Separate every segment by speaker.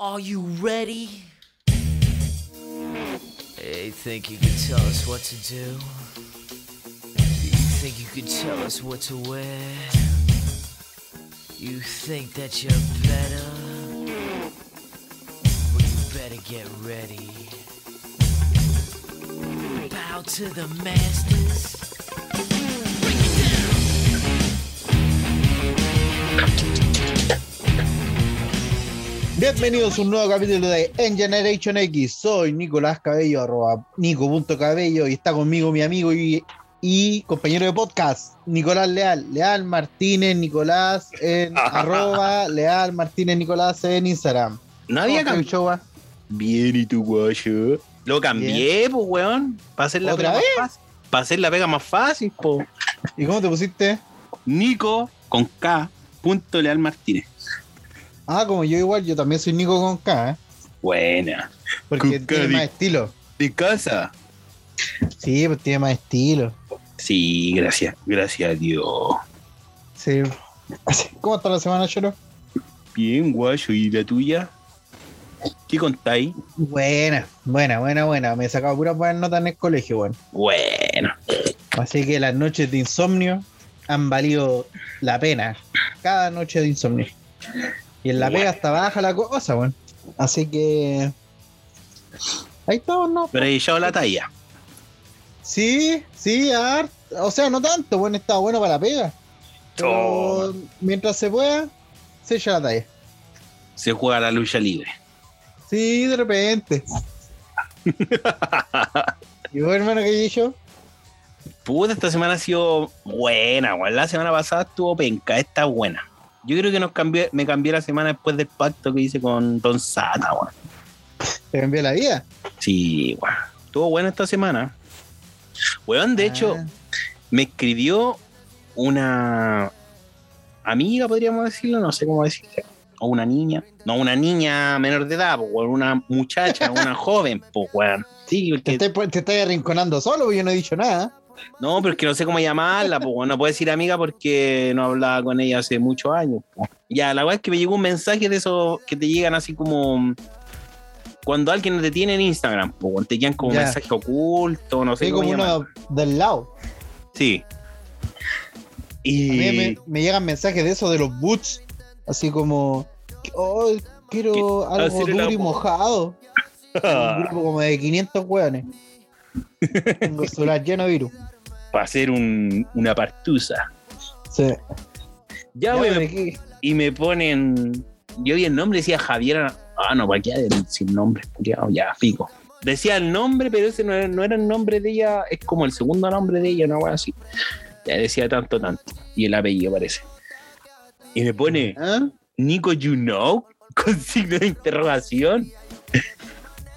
Speaker 1: Are you ready? Hey, think you can tell us what to do? You think you can tell us what to wear? You think that you're better? Well, you better get ready. Bow to the masters.
Speaker 2: Bienvenidos a un nuevo capítulo de En Generation X. Soy Nicolás Cabello, arroba nico.cabello, y está conmigo mi amigo y, y compañero de podcast, Nicolás Leal. Leal Martínez Nicolás en arroba Leal Martínez Nicolás en Instagram.
Speaker 3: Nadie
Speaker 2: ¿Cómo
Speaker 3: cambió.
Speaker 2: está, Uchoa?
Speaker 3: Bien, ¿y tu guayo? Lo cambié, pues, weón. Para hacer la
Speaker 2: ¿Otra
Speaker 3: pega más fácil. Para hacer la pega más fácil, po.
Speaker 2: ¿Y cómo te pusiste?
Speaker 3: Nico con K. Punto Leal Martínez.
Speaker 2: Ah, como yo igual, yo también soy Nico con K, ¿eh?
Speaker 3: Buena.
Speaker 2: porque
Speaker 3: Con K,
Speaker 2: tiene más
Speaker 3: Nico.
Speaker 2: estilo.
Speaker 3: ¿De casa?
Speaker 2: Sí, pues tiene más estilo.
Speaker 3: Sí, gracias. Gracias a Dios.
Speaker 2: Sí. ¿Cómo está la semana, Choro?
Speaker 3: Bien, guayo. ¿Y la tuya? ¿Qué contáis?
Speaker 2: Buena, buena, buena, buena. Me he sacado puras buenas notas en el colegio, bueno.
Speaker 3: Bueno.
Speaker 2: Así que las noches de insomnio han valido la pena. Cada noche de insomnio. Y en la
Speaker 3: Bueno.
Speaker 2: pega hasta baja la cosa, weón. Así que. Ahí estamos, ¿no?
Speaker 3: Pero he echado la talla.
Speaker 2: Sí, sí, har- o sea, no tanto, bueno, está bueno para la pega. Pero mientras se pueda, se echa la talla.
Speaker 3: Se juega la lucha libre.
Speaker 2: Sí, de repente. ¿Y vos, hermano, qué he dicho?
Speaker 3: Puta, esta semana ha sido buena, weón. La semana pasada estuvo penca, esta es buena. Yo creo que nos cambié, me cambié la semana después del pacto que hice con Don Sata, weón.
Speaker 2: Te cambió la vida.
Speaker 3: Sí, weón. Estuvo buena esta semana. Weón, de hecho,
Speaker 2: Ah,
Speaker 3: me escribió una amiga, podríamos decirlo, no sé cómo decirlo. O una niña. No, una niña menor de edad, po, weón. Una muchacha, una joven, pues, weón. Sí,
Speaker 2: Te
Speaker 3: porque
Speaker 2: estás te estás arrinconando solo, porque yo no he dicho nada.
Speaker 3: No, pero es que no sé cómo llamarla, pues no puedo decir amiga porque no hablaba con ella hace muchos años. po. Ya, la verdad es que me llegó un mensaje de esos que te llegan así como cuando alguien no te tiene en Instagram, pues te llegan como
Speaker 2: Ya.
Speaker 3: mensaje oculto, no sé
Speaker 2: Sí,
Speaker 3: cómo
Speaker 2: como
Speaker 3: llamarlo.
Speaker 2: uno del lado.
Speaker 3: Sí.
Speaker 2: A mí me,
Speaker 3: Y
Speaker 2: me llegan mensajes de eso de los boots, así como, oh, quiero
Speaker 3: ¿Qué?
Speaker 2: algo
Speaker 3: Hacer el Ah.
Speaker 2: duro y
Speaker 3: amor.
Speaker 2: mojado. Un grupo como de 500 hueones. Tengo el celular lleno de virus.
Speaker 3: para hacer un- una partusa.
Speaker 2: Sí.
Speaker 3: Ya,
Speaker 2: Ya,
Speaker 3: güey,
Speaker 2: pero ¿qué?
Speaker 3: y me ponen. Yo vi el nombre, decía Javier. Ah, no, para qué el- sin nombre, culiao, ya, pico. Decía el nombre, pero ese no era, no era el nombre de ella, es como el segundo nombre de ella, una wea así. Ya decía tanto, tanto. Y el apellido parece. Y me pone
Speaker 2: ¿Ah?
Speaker 3: Nico You Know con signo de interrogación.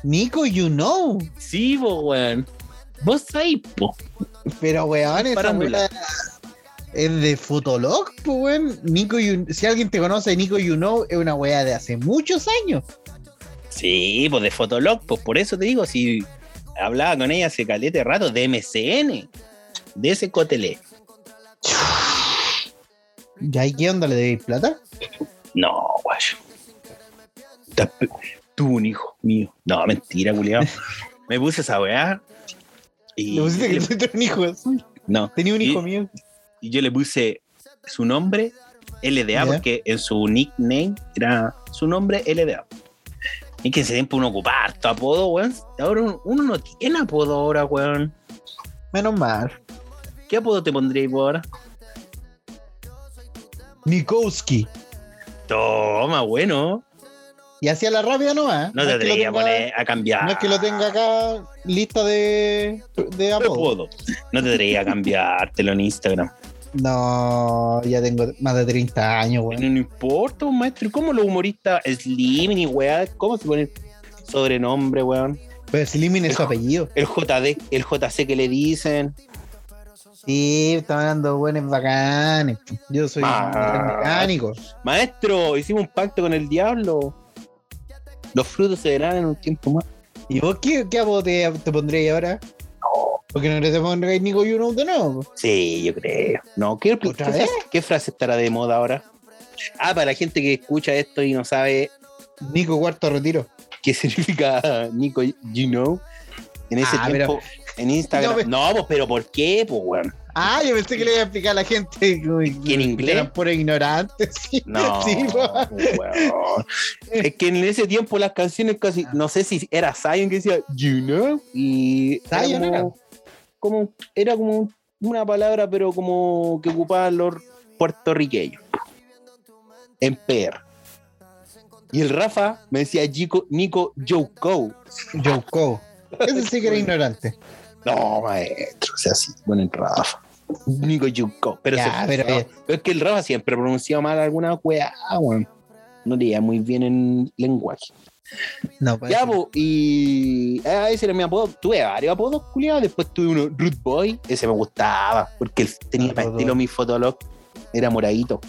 Speaker 2: Nico, you know.
Speaker 3: Sí, po, weón. Vos ahí, po.
Speaker 2: Pero weón, esa
Speaker 3: Farándula.
Speaker 2: weá es de Fotolog, pues weón. Nico, you- si alguien te conoce, Nico, you know es una weá de hace muchos años.
Speaker 3: Sí, pues de Fotolog, pues por eso te digo, si hablaba con ella hace calete de rato, de MCN, de ese cotelé.
Speaker 2: ¿Y ahí qué onda le debéis plata?
Speaker 3: No, guayo. Ta- Tuvo un hijo mío. No, mentira, culiao. Me puse esa weá. Y
Speaker 2: Le pusiste que
Speaker 3: yo le-
Speaker 2: tuviste un hijo suyo.
Speaker 3: no,
Speaker 2: Tenía un
Speaker 3: Y-
Speaker 2: hijo mío.
Speaker 3: y yo le puse su nombre
Speaker 2: Ya.
Speaker 3: LDA, porque en su nickname era su nombre LDA. Y que en ese tiempo uno ocupaba harto apodo, weón. Ahora uno, uno no tiene apodo ahora, weón.
Speaker 2: Menos mal.
Speaker 3: ¿Qué apodo te pondría vos ahora?
Speaker 2: Nikowski.
Speaker 3: Toma, bueno.
Speaker 2: Y hacía la rápida nomás.
Speaker 3: No
Speaker 2: es
Speaker 3: te
Speaker 2: que lo
Speaker 3: atrevías a
Speaker 2: tenga-
Speaker 3: poner a cambiar.
Speaker 2: No es que lo tenga acá lista de, de
Speaker 3: Apodo.
Speaker 2: apodo.
Speaker 3: No te atrevías a cambiártelo en Instagram.
Speaker 2: No, ya tengo más de 30 años,
Speaker 3: No,
Speaker 2: weón.
Speaker 3: no importa, un maestro. ¿Cómo los humoristas Slim y weá? ¿Cómo se ponen sobrenombre, weón?
Speaker 2: Pero Slimin es su apellido.
Speaker 3: El JD, el JC que le dicen.
Speaker 2: Sí, estaban dando buenos bacanes. Yo soy
Speaker 3: Ah.
Speaker 2: un mecánico.
Speaker 3: Maestro, hicimos un pacto con el diablo. Los frutos se verán en un tiempo más.
Speaker 2: ¿Y vos qué, qué apodo te, te pondrías ahora? Porque no te pondrías Nico y uno de nuevo.
Speaker 3: Sí, yo creo. No, ¿qué, qué
Speaker 2: ¿Otra
Speaker 3: frase, qué frase estará de moda ahora? Ah, para la gente que escucha esto y no sabe,
Speaker 2: Nico Cuarto Retiro.
Speaker 3: que significa Nico Gino. En ese
Speaker 2: Ah,
Speaker 3: tiempo, en Instagram.
Speaker 2: No, pero-
Speaker 3: No, pues, pero ¿por qué? Pues, weón.
Speaker 2: Ah, yo pensé que le iba a explicar a la gente
Speaker 3: ¿Que en inglés?
Speaker 2: Eran puros ignorantes. Sí,
Speaker 3: No.
Speaker 2: Sí, po.
Speaker 3: pues, weón. Es que en ese tiempo las canciones casi.
Speaker 2: Ah.
Speaker 3: No sé si era Zion que decía You know. Y. era
Speaker 2: Zion
Speaker 3: como-
Speaker 2: era.
Speaker 3: como- era como un- una palabra, pero como que ocupaban los puertorriqueños. En PR. Y el Rafa me decía Gico- Nico Joko.
Speaker 2: Yoko. Ese sí que era ignorante.
Speaker 3: No, maestro, o sea, sí, con el Rafa. Nico Yuko. Pero,
Speaker 2: Ya,
Speaker 3: se-
Speaker 2: pero-
Speaker 3: no, pero es que el Rafa siempre pronunciaba mal alguna weá, weón. No leía muy bien en lenguaje.
Speaker 2: No, pues,
Speaker 3: Ya, po, y ah, ese era mi apodo. Tuve varios apodos, culiados. Después tuve uno, Root Boy. Ese me gustaba, porque él tenía
Speaker 2: Ah,
Speaker 3: para
Speaker 2: Rude
Speaker 3: estilo
Speaker 2: Boy.
Speaker 3: mi fotolog. Era moradito.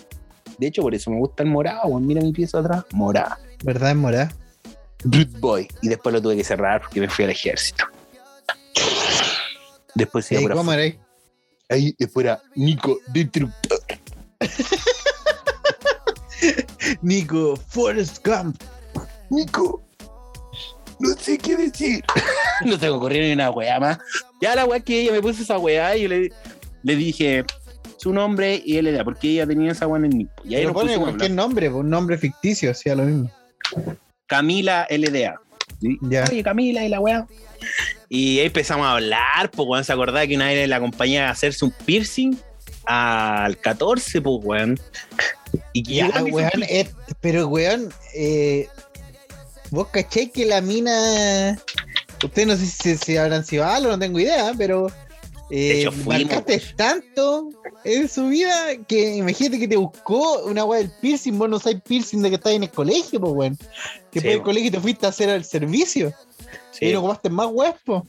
Speaker 3: De hecho, por eso me gusta el morado, weón. Mira mi pieza atrás, morada.
Speaker 2: ¿verdad, es morada?
Speaker 3: Root Boy. Y después lo tuve que cerrar porque me fui al ejército. Después se
Speaker 2: Sí,
Speaker 3: iba pura
Speaker 2: Eh, ¿Cómo eres?
Speaker 3: ahí fuera Nico Destructor.
Speaker 2: Nico Forrest Gump.
Speaker 3: Nico, no sé qué decir. no se me ocurrió ni una weá más. Ya la weá que ella me puso esa weá y yo le, le dije su nombre y él era, porque ella tenía esa weá en el nipo. Y ahí
Speaker 2: Pero
Speaker 3: nos
Speaker 2: pone
Speaker 3: pusimos a
Speaker 2: cualquier
Speaker 3: hablar.
Speaker 2: nombre, un nombre ficticio, hacía lo mismo.
Speaker 3: Camila LDA. ¿sí?
Speaker 2: Ya.
Speaker 3: Oye, Camila y la weá. Y ahí empezamos a hablar, pues weón, se acordaba que una vez la compañía a hacerse un piercing al 14, pues weón. Y que
Speaker 2: Ya,
Speaker 3: yo también fui un
Speaker 2: weón, eh, pero weón, eh, vos caché que la mina. Ustedes no sé si, si habrán sido algo, no tengo idea, pero. Eh,
Speaker 3: hecho, fuimos,
Speaker 2: marcaste tanto en su vida que imagínate que te buscó una weá del piercing, vos no sabés piercing de que estás en el colegio, pues weón. Que
Speaker 3: Sí,
Speaker 2: después del
Speaker 3: po.
Speaker 2: colegio te fuiste a hacer el servicio
Speaker 3: Sí.
Speaker 2: y no ocupaste más weas, po.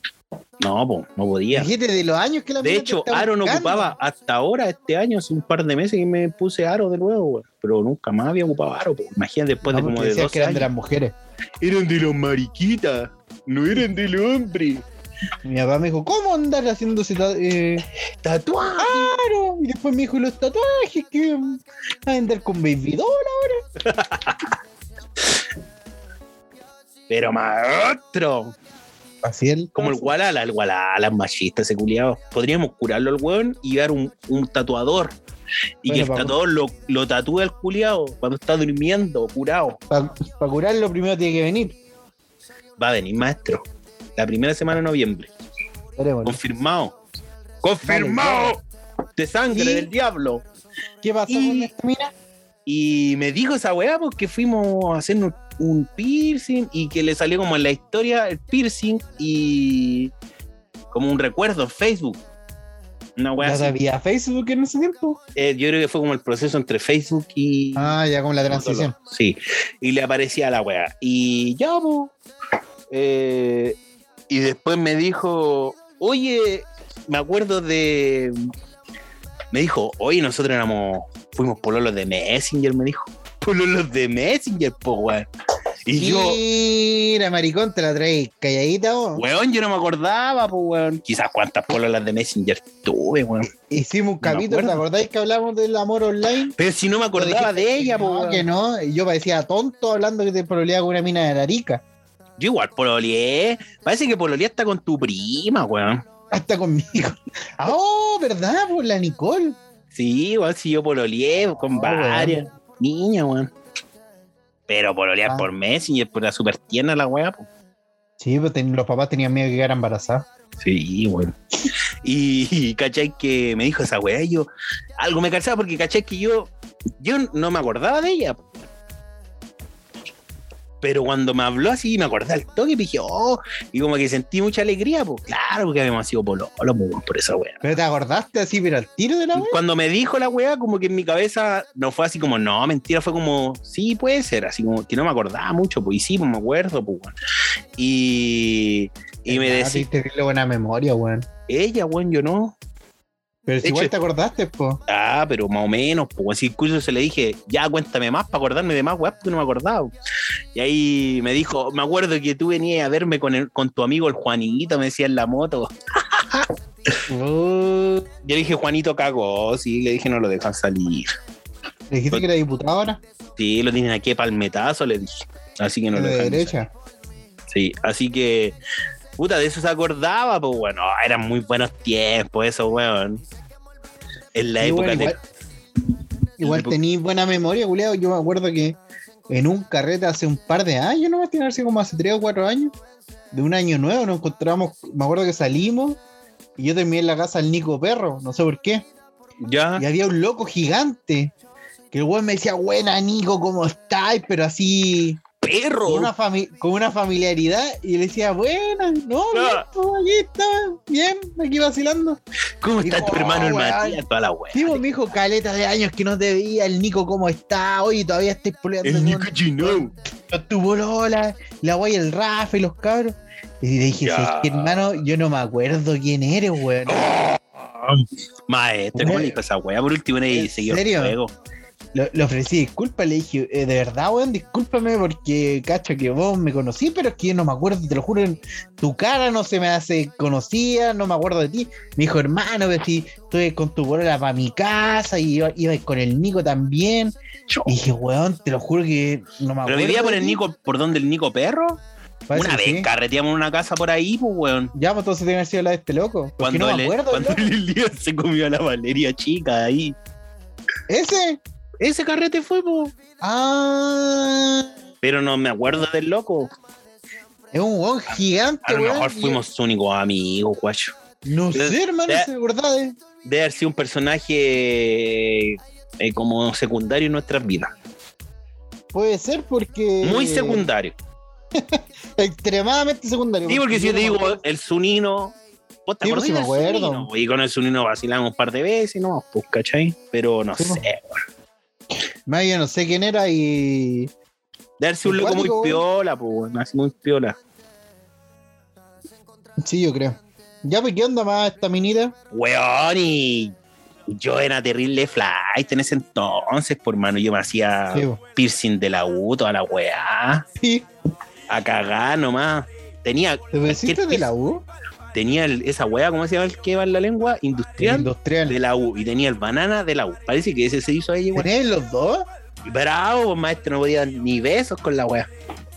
Speaker 3: No, pues, no podía.
Speaker 2: Imagínate de los años que la
Speaker 3: De
Speaker 2: mina te
Speaker 3: hecho,
Speaker 2: está
Speaker 3: Aro no
Speaker 2: buscando.
Speaker 3: ocupaba hasta ahora, este año, hace un par de meses que me puse Aro de nuevo, güey. pero nunca más había ocupado Aro. pues. Imagínate después
Speaker 2: No,
Speaker 3: de como
Speaker 2: porque
Speaker 3: de
Speaker 2: decías
Speaker 3: dos
Speaker 2: que eran de
Speaker 3: años.
Speaker 2: las mujeres.
Speaker 3: Eran de los mariquitas, no eran del hombre.
Speaker 2: Mi papá me dijo, ¿cómo andar haciendo eh,
Speaker 3: Tatuado.
Speaker 2: Claro, y después me dijo, ¿y los tatuajes que vas a andar con Baby Doll?
Speaker 3: Pero maestro,
Speaker 2: Así él.
Speaker 3: como el Walala, el Walala, machista ese culiado. Podríamos curarlo al weón y dar un, un tatuador. Y
Speaker 2: Bueno,
Speaker 3: que el
Speaker 2: vamos.
Speaker 3: tatuador lo, lo tatúe al culiado cuando está durmiendo, curado.
Speaker 2: Para curarlo primero tiene que venir.
Speaker 3: Va a venir, maestro. La primera semana de noviembre.
Speaker 2: Esperemos, ¿no?
Speaker 3: Confirmado. Confirmado. De sangre
Speaker 2: Y-
Speaker 3: del diablo.
Speaker 2: ¿Qué pasó
Speaker 3: Y-
Speaker 2: con esta mina?
Speaker 3: Y me dijo esa weá porque fuimos a hacernos un piercing y que le salió como en la historia el piercing y como un recuerdo en Facebook. Una weá
Speaker 2: Ya
Speaker 3: así.
Speaker 2: sabía Facebook en ese tiempo.
Speaker 3: Eh, yo creo que fue como el proceso entre Facebook y.
Speaker 2: Ah, ya con la transición.
Speaker 3: Sí. Y le aparecía la weá. Y ya, po. Eh, y después me dijo, oye, me acuerdo de. Me dijo, oye, nosotros éramos. Fuimos pololos de Messenger, me dijo. Pololos de Messenger, po, weón. Y yo,
Speaker 2: Mira, maricón, te la traes calladita vos.
Speaker 3: weón, yo no me acordaba, po, weón. Quizás cuántas pololas de Messenger tuve, weón.
Speaker 2: Hicimos un capítulo,
Speaker 3: acuerdo.
Speaker 2: ¿te acordáis que hablamos del amor online?
Speaker 3: Pero si no me acordaba de ella, pues, po,
Speaker 2: No,
Speaker 3: weón.
Speaker 2: que no. y Yo parecía tonto hablando que te problemas con una mina de Arica.
Speaker 3: Yo igual pololeé. Parece que pololeé hasta con tu prima, weón.
Speaker 2: Hasta conmigo. Ah, oh, ¿verdad? Por la Nicole.
Speaker 3: Sí, weón, sí, yo pololeé con
Speaker 2: Ah,
Speaker 3: varias niñas, weón. Pero pololear
Speaker 2: Ah.
Speaker 3: por Messenger, por la super tierna la weá, po.
Speaker 2: Sí, pero ten- los papás tenían miedo de quedar embarazadas.
Speaker 3: Sí, weón. Y, y, cachai que me dijo esa weá, y yo algo me calzaba porque cachai que yo, yo no me acordaba de ella. po. Pero cuando me habló así, me acordé al toque y dije, oh, y como que sentí mucha alegría, pues claro, porque habíamos sido pololo, po, weón, por esa weá.
Speaker 2: Pero te acordaste así, pero al tiro de la wea.
Speaker 3: Cuando me dijo la weá, como que en mi cabeza no fue así como, no, mentira, fue como, sí, puede ser, así como que no me acordaba mucho, pues, y sí, pues me acuerdo, pues, weón. Y, y me
Speaker 2: Ah,
Speaker 3: decía,
Speaker 2: tuviste terrible buena memoria, weón.
Speaker 3: ella, weón, yo no.
Speaker 2: Pero si
Speaker 3: De
Speaker 2: igual
Speaker 3: hecho-
Speaker 2: te acordaste, po.
Speaker 3: Ah, pero más o menos, pues, weón. Sí, incluso se le dije, ya cuéntame más para acordarme de más weá, porque no me acordaba. Y ahí me dijo, me acuerdo que tú venías a verme con, el- con tu amigo el Juanito, me decía en la moto.
Speaker 2: Uh,
Speaker 3: Yo le dije, Juanito cagó, sí, le dije, no lo dejan salir.
Speaker 2: ¿Le dijiste que era diputado ahora?
Speaker 3: Sí, lo tienen aquí palmetazo, le dije. Así que no lo
Speaker 2: de
Speaker 3: dejan usar.
Speaker 2: derecha.
Speaker 3: Sí, así que. Puta, de eso se acordaba, pues bueno, eran muy buenos tiempos, eso, weón. En la
Speaker 2: Sí,
Speaker 3: época
Speaker 2: bueno,
Speaker 3: de.
Speaker 2: igual igual tení buena memoria, culiao. Yo me acuerdo que en un carrete hace un par de años, no más tiene que haber sido como hace tres o cuatro años, de un año nuevo, nos encontramos, me acuerdo que salimos y yo terminé en la casa del Nico Perro, no sé por qué.
Speaker 3: Ya,
Speaker 2: Y había un loco gigante. Que el weón me decía, buena Nico, ¿cómo estáis? Pero así,
Speaker 3: perro.
Speaker 2: con una, fami- con una familiaridad. Y le decía, buena, no, bien, po, aquí está, bien, aquí vacilando.
Speaker 3: ¿Cómo está
Speaker 2: Digo,
Speaker 3: tu hermano el
Speaker 2: weón.
Speaker 3: Matías? Toda la wea.
Speaker 2: Sí, pues, me dijo, caleta de años que no te veía, el Nico, ¿cómo está? Oye, todavía estáis peleando
Speaker 3: El
Speaker 2: con-
Speaker 3: Nico Gino.
Speaker 2: con tu bolola, la guay, el Rafa y los cabros. Y le dije,
Speaker 3: Ya.
Speaker 2: "¿Sabes qué, hermano, yo no me acuerdo quién eres, weón.
Speaker 3: Maestro, ¿cómo le dijo esa wea? Por último,
Speaker 2: ¿En
Speaker 3: le siguió el
Speaker 2: serio?
Speaker 3: juego.
Speaker 2: Le, le ofrecí disculpas, le dije, "Eh, de verdad, weón, discúlpame porque cacho que vos me conocí, pero es que yo no me acuerdo, te lo juro, en- tu cara no se me hace conocida, no me acuerdo de ti. Me dijo, hermano, pero si estuve con tu bolola para mi casa y iba, iba con el Nico también. Y dije, weón, te lo juro que no me acuerdo.
Speaker 3: Pero vivía por
Speaker 2: de
Speaker 3: el
Speaker 2: ti".
Speaker 3: Nico, por donde el Nico Perro.
Speaker 2: Parece
Speaker 3: una
Speaker 2: que
Speaker 3: vez
Speaker 2: sí.
Speaker 3: carreteamos en una casa por ahí, pues weón.
Speaker 2: Ya, pues entonces tiene que haber sido la de este loco. Porque
Speaker 3: Cuando,
Speaker 2: no me
Speaker 3: el-
Speaker 2: acuerdo,
Speaker 3: cuando
Speaker 2: loco.
Speaker 3: el Elías se comió a la Valeria chica ahí.
Speaker 2: ¿Ese?
Speaker 3: Ese carrete fue, pues.
Speaker 2: Ah,
Speaker 3: Pero no me acuerdo del loco.
Speaker 2: es un weón gigante,
Speaker 3: A lo
Speaker 2: weón.
Speaker 3: mejor
Speaker 2: Yo-
Speaker 3: fuimos sus únicos amigos, guacho.
Speaker 2: No
Speaker 3: Yo-
Speaker 2: sé, hermano,
Speaker 3: Ya.
Speaker 2: si es verdad. eh.
Speaker 3: Debe haber sido un personaje eh, como secundario en nuestras vidas.
Speaker 2: Puede ser porque.
Speaker 3: Muy secundario.
Speaker 2: Extremadamente secundario.
Speaker 3: Sí, porque si yo te
Speaker 2: no me
Speaker 3: digo
Speaker 2: acuerdo.
Speaker 3: el Sunino. ¿Vos te
Speaker 2: Sí,
Speaker 3: acordás
Speaker 2: pues sí me
Speaker 3: del
Speaker 2: acuerdo.
Speaker 3: Sunino? Y con el Sunino vacilamos un par de veces, ¿no? Pues, ¿cachai? Pero no
Speaker 2: Sí, pues.
Speaker 3: sé.
Speaker 2: Más yo no sé quién era y.
Speaker 3: Debe haber sido un loco muy
Speaker 2: Cuático, weón.
Speaker 3: piola, pues, así muy piola.
Speaker 2: Sí, yo creo. Ya, pues, ¿qué onda más esta minita?
Speaker 3: Weón, y yo era terrible flight en ese entonces, por mano. Yo me hacía
Speaker 2: Sí, pues.
Speaker 3: piercing de la U, toda la weá.
Speaker 2: Sí.
Speaker 3: A cagar nomás. Tenía,
Speaker 2: ¿Te pusiste
Speaker 3: Cualquier
Speaker 2: de la U?
Speaker 3: tenía el- esa weá, ¿cómo se llama el que va en la lengua?
Speaker 2: El
Speaker 3: Industrial
Speaker 2: industrial.
Speaker 3: de la U. Y tenía el banana de la U. Parece que ese se hizo ahí, weón.
Speaker 2: ¿Tenés los dos?
Speaker 3: Bravo, pues, maestro, no podía ni besos con la weá.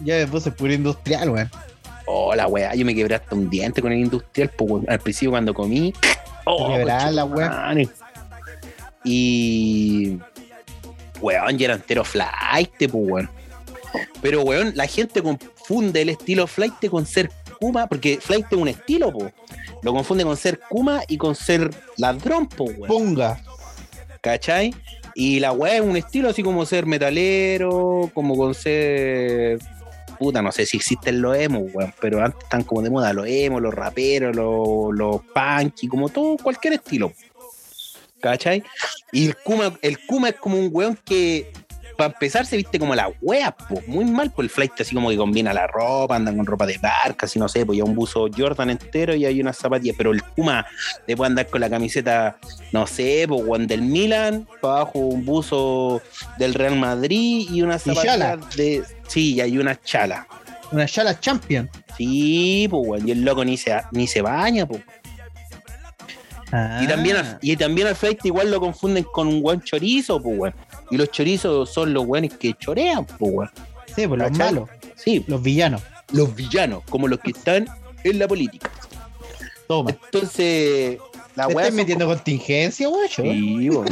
Speaker 2: Ya después se puro industrial, weón.
Speaker 3: Oh, la weá, yo me quebré hasta un diente con el industrial, pues, weón. al principio cuando comí. Oh,
Speaker 2: Quebrá la
Speaker 3: conchetumare. Y. Weón, yo era entero flight, pues, weón. Pero, weón, la gente confunde el estilo flight con ser kuma, porque flight es un estilo, pues. Lo confunde con ser kuma y con ser ladrón, pues, weón.
Speaker 2: Ponga.
Speaker 3: ¿cachai? Y la weá es un estilo así como ser metalero, como con ser. Puta, no sé si existen los emos, weón, pero antes están como de moda los emos, los raperos, los, los punk, y como todo, cualquier estilo. ¿cachai? Y el Kuma, el Kuma es como un weón que, para empezar, se viste como la wea, po, muy mal, por el flight así como que combina la ropa, andan con ropa de marca, así no sé, pues ya un buzo Jordan entero y hay unas zapatillas, pero el Kuma te puede andar con la camiseta, no sé, pues weón del Milan, para abajo un buzo del Real Madrid y unas
Speaker 2: Y chala.
Speaker 3: zapatillas de. Sí, y hay unas chalas.
Speaker 2: Una Shala Champion.
Speaker 3: Sí, pues weón, y el loco ni se, ni se baña, pues. Y también, al,
Speaker 2: Ah.
Speaker 3: y también al flight igual lo confunden con un buen chorizo, pues, weón. Y los chorizos son los weones que chorean, pues, weón.
Speaker 2: Sí, pues los
Speaker 3: ¿Cachai?
Speaker 2: malos,
Speaker 3: Sí,
Speaker 2: los villanos.
Speaker 3: los villanos, como los que están en la política.
Speaker 2: Toma.
Speaker 3: Entonces, la
Speaker 2: ¿Te
Speaker 3: weá.
Speaker 2: estás
Speaker 3: son-
Speaker 2: metiendo ¿eh? contingencia, guacho?
Speaker 3: Sí, weón.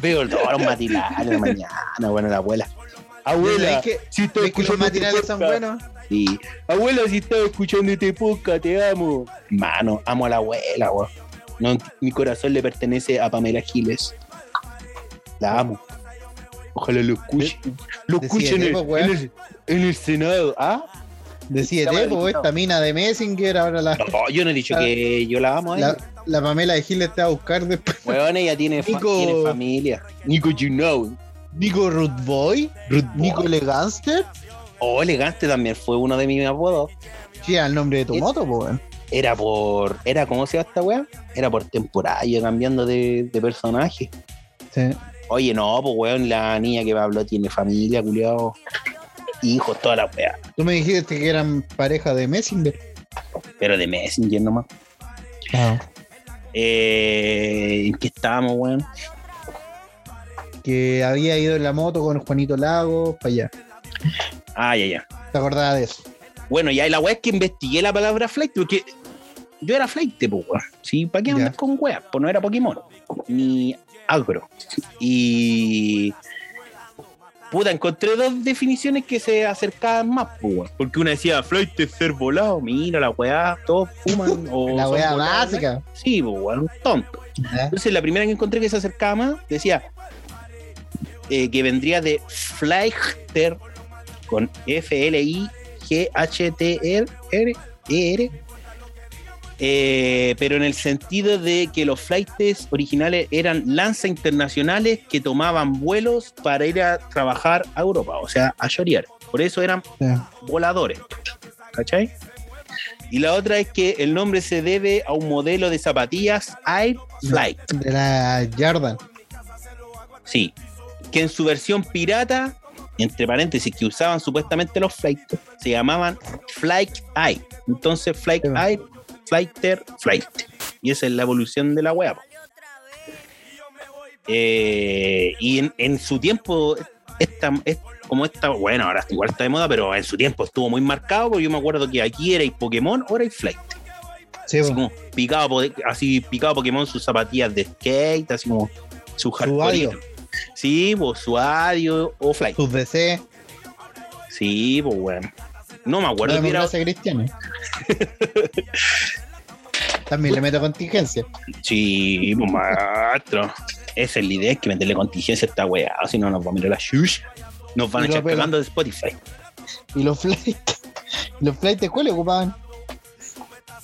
Speaker 3: Veo todos los matinales en la mañana, bueno, la abuela.
Speaker 2: ¿Ves
Speaker 3: Abuela,
Speaker 2: que,
Speaker 3: si estás
Speaker 2: ves que los
Speaker 3: escuchando este
Speaker 2: matinales son
Speaker 3: podcast-
Speaker 2: buenos?
Speaker 3: Sí. Abuela, si estás escuchando este podcast, te amo. Mano, amo a la abuela, weón. No, mi corazón le pertenece a Pamela Giles. La amo. Ojalá lo escuche. Lo
Speaker 2: Decía
Speaker 3: escuche en el,
Speaker 2: Diego, weón.
Speaker 3: en el- en el Senado. ¿Ah?
Speaker 2: Decía
Speaker 3: Estaba
Speaker 2: Tepo,
Speaker 3: diputado.
Speaker 2: pues, esta mina de Messinger, ahora la,
Speaker 3: No, yo no he dicho
Speaker 2: La-
Speaker 3: que yo la amo a ella.
Speaker 2: la, la Pamela de Giles te va a buscar después.
Speaker 3: Weón, ella tiene, fa-
Speaker 2: Nico-
Speaker 3: tiene familia. Nico, you know.
Speaker 2: Nico Ruth Boy, Nico
Speaker 3: Nico.
Speaker 2: Elegánster,
Speaker 3: Oh, elegante también fue uno de mis apodos.
Speaker 2: sí, era el nombre de tu
Speaker 3: Es-
Speaker 2: moto, po, weón.
Speaker 3: Era por. Era, ¿cómo se llama esta weá? Era por temporada, yo cambiando de, de personaje.
Speaker 2: Sí.
Speaker 3: Oye, no, pues weón, la niña que me habló tiene familia, culiao. Hijos, toda la weá.
Speaker 2: Tú me dijiste que eran pareja de Messinger.
Speaker 3: Pero de Messenger nomás. Eh, ¿En qué estábamos, weón?
Speaker 2: que había ido en la moto con Juanito Lago para allá.
Speaker 3: Ah, ya, ya.
Speaker 2: ¿Te acordabas de eso?
Speaker 3: Bueno, ya y la weá es que investigué la palabra flight, porque yo era flight, pues, weón. Sí, ¿para qué
Speaker 2: Ya.
Speaker 3: andar con weas? Pues no era Pokémon, ni agro. Y. Puta, encontré dos definiciones que se acercaban más, pues, weón. Porque una decía flight es ser volado, mira la weá, todos fuman. o
Speaker 2: la
Speaker 3: Oh, son ¿eh?
Speaker 2: weá
Speaker 3: volados,
Speaker 2: básica.
Speaker 3: ¿no? Sí, pues, weón, tonto.
Speaker 2: ¿Ya?
Speaker 3: Entonces la primera que encontré que se acercaba más decía eh, que vendría de Fleichter con F L I G H T R R E R eh, pero en el sentido de que los flightes originales eran lanzas internacionales que tomaban vuelos para ir a trabajar a Europa, o sea, a chorear. Por eso eran
Speaker 2: Ya.
Speaker 3: voladores. ¿Cachai? Y la otra es que el nombre se debe a un modelo de zapatillas Air Flight.
Speaker 2: De la Jordan.
Speaker 3: Sí. Que en su versión pirata, entre paréntesis, que usaban supuestamente los flights, se llamaban Flight Eye. Entonces, Flight
Speaker 2: Sí.
Speaker 3: Eye, Flighter, Flight. Y esa es la evolución de la wea. po. Eh, y en, en su tiempo, esta, es- como esta, bueno, ahora igual está de moda, pero en su tiempo estuvo muy marcado, porque yo me acuerdo que aquí erais Pokémon, ahora hay Flight.
Speaker 2: Sí,
Speaker 3: Así
Speaker 2: po.
Speaker 3: como picado, po- así picado Pokémon, sus zapatillas de skate, así como su hardcore.
Speaker 2: adiós.
Speaker 3: Sí, pues su adiós o fly.
Speaker 2: sus DC,
Speaker 3: Sí, pues bueno. No me
Speaker 2: la
Speaker 3: acuerdo que era.
Speaker 2: democracia cristiana. También le meto contingencia.
Speaker 3: Sí, pues maestro. Esa es la idea, es que meterle contingencia a esta weá, si no nos va a mirar la shusha. Nos van a
Speaker 2: Y lo
Speaker 3: echar
Speaker 2: pela.
Speaker 3: cagando de Spotify.
Speaker 2: Y los flights. ¿Los flights de cuál ocupaban?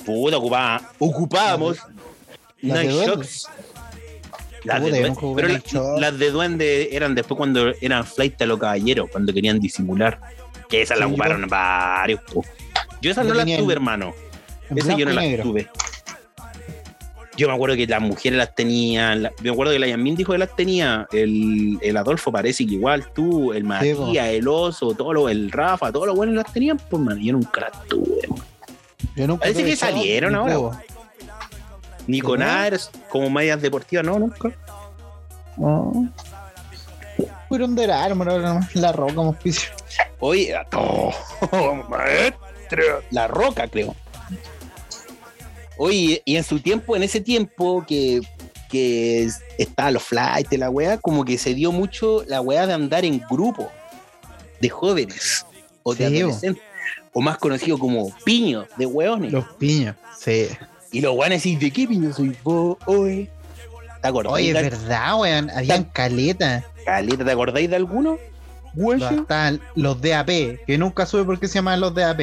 Speaker 3: Puta, ocupaba, ocupábamos
Speaker 2: Las de
Speaker 3: Night
Speaker 2: duende.
Speaker 3: Shocks.
Speaker 2: Puta, yo
Speaker 3: Las de duende.
Speaker 2: nunca jugué
Speaker 3: Pero
Speaker 2: Night
Speaker 3: la-
Speaker 2: Shock.
Speaker 3: las de duende eran después cuando eran flight a los caballeros, cuando querían disimular. Que esas
Speaker 2: Sí,
Speaker 3: las
Speaker 2: yo-
Speaker 3: ocuparon varios. po. Yo esas
Speaker 2: Yo
Speaker 3: no las
Speaker 2: tenía el-
Speaker 3: tuve, hermano.
Speaker 2: En
Speaker 3: Esa yo
Speaker 2: blanco
Speaker 3: no
Speaker 2: y
Speaker 3: las
Speaker 2: negro.
Speaker 3: tuve. Yo me acuerdo que las mujeres las tenían. la- me acuerdo que la Yasmin dijo que las tenía. El, el Adolfo parece que igual tú, el Matías,
Speaker 2: po.
Speaker 3: el Oso, todo lo- el Rafa, todos los buenos las tenían. Pues, man, yo nunca las tuve. man.
Speaker 2: Yo nunca
Speaker 3: Parece
Speaker 2: tuve
Speaker 3: que
Speaker 2: eso,
Speaker 3: salieron
Speaker 2: ni
Speaker 3: ahora.
Speaker 2: tuvo.
Speaker 3: Ni con
Speaker 2: ¿No?
Speaker 3: Ars, como medias deportivas, no, nunca.
Speaker 2: No. Fueron de la arma, ahora nomás la roca como auspicio.
Speaker 3: Oye, a todo, eh, maestro. La roca, creo. Oye, y en su tiempo, en ese tiempo que, que es- estaba los flights, la weá, como que se dio mucho la weá de andar en grupo de jóvenes o de
Speaker 2: Sí, bo.
Speaker 3: adolescentes, o más conocido como piños de weones.
Speaker 2: Los piños. Sí.
Speaker 3: Y los weones decís, ¿de qué piño soy vos, oye? ¿Te acordáis,
Speaker 2: Oye, es
Speaker 3: de,
Speaker 2: verdad, weón. Habían caletas.
Speaker 3: Caleta, ¿te acordáis de alguno?
Speaker 2: ¿Ah,
Speaker 3: Güey,
Speaker 2: Estaban los DAP, que nunca supe por qué se llamaban los DAP.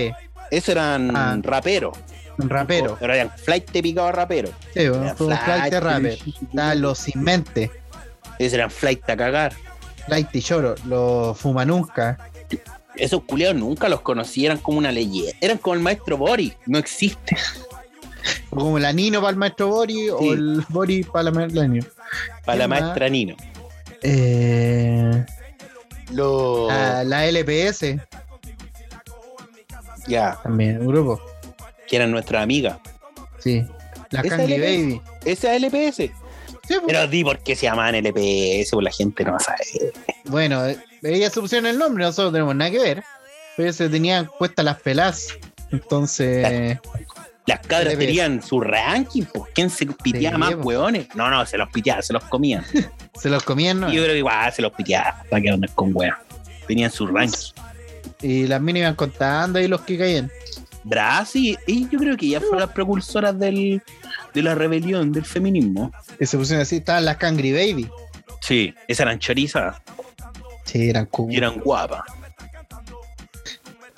Speaker 3: Esos eran
Speaker 2: Ah.
Speaker 3: raperos.
Speaker 2: Raperos.
Speaker 3: Pero eran flight de picado rapero.
Speaker 2: Sí, weón,
Speaker 3: Era
Speaker 2: fue un Oh, flight de rapper. Estaban
Speaker 3: Esos
Speaker 2: los sin mente,
Speaker 3: eran flight a cagar.
Speaker 2: flight y choro, los fuma nunca.
Speaker 3: Esos culeados nunca los conocí, eran como una leyenda. Eran como el maestro Bori, no existe.
Speaker 2: O como la Nino para el maestro Bori
Speaker 3: Sí.
Speaker 2: o el Bori para la la Nino.
Speaker 3: Para la
Speaker 2: ¿Quién más?
Speaker 3: maestra Nino.
Speaker 2: Eh,
Speaker 3: Los.
Speaker 2: la, la LPS
Speaker 3: Ya,
Speaker 2: también, un grupo.
Speaker 3: que eran nuestra amiga.
Speaker 2: Sí. La
Speaker 3: ¿Esa
Speaker 2: Candy
Speaker 3: LPS?
Speaker 2: Baby.
Speaker 3: Esa es LPS.
Speaker 2: Sí, pues.
Speaker 3: Pero di por qué se llamaban LPS, pues la gente no sabe.
Speaker 2: Bueno, eh, ella se pusieron el nombre, nosotros no tenemos nada que ver. Pero se tenían puestas las pelas. Entonces,
Speaker 3: Las cabras
Speaker 2: LPS.
Speaker 3: tenían su ranking, pues. ¿Quién se piteaba
Speaker 2: Sí,
Speaker 3: más,
Speaker 2: pues.
Speaker 3: hueones? No, no, se los piteaba, se los comían.
Speaker 2: se los comían, ¿no?
Speaker 3: Y Yo creo que igual se los piteaba. ¿Para qué onda con hueá? Tenían su ranking.
Speaker 2: Y las minas iban contando ahí los que caían.
Speaker 3: Brasil, y yo creo que ya fueron las precursoras del, de la rebelión, del feminismo.
Speaker 2: Y se pusieron así, estaban las Cangri Baby.
Speaker 3: Sí, esas eran chorizadas
Speaker 2: Sí, eran cubos.
Speaker 3: y eran guapas.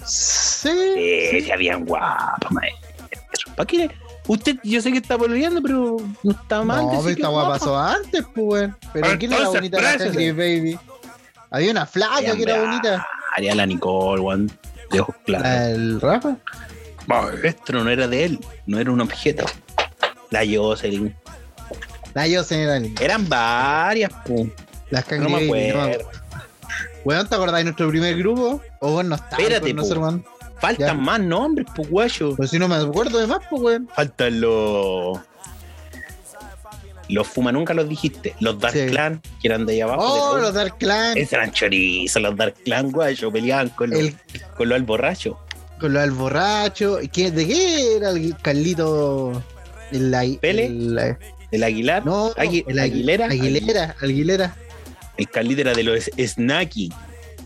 Speaker 2: Sí.
Speaker 3: Sí, sí, habían guapas, maestro. ¿Para qué? Usted, yo sé que está pololeando, pero no está mal.
Speaker 2: No,
Speaker 3: decir
Speaker 2: pero
Speaker 3: que
Speaker 2: esta
Speaker 3: es
Speaker 2: guapa
Speaker 3: guapa.
Speaker 2: pasó antes, pues. weón. Pero
Speaker 3: Pero
Speaker 2: ¿quién era
Speaker 3: entonces,
Speaker 2: bonita de la
Speaker 3: présese.
Speaker 2: Cangri Baby? Había una flaca
Speaker 3: Habían
Speaker 2: Ah, que era
Speaker 3: varias,
Speaker 2: bonita. Ah.
Speaker 3: la Nicole, Juan, de ojos claros.
Speaker 2: El Rafa.
Speaker 3: Maestro, no era de él, no era un objeto. La Jocelyn.
Speaker 2: La yo sé, eran
Speaker 3: Eran varias, pum.
Speaker 2: las Cangri
Speaker 3: No
Speaker 2: Baby.
Speaker 3: me
Speaker 2: no me
Speaker 3: acuerdo.
Speaker 2: acuerdo. Weón, ¿te acordás de nuestro primer grupo? O vos no estabas
Speaker 3: Espérate,
Speaker 2: con nosotros,
Speaker 3: po.
Speaker 2: weón.
Speaker 3: Faltan
Speaker 2: Ya.
Speaker 3: más nombres, pues, guayo.
Speaker 2: Pues si no me acuerdo de más, pues, weón.
Speaker 3: Faltan los. Los Fuma nunca los dijiste. Los Dark
Speaker 2: Sí.
Speaker 3: Clan, que eran de ahí abajo.
Speaker 2: Oh,
Speaker 3: de la U.
Speaker 2: los Dark Clan.
Speaker 3: Esos eran chorizos, los Dark Clan, guayo. Peleaban con los,
Speaker 2: El,
Speaker 3: con los alborrachos.
Speaker 2: con lo del borracho. ¿Qué- ¿De qué era el Carlito? El, la-
Speaker 3: ¿Pele?
Speaker 2: el-
Speaker 3: El Aguilar.
Speaker 2: no,
Speaker 3: Agui-
Speaker 2: el Agui-
Speaker 3: Aguilera.
Speaker 2: Aguilera, Aguilera.
Speaker 3: El Carlito era de los Snacky.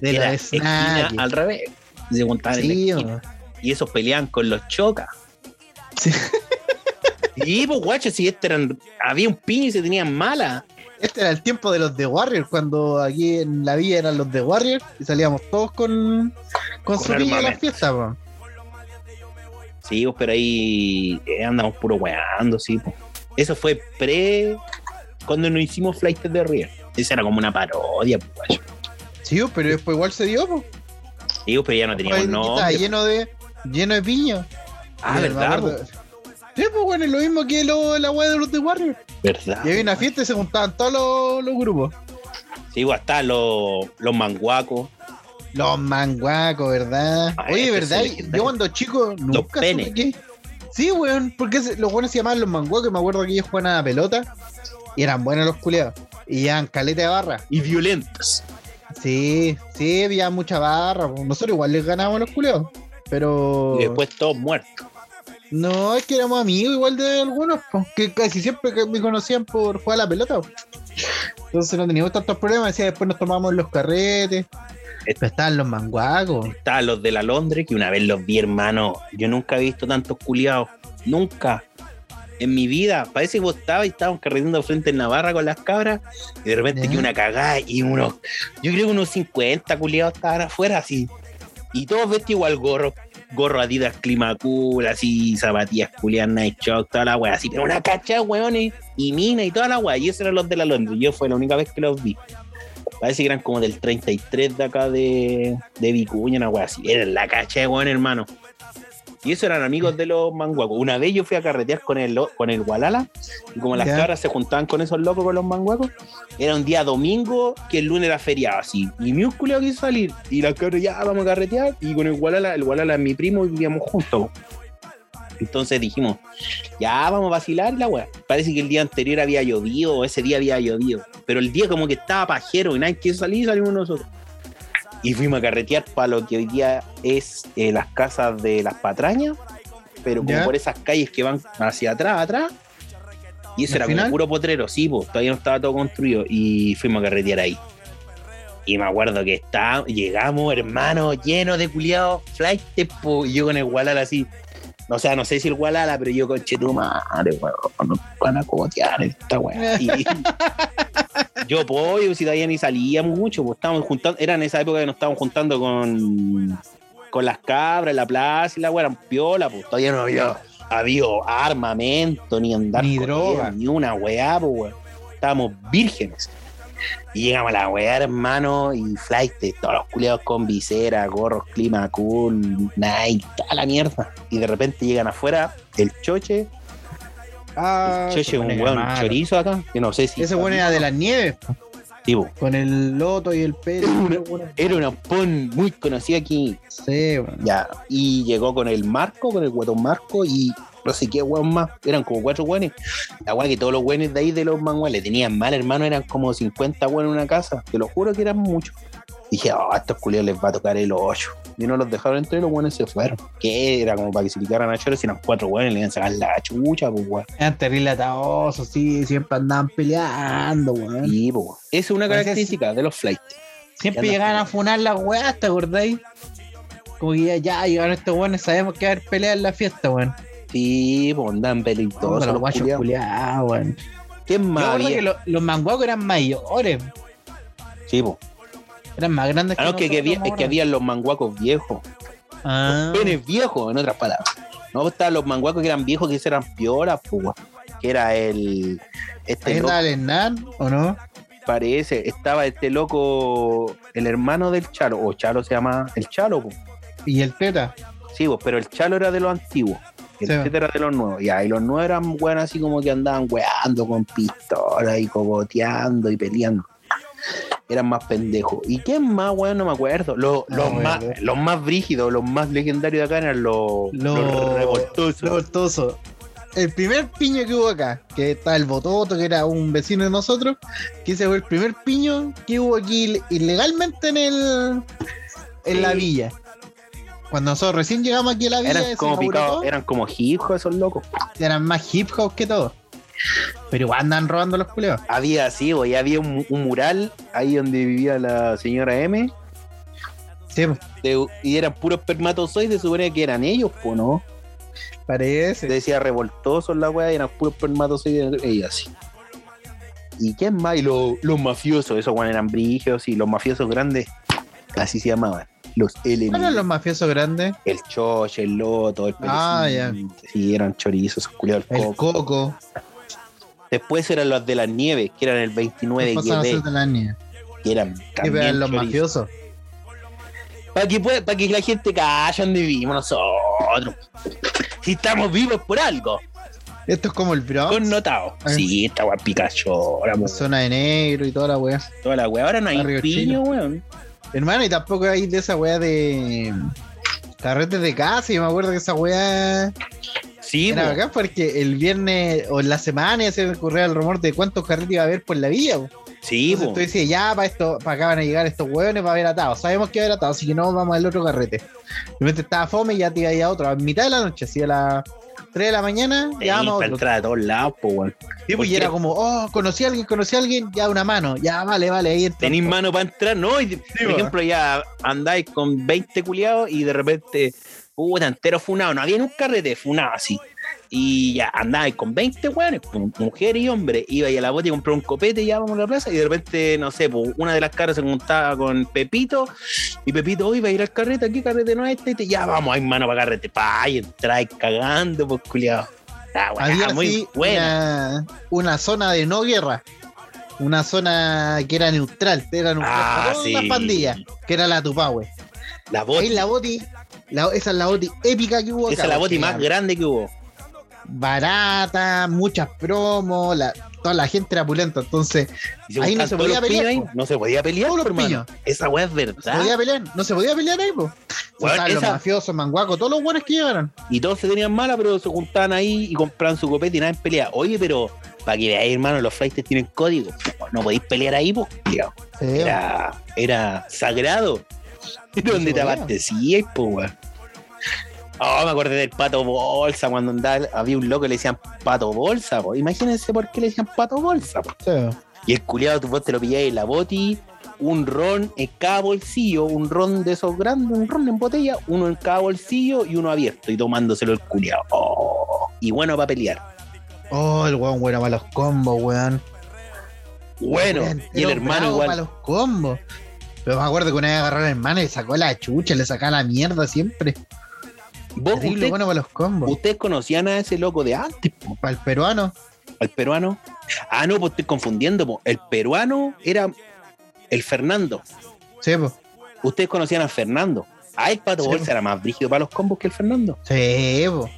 Speaker 2: De
Speaker 3: era
Speaker 2: la
Speaker 3: esquina
Speaker 2: Snack.
Speaker 3: al revés. Se juntaban en la
Speaker 2: Sí,
Speaker 3: esquina.
Speaker 2: o-
Speaker 3: y esos peleaban con los chocas.
Speaker 2: Sí.
Speaker 3: Y pues guacho, si este eran, había un piño y se tenían malas.
Speaker 2: Este era el tiempo de los de Warrior, cuando aquí en la villa eran los de Warrior y salíamos todos con, con, su villa a las
Speaker 3: armamento.
Speaker 2: fiestas, po.
Speaker 3: Sí, pues, pero ahí eh, andamos puro weando, sí. pues. Eso fue pre cuando nos hicimos flight de Rier. Esa era como una parodia, pues, guacho.
Speaker 2: Sí, pero después igual se dio, po.
Speaker 3: Sí, pues, pero ya no teníamos
Speaker 2: Ahí estaba
Speaker 3: nombre.
Speaker 2: lleno de lleno de piños.
Speaker 3: Ah,
Speaker 2: Y me
Speaker 3: verdad,
Speaker 2: acuerdo-
Speaker 3: pues,
Speaker 2: Sí, pues bueno, es lo mismo que lo, la weá de los de Warrior.
Speaker 3: verdad.
Speaker 2: Y había una fiesta y se juntaban todos los, los grupos.
Speaker 3: Sí, pues hasta los, los manguacos,
Speaker 2: Los manguacos, ¿verdad?
Speaker 3: Ah,
Speaker 2: Oye,
Speaker 3: este
Speaker 2: ¿verdad?
Speaker 3: es legendario.
Speaker 2: Yo cuando chico nunca supe
Speaker 3: penes.
Speaker 2: qué- Sí, weón, porque se- los buenos se llamaban los manguacos, y me acuerdo que ellos jugaban a la pelota y eran buenos los culeados. Y eran caleta de barra.
Speaker 3: y violentos.
Speaker 2: Sí, sí, había mucha barra. po. Nosotros igual les ganábamos a los culeados. Pero.
Speaker 3: Y después todos muertos.
Speaker 2: No, es que éramos amigos igual de algunos, po, que casi siempre que me conocían por jugar a la pelota. po. Entonces no teníamos tantos problemas, decía después nos tomamos los carretes. Pero estaban los manguacos.
Speaker 3: Estaban los de la Londres, que una vez los vi, hermano. Yo nunca he visto tantos culiados. Nunca. En mi vida. Parece que vos estabas y estábamos carreteando frente en Navarra con las cabras. Y de repente
Speaker 2: Ya.
Speaker 3: que una cagada y unos. Yo creo que unos 50 culiados estaban afuera así. Y todos vestidos igual gorro. Gorro Adidas Climacul, así, zapatillas culiadas, Night Shock, toda la wea, así, pero una cacha, weones, y mina y toda la wea, y esos eran los de la Londres, yo fue la única vez que los vi. Parece que eran como del 33 de acá de, de Vicuña, una wea así. Era la cacha de weón, hermano. Y eso eran amigos de los manguacos. Una vez yo fui a carretear con el, lo- con el Walala, y como las
Speaker 2: Ya.
Speaker 3: cabras se juntaban con esos locos, con los manguacos, era un día domingo que el lunes era feriado así. Y mi culiao quiso salir, y las cabras ya vamos a carretear, y con el Walala, el Walala es mi primo y vivíamos juntos. Entonces dijimos, ya vamos a vacilar la weá. Parece que el día anterior había llovido, o ese día había llovido. Pero el día como que estaba pajero y nadie quiso salir y salimos nosotros. Y fuimos a carretear para lo que hoy día es eh, las casas de las patrañas, pero como
Speaker 2: Ya.
Speaker 3: por esas calles que van hacia atrás, atrás. Y eso
Speaker 2: ¿Al
Speaker 3: era como
Speaker 2: final?
Speaker 3: puro potrero, sí, po, todavía no estaba todo construido. Y fuimos a carretear ahí. Y me acuerdo que está, llegamos, hermano, lleno de culiados, flight, y yo con el Walala así. O sea, no sé si el Walala, pero yo conche tu madre, weón, nos van a cogotear esta weá. Y- yo pollo, si todavía ni salíamos mucho, pues estábamos juntando, era en esa época que nos estábamos juntando con, con las cabras, en la plaza y la weá, eran piola, pues todavía no había, había armamento, ni andar
Speaker 2: Ni
Speaker 3: con
Speaker 2: droga.
Speaker 3: él, ni una weá, pues weón. Estábamos vírgenes. Y llegamos a la weá, hermano, y flight, todos los culiados con visera, gorros, clima cool, Nike, toda la mierda. Y de repente llegan afuera el choche,
Speaker 2: Ah,
Speaker 3: el choche
Speaker 2: ese
Speaker 3: es un
Speaker 2: era
Speaker 3: weón
Speaker 2: malo.
Speaker 3: chorizo acá, que no sé si.
Speaker 2: Ese bueno era de las nieves,
Speaker 3: Sí, pues. po.
Speaker 2: con el loto y el pelo.
Speaker 3: Era una pon muy conocida aquí.
Speaker 2: Sí, weón.
Speaker 3: Ya. Y llegó con el Marco, con el guatón Marco y no sé qué weón más. Eran como cuatro weones. La weá que todos los weones de ahí de los manuales tenían mal, hermano. Eran como 50 weones en una casa. Te lo juro que eran muchos. Dije, oh, a estos culios les va a tocar el 8. Y no los dejaron entrar y los weones se fueron. Que era como para que se picaran a choro. Si eran cuatro weones, le iban a sacar la chucha, pues weón.
Speaker 2: Eran terrible ataosos, sí, siempre andaban peleando, weón.
Speaker 3: Y pues, weón. Esa es una
Speaker 2: Gracias.
Speaker 3: característica de los flights.
Speaker 2: Siempre
Speaker 3: Ya no.
Speaker 2: llegaban a funar las weas, ¿te acordáis? Como que ya, ya llegaron estos weones, sabemos que va a haber pelea en la fiesta, weón.
Speaker 3: Sí, pues andan
Speaker 2: Todos
Speaker 3: peligrosos.
Speaker 2: los
Speaker 3: los
Speaker 2: guachos
Speaker 3: culiados.
Speaker 2: culiados, weón.
Speaker 3: ¿Qué
Speaker 2: Yo
Speaker 3: más?
Speaker 2: recuerdo
Speaker 3: había?
Speaker 2: que lo- los manguacos eran mayores,
Speaker 3: Sí, pues.
Speaker 2: eran más grandes
Speaker 3: Ah, no, que, que,
Speaker 2: nosotros,
Speaker 3: había,
Speaker 2: ¿no?
Speaker 3: es que había los manguacos viejos.
Speaker 2: Ah,
Speaker 3: Penes viejos, en otras palabras. No, estaban los manguacos que eran viejos, que se eran pioras, pues, weón. Que era el.
Speaker 2: ¿Ahí
Speaker 3: Este loco,
Speaker 2: andaba el Hernán o no?
Speaker 3: parece, estaba este loco, el hermano del Chalo, o Chalo se llama, el Chalo, pues.
Speaker 2: Y el Teta.
Speaker 3: Sí, pues, pero el Chalo era de los antiguos. El
Speaker 2: Sí.
Speaker 3: Teta era de los nuevos. Ya, y los nuevos eran weón así como que andaban weando con pistolas y cogoteando y peleando. Eran más pendejos. ¿Y quién más, weón? No me acuerdo. Los,
Speaker 2: No
Speaker 3: los
Speaker 2: me
Speaker 3: más,
Speaker 2: acuerdo.
Speaker 3: los más brígidos, los más legendarios de acá eran los, los,
Speaker 2: Los-
Speaker 3: revoltosos.
Speaker 2: Revoltoso. el primer piño que hubo acá, que está el Bototo, que era un vecino de nosotros, que ese fue el primer piño que hubo aquí ilegalmente en el en la
Speaker 3: Sí.
Speaker 2: villa. Cuando nosotros recién llegamos aquí a la villa,
Speaker 3: Eran
Speaker 2: se
Speaker 3: como
Speaker 2: inauguró
Speaker 3: picados,
Speaker 2: todo,
Speaker 3: eran como hip hop esos locos.
Speaker 2: eran más hip hop que todo. Pero igual andan robando los culeos.
Speaker 3: Había así, güey, había un, un mural ahí donde vivía la señora M.
Speaker 2: Sí, pues,
Speaker 3: de- y eran puros espermatozoides, suponía que eran ellos, po, ¿no?
Speaker 2: parece.
Speaker 3: Decía revoltosos la weá, y eran puros espermatozoides, y así. ¿Y quién más? Y lo- los mafiosos, esos weón eran brigios, y los mafiosos grandes, así se llamaban. Los LN,
Speaker 2: ¿Cuáles eran Ah, los mafiosos grandes?
Speaker 3: el choche, el loto, el
Speaker 2: Ah,
Speaker 3: perecín. Sí, eran chorizos, culiados, el
Speaker 2: El
Speaker 3: coco.
Speaker 2: coco.
Speaker 3: Después eran los de las nieves, que eran el 29
Speaker 2: Pasan a ser
Speaker 3: GB,
Speaker 2: de la niña.
Speaker 3: que eran
Speaker 2: Sí, pero
Speaker 3: también
Speaker 2: eran los
Speaker 3: chorizos.
Speaker 2: mafiosos.
Speaker 3: Para que, pueda- pa' que la gente calle donde vivimos nosotros. Si estamos vivos por algo.
Speaker 2: Esto es como el Bronx.
Speaker 3: connotado.
Speaker 2: Ah.
Speaker 3: Sí, esta weá Pikachu, ahora mo-
Speaker 2: Zona de negro y toda la weá.
Speaker 3: toda la weá. Ahora no hay
Speaker 2: Barrio
Speaker 3: piño,
Speaker 2: chino.
Speaker 3: weón.
Speaker 2: Hermano, y tampoco hay de esa weá de. Carretes de casa, yo me acuerdo que esa weá
Speaker 3: Sí,
Speaker 2: era
Speaker 3: po.
Speaker 2: acá porque el viernes o en la semana se ocurría el rumor de cuántos carretes iba a haber por la villa. po.
Speaker 3: sí,
Speaker 2: Entonces
Speaker 3: po.
Speaker 2: tú decías, ya, para esto, para acá van a llegar estos hueones, va a haber atados. Sabemos que va a haber atados, así que no vamos al otro carrete. De repente estaba fome y ya te iba a ir a otro. A mitad de la noche, así a las 3 de la mañana,
Speaker 3: Sí,
Speaker 2: ya vamos a
Speaker 3: para
Speaker 2: otro.
Speaker 3: entrar a todos lados, po, weón.
Speaker 2: Sí, pues,
Speaker 3: porque
Speaker 2: y era como, oh, conocí a alguien, conocí a alguien, ya una mano, ya vale, vale, ahí entra.
Speaker 3: Tenéis mano para entrar, ¿no? Y, por
Speaker 2: po.
Speaker 3: ejemplo, ya andáis con 20 culiados y de repente, puta, entero funado. No había un carrete funado así. Y ya andáis con 20 weones, po, mujer y hombre. Iba ahí a la bote y compró un copete y ya vamos a la plaza. Y de repente, no sé, po, una de las caras se juntaba con Pepito Y Pepito, hoy va a ir al carrete, aquí carrete no es este, este, ya vamos, hay mano para carrete, pa, y entráis cagando, pues culiado. La weá,
Speaker 2: Había
Speaker 3: muy
Speaker 2: así
Speaker 3: buena.
Speaker 2: Una, una zona de no guerra. Una zona que era neutral, era neutral
Speaker 3: Ah,
Speaker 2: para todas
Speaker 3: sí.
Speaker 2: las pandillas, que era la Tupahue.
Speaker 3: La
Speaker 2: Ahí
Speaker 3: boti,
Speaker 2: la boti, la- esa es la boti épica que hubo
Speaker 3: esa es
Speaker 2: acá,
Speaker 3: la
Speaker 2: porque
Speaker 3: boti más
Speaker 2: era
Speaker 3: grande que hubo.
Speaker 2: Barata, muchas promos, la- toda la gente era pulenta, entonces
Speaker 3: Y se
Speaker 2: Ahí no
Speaker 3: juntaban
Speaker 2: se
Speaker 3: todos
Speaker 2: podía
Speaker 3: los
Speaker 2: pelear,
Speaker 3: pillos
Speaker 2: po.
Speaker 3: ahí. No se podía pelear,
Speaker 2: Todos los
Speaker 3: hermano.
Speaker 2: pillos.
Speaker 3: Esa weá es
Speaker 2: se
Speaker 3: verdad.
Speaker 2: podía pelear, no se podía pelear ahí, po. Se
Speaker 3: ¿Ah? Weón,
Speaker 2: usaban los
Speaker 3: esa-
Speaker 2: mafiosos, manguacos, todos los buenos que llegaron.
Speaker 3: Y todos se tenían mala, pero se juntaban ahí y compraban su copete y nada en pelea. Oye, pero para que veáis, hermano, los flights tienen código. No podéis pelear ahí, pues, culiao.
Speaker 2: Sí,
Speaker 3: era, era sagrado. Era donde te
Speaker 2: podía.
Speaker 3: abastecías, po, weón. Oh, me acordé del pato bolsa cuando andaba, había un loco que le decían pato bolsa, po. imagínense por qué le decían pato bolsa. po.
Speaker 2: sí.
Speaker 3: Y el culiado, tú vos te lo pillabas en la boti, un ron en cada bolsillo, un ron de esos grandes, un ron en botella, uno en cada bolsillo y uno abierto y tomándoselo el culiado. Oh, y bueno para pelear.
Speaker 2: Oh, el weón bueno para los combos, weón.
Speaker 3: Bueno,
Speaker 2: Weón,
Speaker 3: y el
Speaker 2: era
Speaker 3: hermano
Speaker 2: bravo
Speaker 3: igual.
Speaker 2: pa' los combos. Pero me acuerdo que una vez agarró al hermano y le sacó la chucha, le sacaba la mierda siempre.
Speaker 3: ¿Vos,
Speaker 2: Terrible
Speaker 3: usted-
Speaker 2: bueno para los combos.
Speaker 3: ustedes conocían a ese loco de antes, po?
Speaker 2: Para el peruano,
Speaker 3: ¿Al peruano? Ah, no, pues estoy confundiendo. po. El peruano era el Fernando.
Speaker 2: sí, po.
Speaker 3: Ustedes conocían a Fernando. Ah, el Pato
Speaker 2: Sí,
Speaker 3: Bolsa
Speaker 2: po.
Speaker 3: era más brígido para los combos que el Fernando.
Speaker 2: Sí, po.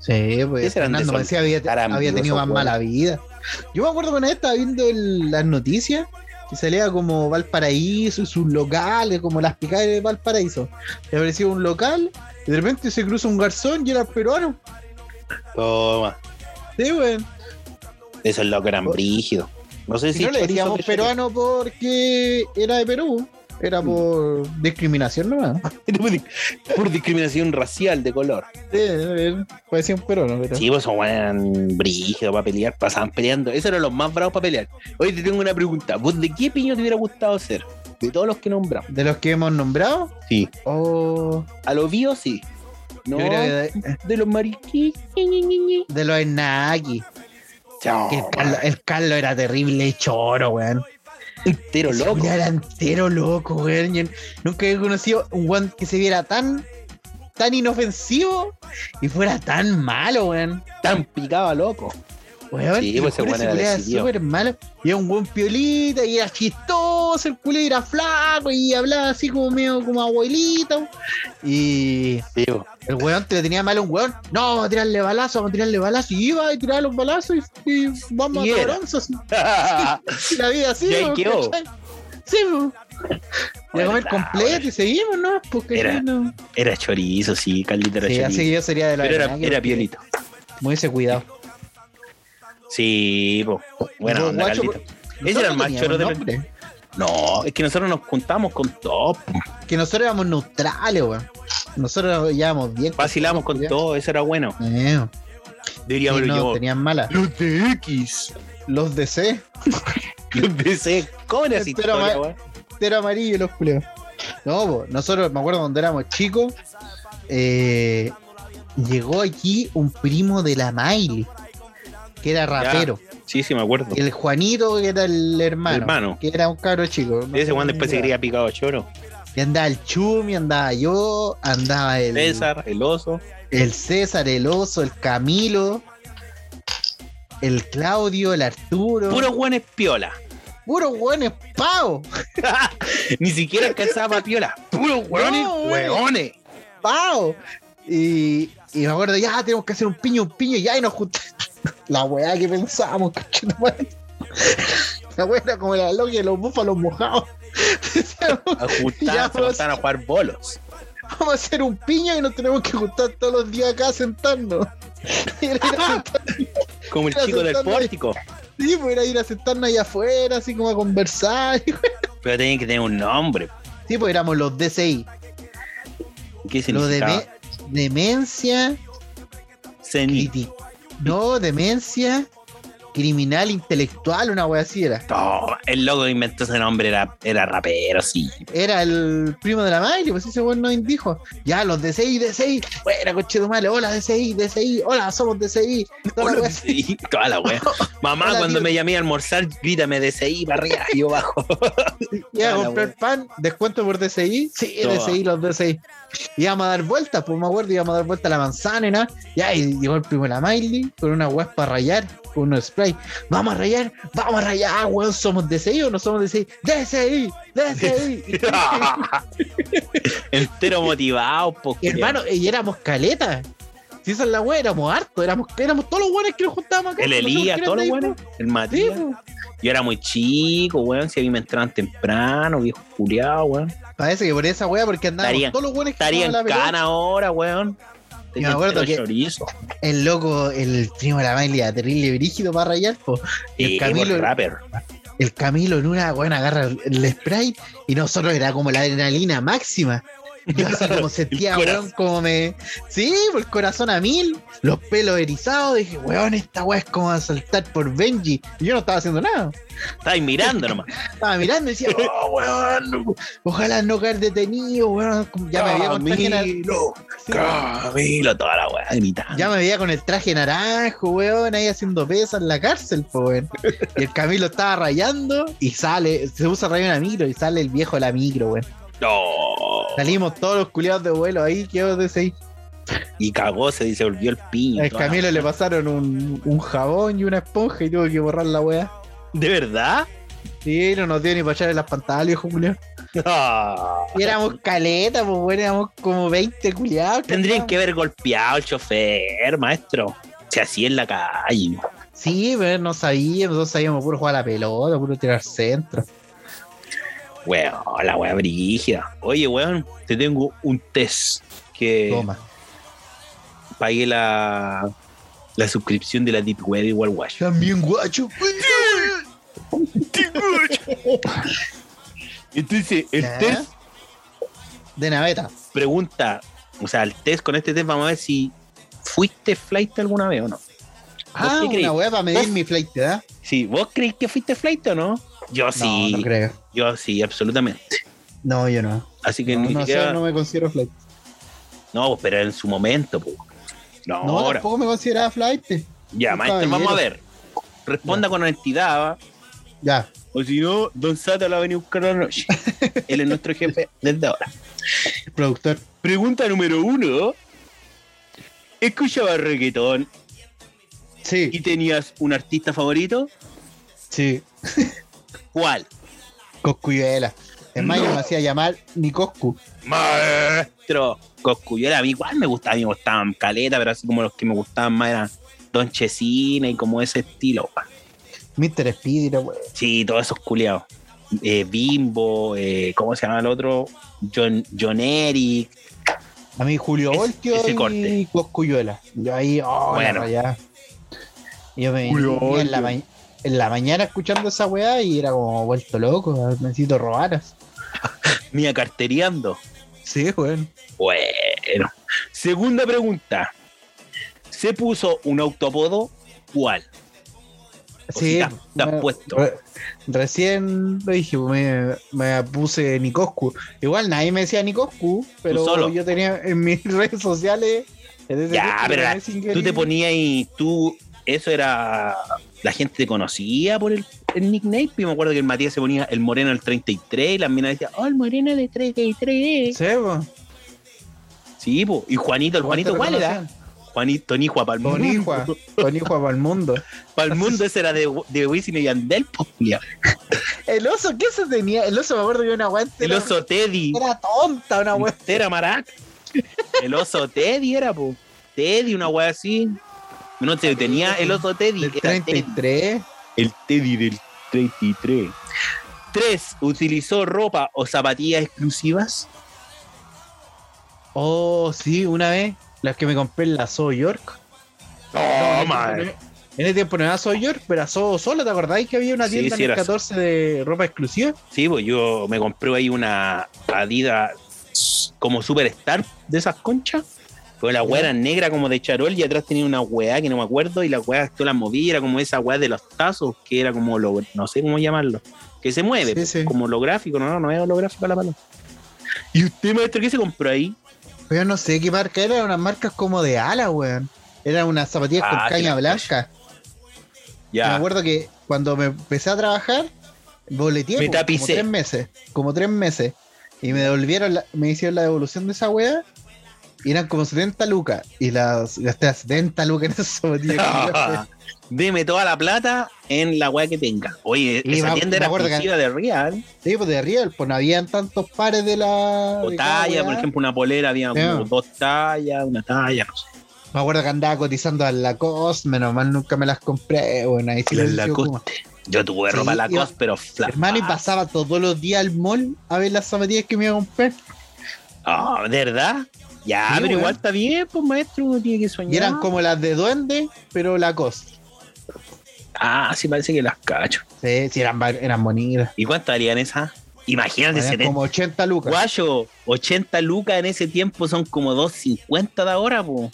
Speaker 2: Sí, po.
Speaker 3: Ese era un
Speaker 2: Fernando
Speaker 3: desorden.
Speaker 2: parecía había,
Speaker 3: Carambioso,
Speaker 2: había tenido más
Speaker 3: weón.
Speaker 2: mala vida. Yo me acuerdo que una vez estaba viendo el- las noticias y salía como Valparaíso y sus locales, como las picadas de Valparaíso. Y aparecía un local y de repente se cruza un garzón y era el peruano.
Speaker 3: Toma.
Speaker 2: Sí, weón.
Speaker 3: Esos locos eran
Speaker 2: Oh.
Speaker 3: brígidos. No sé
Speaker 2: Y
Speaker 3: si
Speaker 2: no le
Speaker 3: chorizo
Speaker 2: decíamos
Speaker 3: de chorizo.
Speaker 2: peruano porque era de Perú. Era por discriminación nomás.
Speaker 3: Por di- Por discriminación racial de color.
Speaker 2: Parecía un peruano, pero.
Speaker 3: Sí, pues esos weones eran brígidos para pelear. Pasaban peleando. Esos eran los más bravos para pelear. Hoy te tengo una pregunta. ¿Vos de qué piño te hubiera gustado ser? De todos los que nombramos.
Speaker 2: De los que hemos nombrado.
Speaker 3: Sí.
Speaker 2: O.
Speaker 3: A los vivos, sí. No,
Speaker 2: Oh, Yo creo que de,
Speaker 3: de los mariquí.
Speaker 2: de los Enaki.
Speaker 3: Chao.
Speaker 2: que el, Carlos, el Carlos era terrible choro, weón.
Speaker 3: entero
Speaker 2: Ese
Speaker 3: loco.
Speaker 2: weón Era entero loco, weón. Yo nunca he conocido un weón que se viera tan. tan inofensivo y fuera tan malo, weón.
Speaker 3: Tan picaba loco.
Speaker 2: Weón,
Speaker 3: Sí,
Speaker 2: te
Speaker 3: pues ese
Speaker 2: juro,
Speaker 3: weón era
Speaker 2: culé
Speaker 3: decidido.
Speaker 2: súper malo. Y era un buen piolita, y era chistoso, el culé era flaco, y hablaba así como medio como abuelito. Y el weón te le tenía mal a un weón. No, vamos a tirarle balazo, vamos a tirarle balazo. Y iba y tiraba los balazos y, y vamos
Speaker 3: Y
Speaker 2: a
Speaker 3: era.
Speaker 2: bronzas. Y la vida así,
Speaker 3: Y ahí
Speaker 2: weón,
Speaker 3: quedó.
Speaker 2: ¿cachai? Sí, weón. Y a comer
Speaker 3: Verdad,
Speaker 2: completo y seguimos, ¿no? Porque
Speaker 3: Era
Speaker 2: no.
Speaker 3: era chorizo, sí, Carlita era
Speaker 2: Sí,
Speaker 3: chorizo.
Speaker 2: así que yo sería de la
Speaker 3: pero era,
Speaker 2: verdad que-
Speaker 3: era piolito.
Speaker 2: Me hubiese cuidado.
Speaker 3: Sí, po. Buena
Speaker 2: Los
Speaker 3: onda,
Speaker 2: guachos,
Speaker 3: Carlito. Ese era el
Speaker 2: Nosotros
Speaker 3: más
Speaker 2: teníamos
Speaker 3: choro de los-
Speaker 2: nombre.
Speaker 3: No, es que nosotros nos juntamos con todo. po.
Speaker 2: Que nosotros éramos neutrales, weón. Nosotros llevábamos bien.
Speaker 3: Vacilamos con todo, eso era bueno.
Speaker 2: Eh,
Speaker 3: Diríamos
Speaker 2: y no,
Speaker 3: yo.
Speaker 2: tenían malas.
Speaker 3: Los de X.
Speaker 2: Los DC,
Speaker 3: Los de C. ¿Cómo era esa
Speaker 2: Pero,
Speaker 3: historia,
Speaker 2: ma-
Speaker 3: weón?
Speaker 2: era amarillo los culeos. No, po, nosotros, me acuerdo cuando éramos chicos, eh, llegó aquí un primo de la Miley, que era rapero.
Speaker 3: Sí, sí, me acuerdo.
Speaker 2: El Juanito, que era el hermano.
Speaker 3: Hermano.
Speaker 2: Que era un cabro chico. no
Speaker 3: Ese
Speaker 2: sé
Speaker 3: Juan
Speaker 2: ni
Speaker 3: después se
Speaker 2: idea.
Speaker 3: quería picado a choro.
Speaker 2: Y andaba el Chumi, andaba yo, andaba el
Speaker 3: César, el oso.
Speaker 2: el César, el Oso, el Camilo, el Claudio, el Arturo.
Speaker 3: Puro Juan es piola.
Speaker 2: puro hueones pavo.
Speaker 3: Ni siquiera alcanzaba pa' piola. Puro hueones,
Speaker 2: No, weón.
Speaker 3: hueones.
Speaker 2: ¡Pau! Y, y me acuerdo, ya tenemos que hacer un piño, un piño, ya, y nos juntamos. La weá que pensábamos, conchetumare. La weá era como la logia de los búfalos mojados. Decíamos,
Speaker 3: A
Speaker 2: Ya,
Speaker 3: juntarse,
Speaker 2: pues.
Speaker 3: a jugar bolos.
Speaker 2: vamos a hacer un piño y nos tenemos que juntar todos los días acá sentando. Y era ir a sentar-
Speaker 3: Como el
Speaker 2: Era
Speaker 3: chico del
Speaker 2: sentarnos ahí.
Speaker 3: pórtico.
Speaker 2: sí, pues era ir a sentarnos ahí afuera, así como a conversar.
Speaker 3: Pero tenía que tener un nombre.
Speaker 2: Sí, pues éramos los DCI.
Speaker 3: ¿Qué
Speaker 2: Lo de
Speaker 3: significaba?
Speaker 2: me- demencia,
Speaker 3: Ceni-
Speaker 2: criti- no, demencia, criminal intelectual, una wea así era.
Speaker 3: Toma, el loco que inventó ese nombre era, era rapero, sí.
Speaker 2: Era el primo de la Miley, pues ese weón nos dijo. Ya, los DCI, DCI, fuera, coche de madre, hola DCI, DCI, hola, somos DCI. Toda la
Speaker 3: Hola,
Speaker 2: wea así.
Speaker 3: DCI, toda la wea. Mamá,
Speaker 2: Hola,
Speaker 3: cuando
Speaker 2: tío.
Speaker 3: me llamé a almorzar, grítame DCI para arriba y yo bajo.
Speaker 2: Iba a
Speaker 3: Toda la
Speaker 2: comprar
Speaker 3: wea.
Speaker 2: pan, descuento por DCI, sí,
Speaker 3: Toma.
Speaker 2: DCI, los DCI. Íbamos a dar vueltas, pues me acuerdo, íbamos a dar vueltas a la manzana y nada. Ya, y llegó el primo de la Miley con una web para rayar, con unos spray. Vamos a rayar, vamos a rayar, Ah, weón, somos DCI o no somos DCI. DCI, DCI.
Speaker 3: Entero motivado, po,
Speaker 2: Y, hermano, y éramos caleta. Si esa es la wea, éramos hartos, éramos, éramos todos los buenos que nos juntábamos acá.
Speaker 3: El
Speaker 2: nosotros
Speaker 3: Elías,
Speaker 2: que
Speaker 3: todos los
Speaker 2: éramos
Speaker 3: buenos. El
Speaker 2: ahí, po.
Speaker 3: Matías.
Speaker 2: Sí, pues. po.
Speaker 3: Yo era muy chico, weón. Si a mí me entraban temprano, viejo culiado, weón.
Speaker 2: Parece que por esa wea, porque andábamos
Speaker 3: Estaría-
Speaker 2: todos los buenos que
Speaker 3: Estaría en
Speaker 2: jugaban a la pelota.
Speaker 3: cana ahora, weón.
Speaker 2: Yo me acuerdo
Speaker 3: entero
Speaker 2: que-
Speaker 3: chorizo.
Speaker 2: El loco, el primo de la Miley, era terrible brígido para rayar, po. Y el
Speaker 3: Sí,
Speaker 2: Camilo-
Speaker 3: por rapper.
Speaker 2: El Camilo en una, weón, agarra el spray y nosotros era como la adrenalina máxima. Yo así como sentía,
Speaker 3: El
Speaker 2: weón, como me. Sí, por el corazón a mil, los pelos erizados. Dije, weón, esta weá es como asaltar por Benji. Y yo no estaba haciendo nada.
Speaker 3: Estáis mirando nomás.
Speaker 2: Estaba mirando y decía, oh, weón, ojalá no caer detenido, weón. Ya me había con traje nar-
Speaker 3: Camilo,
Speaker 2: sí,
Speaker 3: Camilo, toda la weá, gritando.
Speaker 2: Ya me veía con el traje naranjo, weón, ahí haciendo pesas en la cárcel, po, weón. Y el Camilo estaba rayando y sale, se usa rayo en la micro y sale el viejo de la micro, weón.
Speaker 3: No.
Speaker 2: Salimos todos los culiados de vuelo ahí, quedó de seis.
Speaker 3: Y cagó, se dice, volvió el piño.
Speaker 2: Al
Speaker 3: toda la-
Speaker 2: Camilo le pasaron un, un jabón y una esponja y tuvo que borrar la weá.
Speaker 3: ¿De verdad?
Speaker 2: Y no nos dio ni para echar en las pantallas, viejo culiado.
Speaker 3: Ah.
Speaker 2: Y éramos caleta, pues weón, éramos como 20 culiados.
Speaker 3: Tendrían
Speaker 2: ¿cachai?
Speaker 3: que haber golpeado al chofer, maestro. Se hacía en la calle.
Speaker 2: Sí, pero no sabíamos, nosotros sabíamos puro jugar a la pelota, puro tirar centro.
Speaker 3: Weón, la weá brígida. Oye, weón, te tengo un test que
Speaker 2: Toma.
Speaker 3: pagué la, la suscripción de la Deep Web igual guayo.
Speaker 2: También guacho.
Speaker 3: Entonces, el
Speaker 2: Ya.
Speaker 3: test
Speaker 2: De naveta.
Speaker 3: pregunta, o sea, el test con este test vamos a ver si fuiste flight alguna vez o no.
Speaker 2: Ah,
Speaker 3: qué crees?
Speaker 2: una weá para medir
Speaker 3: ¿Vos?
Speaker 2: mi flight, ¿eh? ¿verdad?
Speaker 3: Sí, ¿vos creéis que fuiste flight o no? Yo sí,
Speaker 2: No, no creo.
Speaker 3: yo sí, absolutamente.
Speaker 2: No, yo no.
Speaker 3: Así que
Speaker 2: No,
Speaker 3: ni
Speaker 2: no, sé,
Speaker 3: siquiera.
Speaker 2: no
Speaker 3: No,
Speaker 2: me considero flight.
Speaker 3: pues, pero en su momento, po. No,
Speaker 2: No,
Speaker 3: ahora.
Speaker 2: tampoco me consideraba flight.
Speaker 3: Ya,
Speaker 2: Un
Speaker 3: maestro, vamos a
Speaker 2: caballero.
Speaker 3: ver. Responda con honestidad, ¿va?
Speaker 2: Ya.
Speaker 3: O si no, Don Sata la va a venir a buscar a la noche. Él es nuestro jefe desde ahora.
Speaker 2: El productor.
Speaker 3: Pregunta número uno. ¿Escuchabas reggaetón y
Speaker 2: Sí,
Speaker 3: tenías un artista favorito?
Speaker 2: sí.
Speaker 3: ¿Cuál?
Speaker 2: Coscuyuela. En mayo me hacía llamar Nicoscu.
Speaker 3: Maestro. Coscuyola, a mí igual me gustaba, a mí me gustaban caleta, pero así como los que me gustaban más eran Don Chesina y como ese estilo. pa.
Speaker 2: Mr. Speedy, la weá.
Speaker 3: Sí, todos esos culiados. Eh, Bimbo, eh, ¿cómo se llama el otro? John, John Eric.
Speaker 2: A mí Julio
Speaker 3: Es-
Speaker 2: Voltio
Speaker 3: ese
Speaker 2: y
Speaker 3: corte.
Speaker 2: Coscuyuela. Yo ahí, oh,
Speaker 3: Bueno.
Speaker 2: la rayada. Yo me
Speaker 3: Julio
Speaker 2: yo en, la
Speaker 3: Voltio.
Speaker 2: ma- en la mañana escuchando esa weá y era como vuelto loco, necesito robar.
Speaker 3: Mía cartereando.
Speaker 2: Sí, weón.
Speaker 3: Bueno. Segunda pregunta. ¿Se puso un autopodo? ¿Cuál?
Speaker 2: Sí,
Speaker 3: Cositas, te has puesto.
Speaker 2: re- recién lo dije, me, me puse Nicoscu. Igual nadie me decía Nicoscu, pero
Speaker 3: solo.
Speaker 2: yo tenía en mis redes sociales. en ese
Speaker 3: Ya,
Speaker 2: tiempo,
Speaker 3: pero
Speaker 2: en Messenger
Speaker 3: Tú te
Speaker 2: y-
Speaker 3: ponías y tú... Eso era... La gente te conocía por el, el nickname. Yo me acuerdo que el Matías se ponía el moreno del 33 y las minas decían, oh, el moreno del 33.
Speaker 2: Sí, po.
Speaker 3: Sí, po. y Juanito, el Juanito, ¿cuál era? Juanito Nijua, para el mundo.
Speaker 2: Bonijua, Bonijua para el mundo.
Speaker 3: Para el mundo ese era de, de Wisin y Yandel, po, culiao.
Speaker 2: El oso, ¿qué se tenía? El oso me acuerdo que una guante
Speaker 3: El oso Teddy.
Speaker 2: era tonta, una weá.
Speaker 3: Era Marac. El oso Teddy era, po. Teddy, una wea así. No te tenía el oso Teddy.
Speaker 2: Del
Speaker 3: era Teddy.
Speaker 2: 33.
Speaker 3: El Teddy del 33. 3. ¿Utilizó ropa o zapatillas exclusivas?
Speaker 2: Oh, sí, una vez. Las que me compré en la Zoo York. este
Speaker 3: No,
Speaker 2: En ese tiempo no era Soy York, pero era Soho Solo, ¿te acordáis que había una
Speaker 3: Sí,
Speaker 2: tienda
Speaker 3: sí,
Speaker 2: en
Speaker 3: era
Speaker 2: el 14 de ropa exclusiva?
Speaker 3: Sí, pues yo me compré ahí una Adidas como Superstar de esas conchas. Pero la weá era negra como de charol y atrás tenía una weá que no me acuerdo y la weá tú la moví, era como esa weá de los tazos que era como lo, no sé cómo llamarlo, que se mueve,
Speaker 2: Sí, sí.
Speaker 3: como holográfico, no, no, no es holográfico la palabra. ¿Y usted, maestro, qué se compró ahí?
Speaker 2: Pero yo no sé qué marca era, eran unas marcas como de ala, weón. Eran unas zapatillas
Speaker 3: Ah,
Speaker 2: con
Speaker 3: sí,
Speaker 2: caña
Speaker 3: las
Speaker 2: blanca. Me
Speaker 3: Ya,
Speaker 2: acuerdo que cuando me empecé a trabajar, boleteé
Speaker 3: Me
Speaker 2: po, como
Speaker 3: tapicé.
Speaker 2: tres meses. Como tres meses. Y me devolvieron, la- me hicieron la devolución de esa weá. Y eran como 70 lucas. Y las gasté a 70 lucas en esas zapatillas.
Speaker 3: deme toda la plata en la weá que tenga. Oye,
Speaker 2: Y
Speaker 3: esa
Speaker 2: me-
Speaker 3: tienda
Speaker 2: me
Speaker 3: era
Speaker 2: acuerdo que-
Speaker 3: exclusiva de Real,
Speaker 2: sí, pues de Riel, pues no habían tantos pares de la.
Speaker 3: o
Speaker 2: de cada
Speaker 3: talla, por
Speaker 2: weá.
Speaker 3: ejemplo, una polera, había
Speaker 2: Ya.
Speaker 3: como dos tallas, una talla, no sé.
Speaker 2: Me acuerdo que andaba cotizando a la COS, menos mal nunca me las compré. Bueno, ahí sí
Speaker 3: Las
Speaker 2: les digo
Speaker 3: Lacoste.
Speaker 2: como-
Speaker 3: Yo tuve
Speaker 2: Sí,
Speaker 3: ropa
Speaker 2: iba-
Speaker 3: Lacoste, pero Ah, flaca.
Speaker 2: Hermano, y pasaba todos los días al mall a ver las zapatillas que me iba a comprar.
Speaker 3: Ah, ¿de ¿verdad? Ya,
Speaker 2: Sí,
Speaker 3: pero
Speaker 2: weón.
Speaker 3: igual está bien, pues maestro, uno tiene que soñar.
Speaker 2: Y eran como las de Duende, pero la COS.
Speaker 3: Ah, sí, parece que las cacho.
Speaker 2: Sí, sí, eran, bar- eran bonitas.
Speaker 3: ¿Y cuánto harían esas? Imagínate,
Speaker 2: Valían
Speaker 3: 70.
Speaker 2: como 80 lucas.
Speaker 3: Guayo, 80 lucas en ese tiempo son como 2.50 de ahora, po.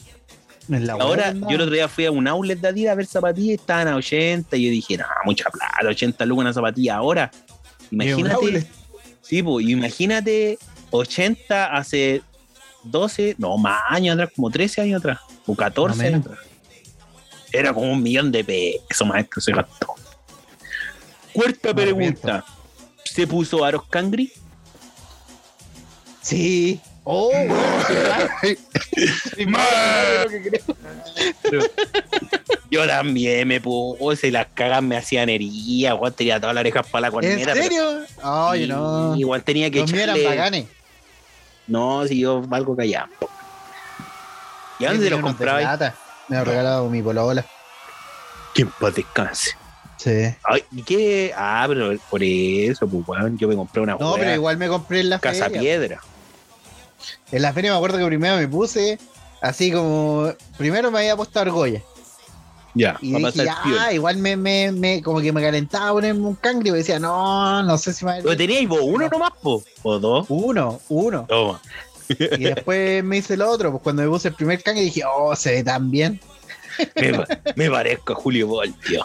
Speaker 2: En la
Speaker 3: Ahora,
Speaker 2: buena.
Speaker 3: yo el otro día fui a un outlet de Adidas a ver zapatillas y estaban a 80. Y yo dije, no, mucha plata, 80 lucas en una zapatilla ahora.
Speaker 2: Y en un
Speaker 3: Imagínate.
Speaker 2: outlet.
Speaker 3: Sí, pues imagínate 80 hace 12, no, más años atrás, como 13 años atrás, o 14
Speaker 2: Más o
Speaker 3: años atrás. Era como un millón de pesos, maestro, se gastó. Cuarta
Speaker 2: Me
Speaker 3: pregunta. ¿Se puso aros cangri?
Speaker 2: Sí. Oh,
Speaker 3: Yo también me puse, las cagas me hacían herida, weón, tenía todas las orejas para la
Speaker 2: ¿En
Speaker 3: corneta. pero-
Speaker 2: serio? Ay, no.
Speaker 3: Sí, weón, tenía que
Speaker 2: Los míos eran
Speaker 3: echarle-
Speaker 2: bacanes.
Speaker 3: No, si yo valgo callado. ¿Y a dónde
Speaker 2: Sí,
Speaker 3: te los
Speaker 2: unos de
Speaker 3: comprabais?
Speaker 2: plata. Me lo regalaba mi polola.
Speaker 3: Que paz descanse.
Speaker 2: Sí.
Speaker 3: Ay, ¿y qué? Ah, pero por eso, pues, weón, yo me compré una
Speaker 2: No,
Speaker 3: hueá,
Speaker 2: pero igual me compré en la
Speaker 3: Casa
Speaker 2: feria. pues.
Speaker 3: Piedra.
Speaker 2: En la feria me acuerdo que primero me puse así como. Primero me había puesto argolla.
Speaker 3: Ya,
Speaker 2: Y
Speaker 3: va a
Speaker 2: dije,
Speaker 3: pasar piola.
Speaker 2: ah, igual me, me, me, como que me calentaba ponerme un cangre. Y me pues decía, no, no sé si me va a
Speaker 3: Pero teníais vos uno
Speaker 2: No.
Speaker 3: nomás, po. O dos.
Speaker 2: Uno, uno.
Speaker 3: Toma.
Speaker 2: Y después me hice el otro. Pues cuando me puse el primer cangre dije, oh, se ve tan bien.
Speaker 3: Me, pa- me parezco a Julio Voltio.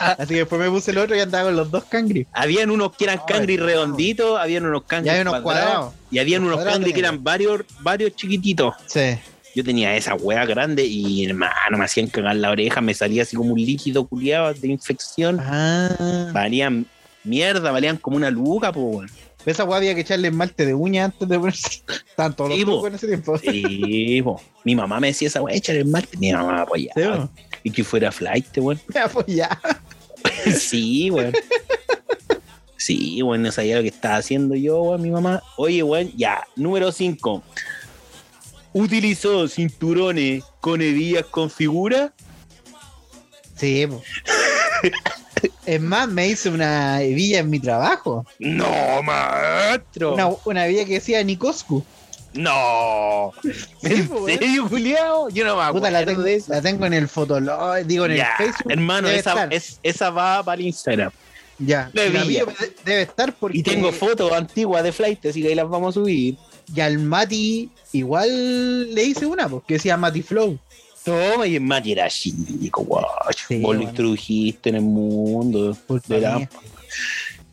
Speaker 2: Así que después me puse el otro y andaba con los dos cangres.
Speaker 3: Habían unos que eran
Speaker 2: No,
Speaker 3: cangri
Speaker 2: no.
Speaker 3: redonditos, habían unos
Speaker 2: Ya
Speaker 3: cangri
Speaker 2: hay unos cuadrados.
Speaker 3: y habían
Speaker 2: Los
Speaker 3: unos
Speaker 2: cuadrados
Speaker 3: cangri que
Speaker 2: tenía.
Speaker 3: eran varios, varios chiquititos.
Speaker 2: Sí.
Speaker 3: Yo tenía esa hueá grande y hermano, me hacían cagar la oreja, me salía así como un líquido culiado de infección.
Speaker 2: Ah.
Speaker 3: Valían mierda, valían como una luca, po, weón.
Speaker 2: Esa guay había que echarle esmalte de uña antes de ponerse. Tanto los
Speaker 3: Sí, po.
Speaker 2: trucos en ese tiempo. Sí,
Speaker 3: Sí, po. mi mamá me decía esa weá, échale el mate. Mi mamá me apoyaba.
Speaker 2: po.
Speaker 3: y que fuera flight, weón.
Speaker 2: Ya, pues ya.
Speaker 3: Sí, weón. Sí, weón, no sabía lo que estaba haciendo yo, weón, mi mamá. Oye, weón, ya. Número 5. ¿Utilizó cinturones con hebillas con figura?
Speaker 2: Sí, po. Es más, me hice una hebilla en mi trabajo.
Speaker 3: No, maestro.
Speaker 2: Una, una hebilla que decía Nicoscu.
Speaker 3: No.
Speaker 2: Sí,
Speaker 3: ¿En
Speaker 2: po, weón.
Speaker 3: serio, Juliao? Yo no me acuerdo
Speaker 2: Puta, la tengo,
Speaker 3: Ah, de eso.
Speaker 2: la tengo en el fotolog, digo en
Speaker 3: Ya,
Speaker 2: el Facebook.
Speaker 3: hermano,
Speaker 2: debe
Speaker 3: esa,
Speaker 2: estar.
Speaker 3: es- esa va para el Instagram.
Speaker 2: ya.
Speaker 3: la
Speaker 2: Si la
Speaker 3: villa.
Speaker 2: pillo, de- debe estar porque
Speaker 3: Y tengo fotos antiguas de flight, así que ahí las vamos a subir.
Speaker 2: y al Mati igual le hice una, pues, porque decía Mati Flow.
Speaker 3: Toma, y el Mati era chico, guacho.
Speaker 2: Sí,
Speaker 3: Vos lo
Speaker 2: bueno.
Speaker 3: instrujiste en el mundo.
Speaker 2: Culpa
Speaker 3: Era-
Speaker 2: mía.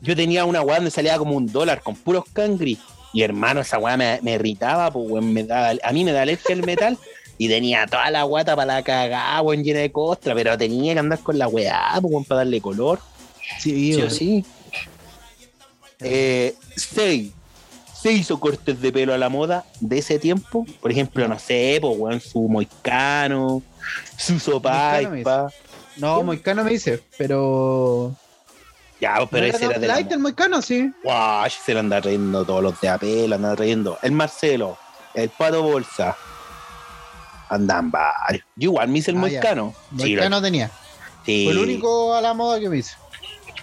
Speaker 3: Yo tenía una weá donde salía como un dólar con puros cangri. Y hermano, esa weá me, me irritaba, pues weón, me daba- a mí me da alergia el metal. Y tenía toda la guata para la cagada, weón, llena de costra, pero tenía que andar con la weá, pues, weón, para darle color.
Speaker 2: Sí,
Speaker 3: Sí o
Speaker 2: weón.
Speaker 3: sí. Eh, seis. Se hizo cortes de pelo a la moda de ese tiempo. Por ejemplo, no sé, pues, weón, su moicano,
Speaker 2: Moicano
Speaker 3: su
Speaker 2: me
Speaker 3: sopaipa.
Speaker 2: No, Moicano me dice, pero.
Speaker 3: Ya, pues, pero
Speaker 2: ¿No era
Speaker 3: ese era
Speaker 2: Don
Speaker 3: de la
Speaker 2: Light
Speaker 3: moda.
Speaker 2: el Moicano, sí.
Speaker 3: Guay, se lo anda trayendo todos los de AP, lo anda trayendo. El Marcelo, el Pato Bolsa. Andan varios. Yo igual me hice el
Speaker 2: Ah, ya.
Speaker 3: moicano. Sí, lo-
Speaker 2: Moicano tenía.
Speaker 3: sí,
Speaker 2: Fue el único a la moda que me hice.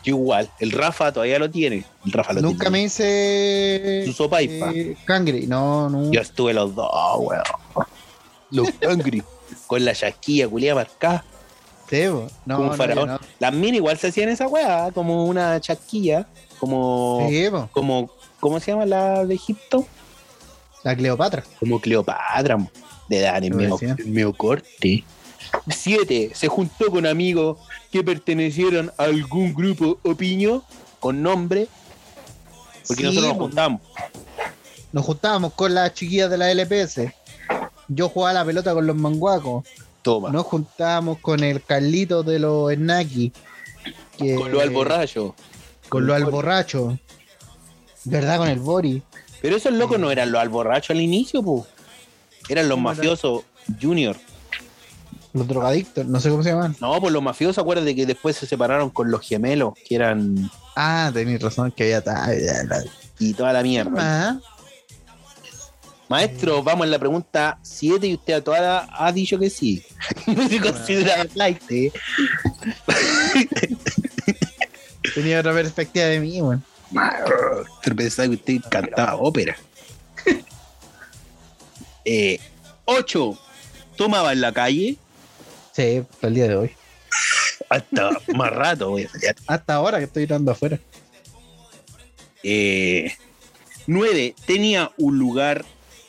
Speaker 3: Yo igual. El Rafa todavía lo tiene. El Rafa lo
Speaker 2: Nunca me
Speaker 3: tiene.
Speaker 2: hice.
Speaker 3: Su sopaipa.
Speaker 2: eh, cangre. No, no.
Speaker 3: Yo estuve los dos, weón. Los hungry. con la chasquilla, culia marcada.
Speaker 2: Sí, bo. no,
Speaker 3: como
Speaker 2: no,
Speaker 3: un faraón.
Speaker 2: yo no.
Speaker 3: Las mini igual se hacían esa weá, como una chasquilla. Como.
Speaker 2: Sí, bo.
Speaker 3: como ¿Cómo se llama la de Egipto?
Speaker 2: La Cleopatra.
Speaker 3: como Cleopatra, mo, de dar el
Speaker 2: Lo
Speaker 3: medio,
Speaker 2: decía.
Speaker 3: el medio corte. Siete, se juntó con amigos que pertenecieron a algún grupo opinio con nombre, porque
Speaker 2: Sí,
Speaker 3: nosotros nos
Speaker 2: bo.
Speaker 3: juntamos.
Speaker 2: Nos juntábamos con las chiquillas de la LPS. Yo jugaba la pelota con los manguacos.
Speaker 3: Toma,
Speaker 2: Nos juntábamos con el Carlito de los Snaki. que-
Speaker 3: con lo al borracho.
Speaker 2: Con lo
Speaker 3: Con
Speaker 2: al
Speaker 3: Bori.
Speaker 2: borracho. ¿Verdad? Con el Bori.
Speaker 3: Pero esos locos no eran los al borracho al inicio, po. Eran los
Speaker 2: Mm. ¿Cómo era?
Speaker 3: mafiosos junior.
Speaker 2: Los drogadictos. No sé cómo se llaman.
Speaker 3: No, pues los mafiosos, acuérdate que después se separaron con los gemelos, que eran.
Speaker 2: Ah, tenéis razón que había tal.
Speaker 3: y toda la mierda.
Speaker 2: Ah,
Speaker 3: Maestro, vamos en la pregunta 7 y usted a toda ha dicho que sí. No se considera flight. ¿eh?
Speaker 2: Tenía otra perspectiva de mí, weón.
Speaker 3: Maestro, pensaba que usted cantaba ópera. 8. Tomaba en la calle
Speaker 2: Sí, hasta el día de hoy.
Speaker 3: hasta más rato, voy a salir.
Speaker 2: Hasta ahora que estoy tirando afuera.
Speaker 3: 9. Eh, Tenía un lugar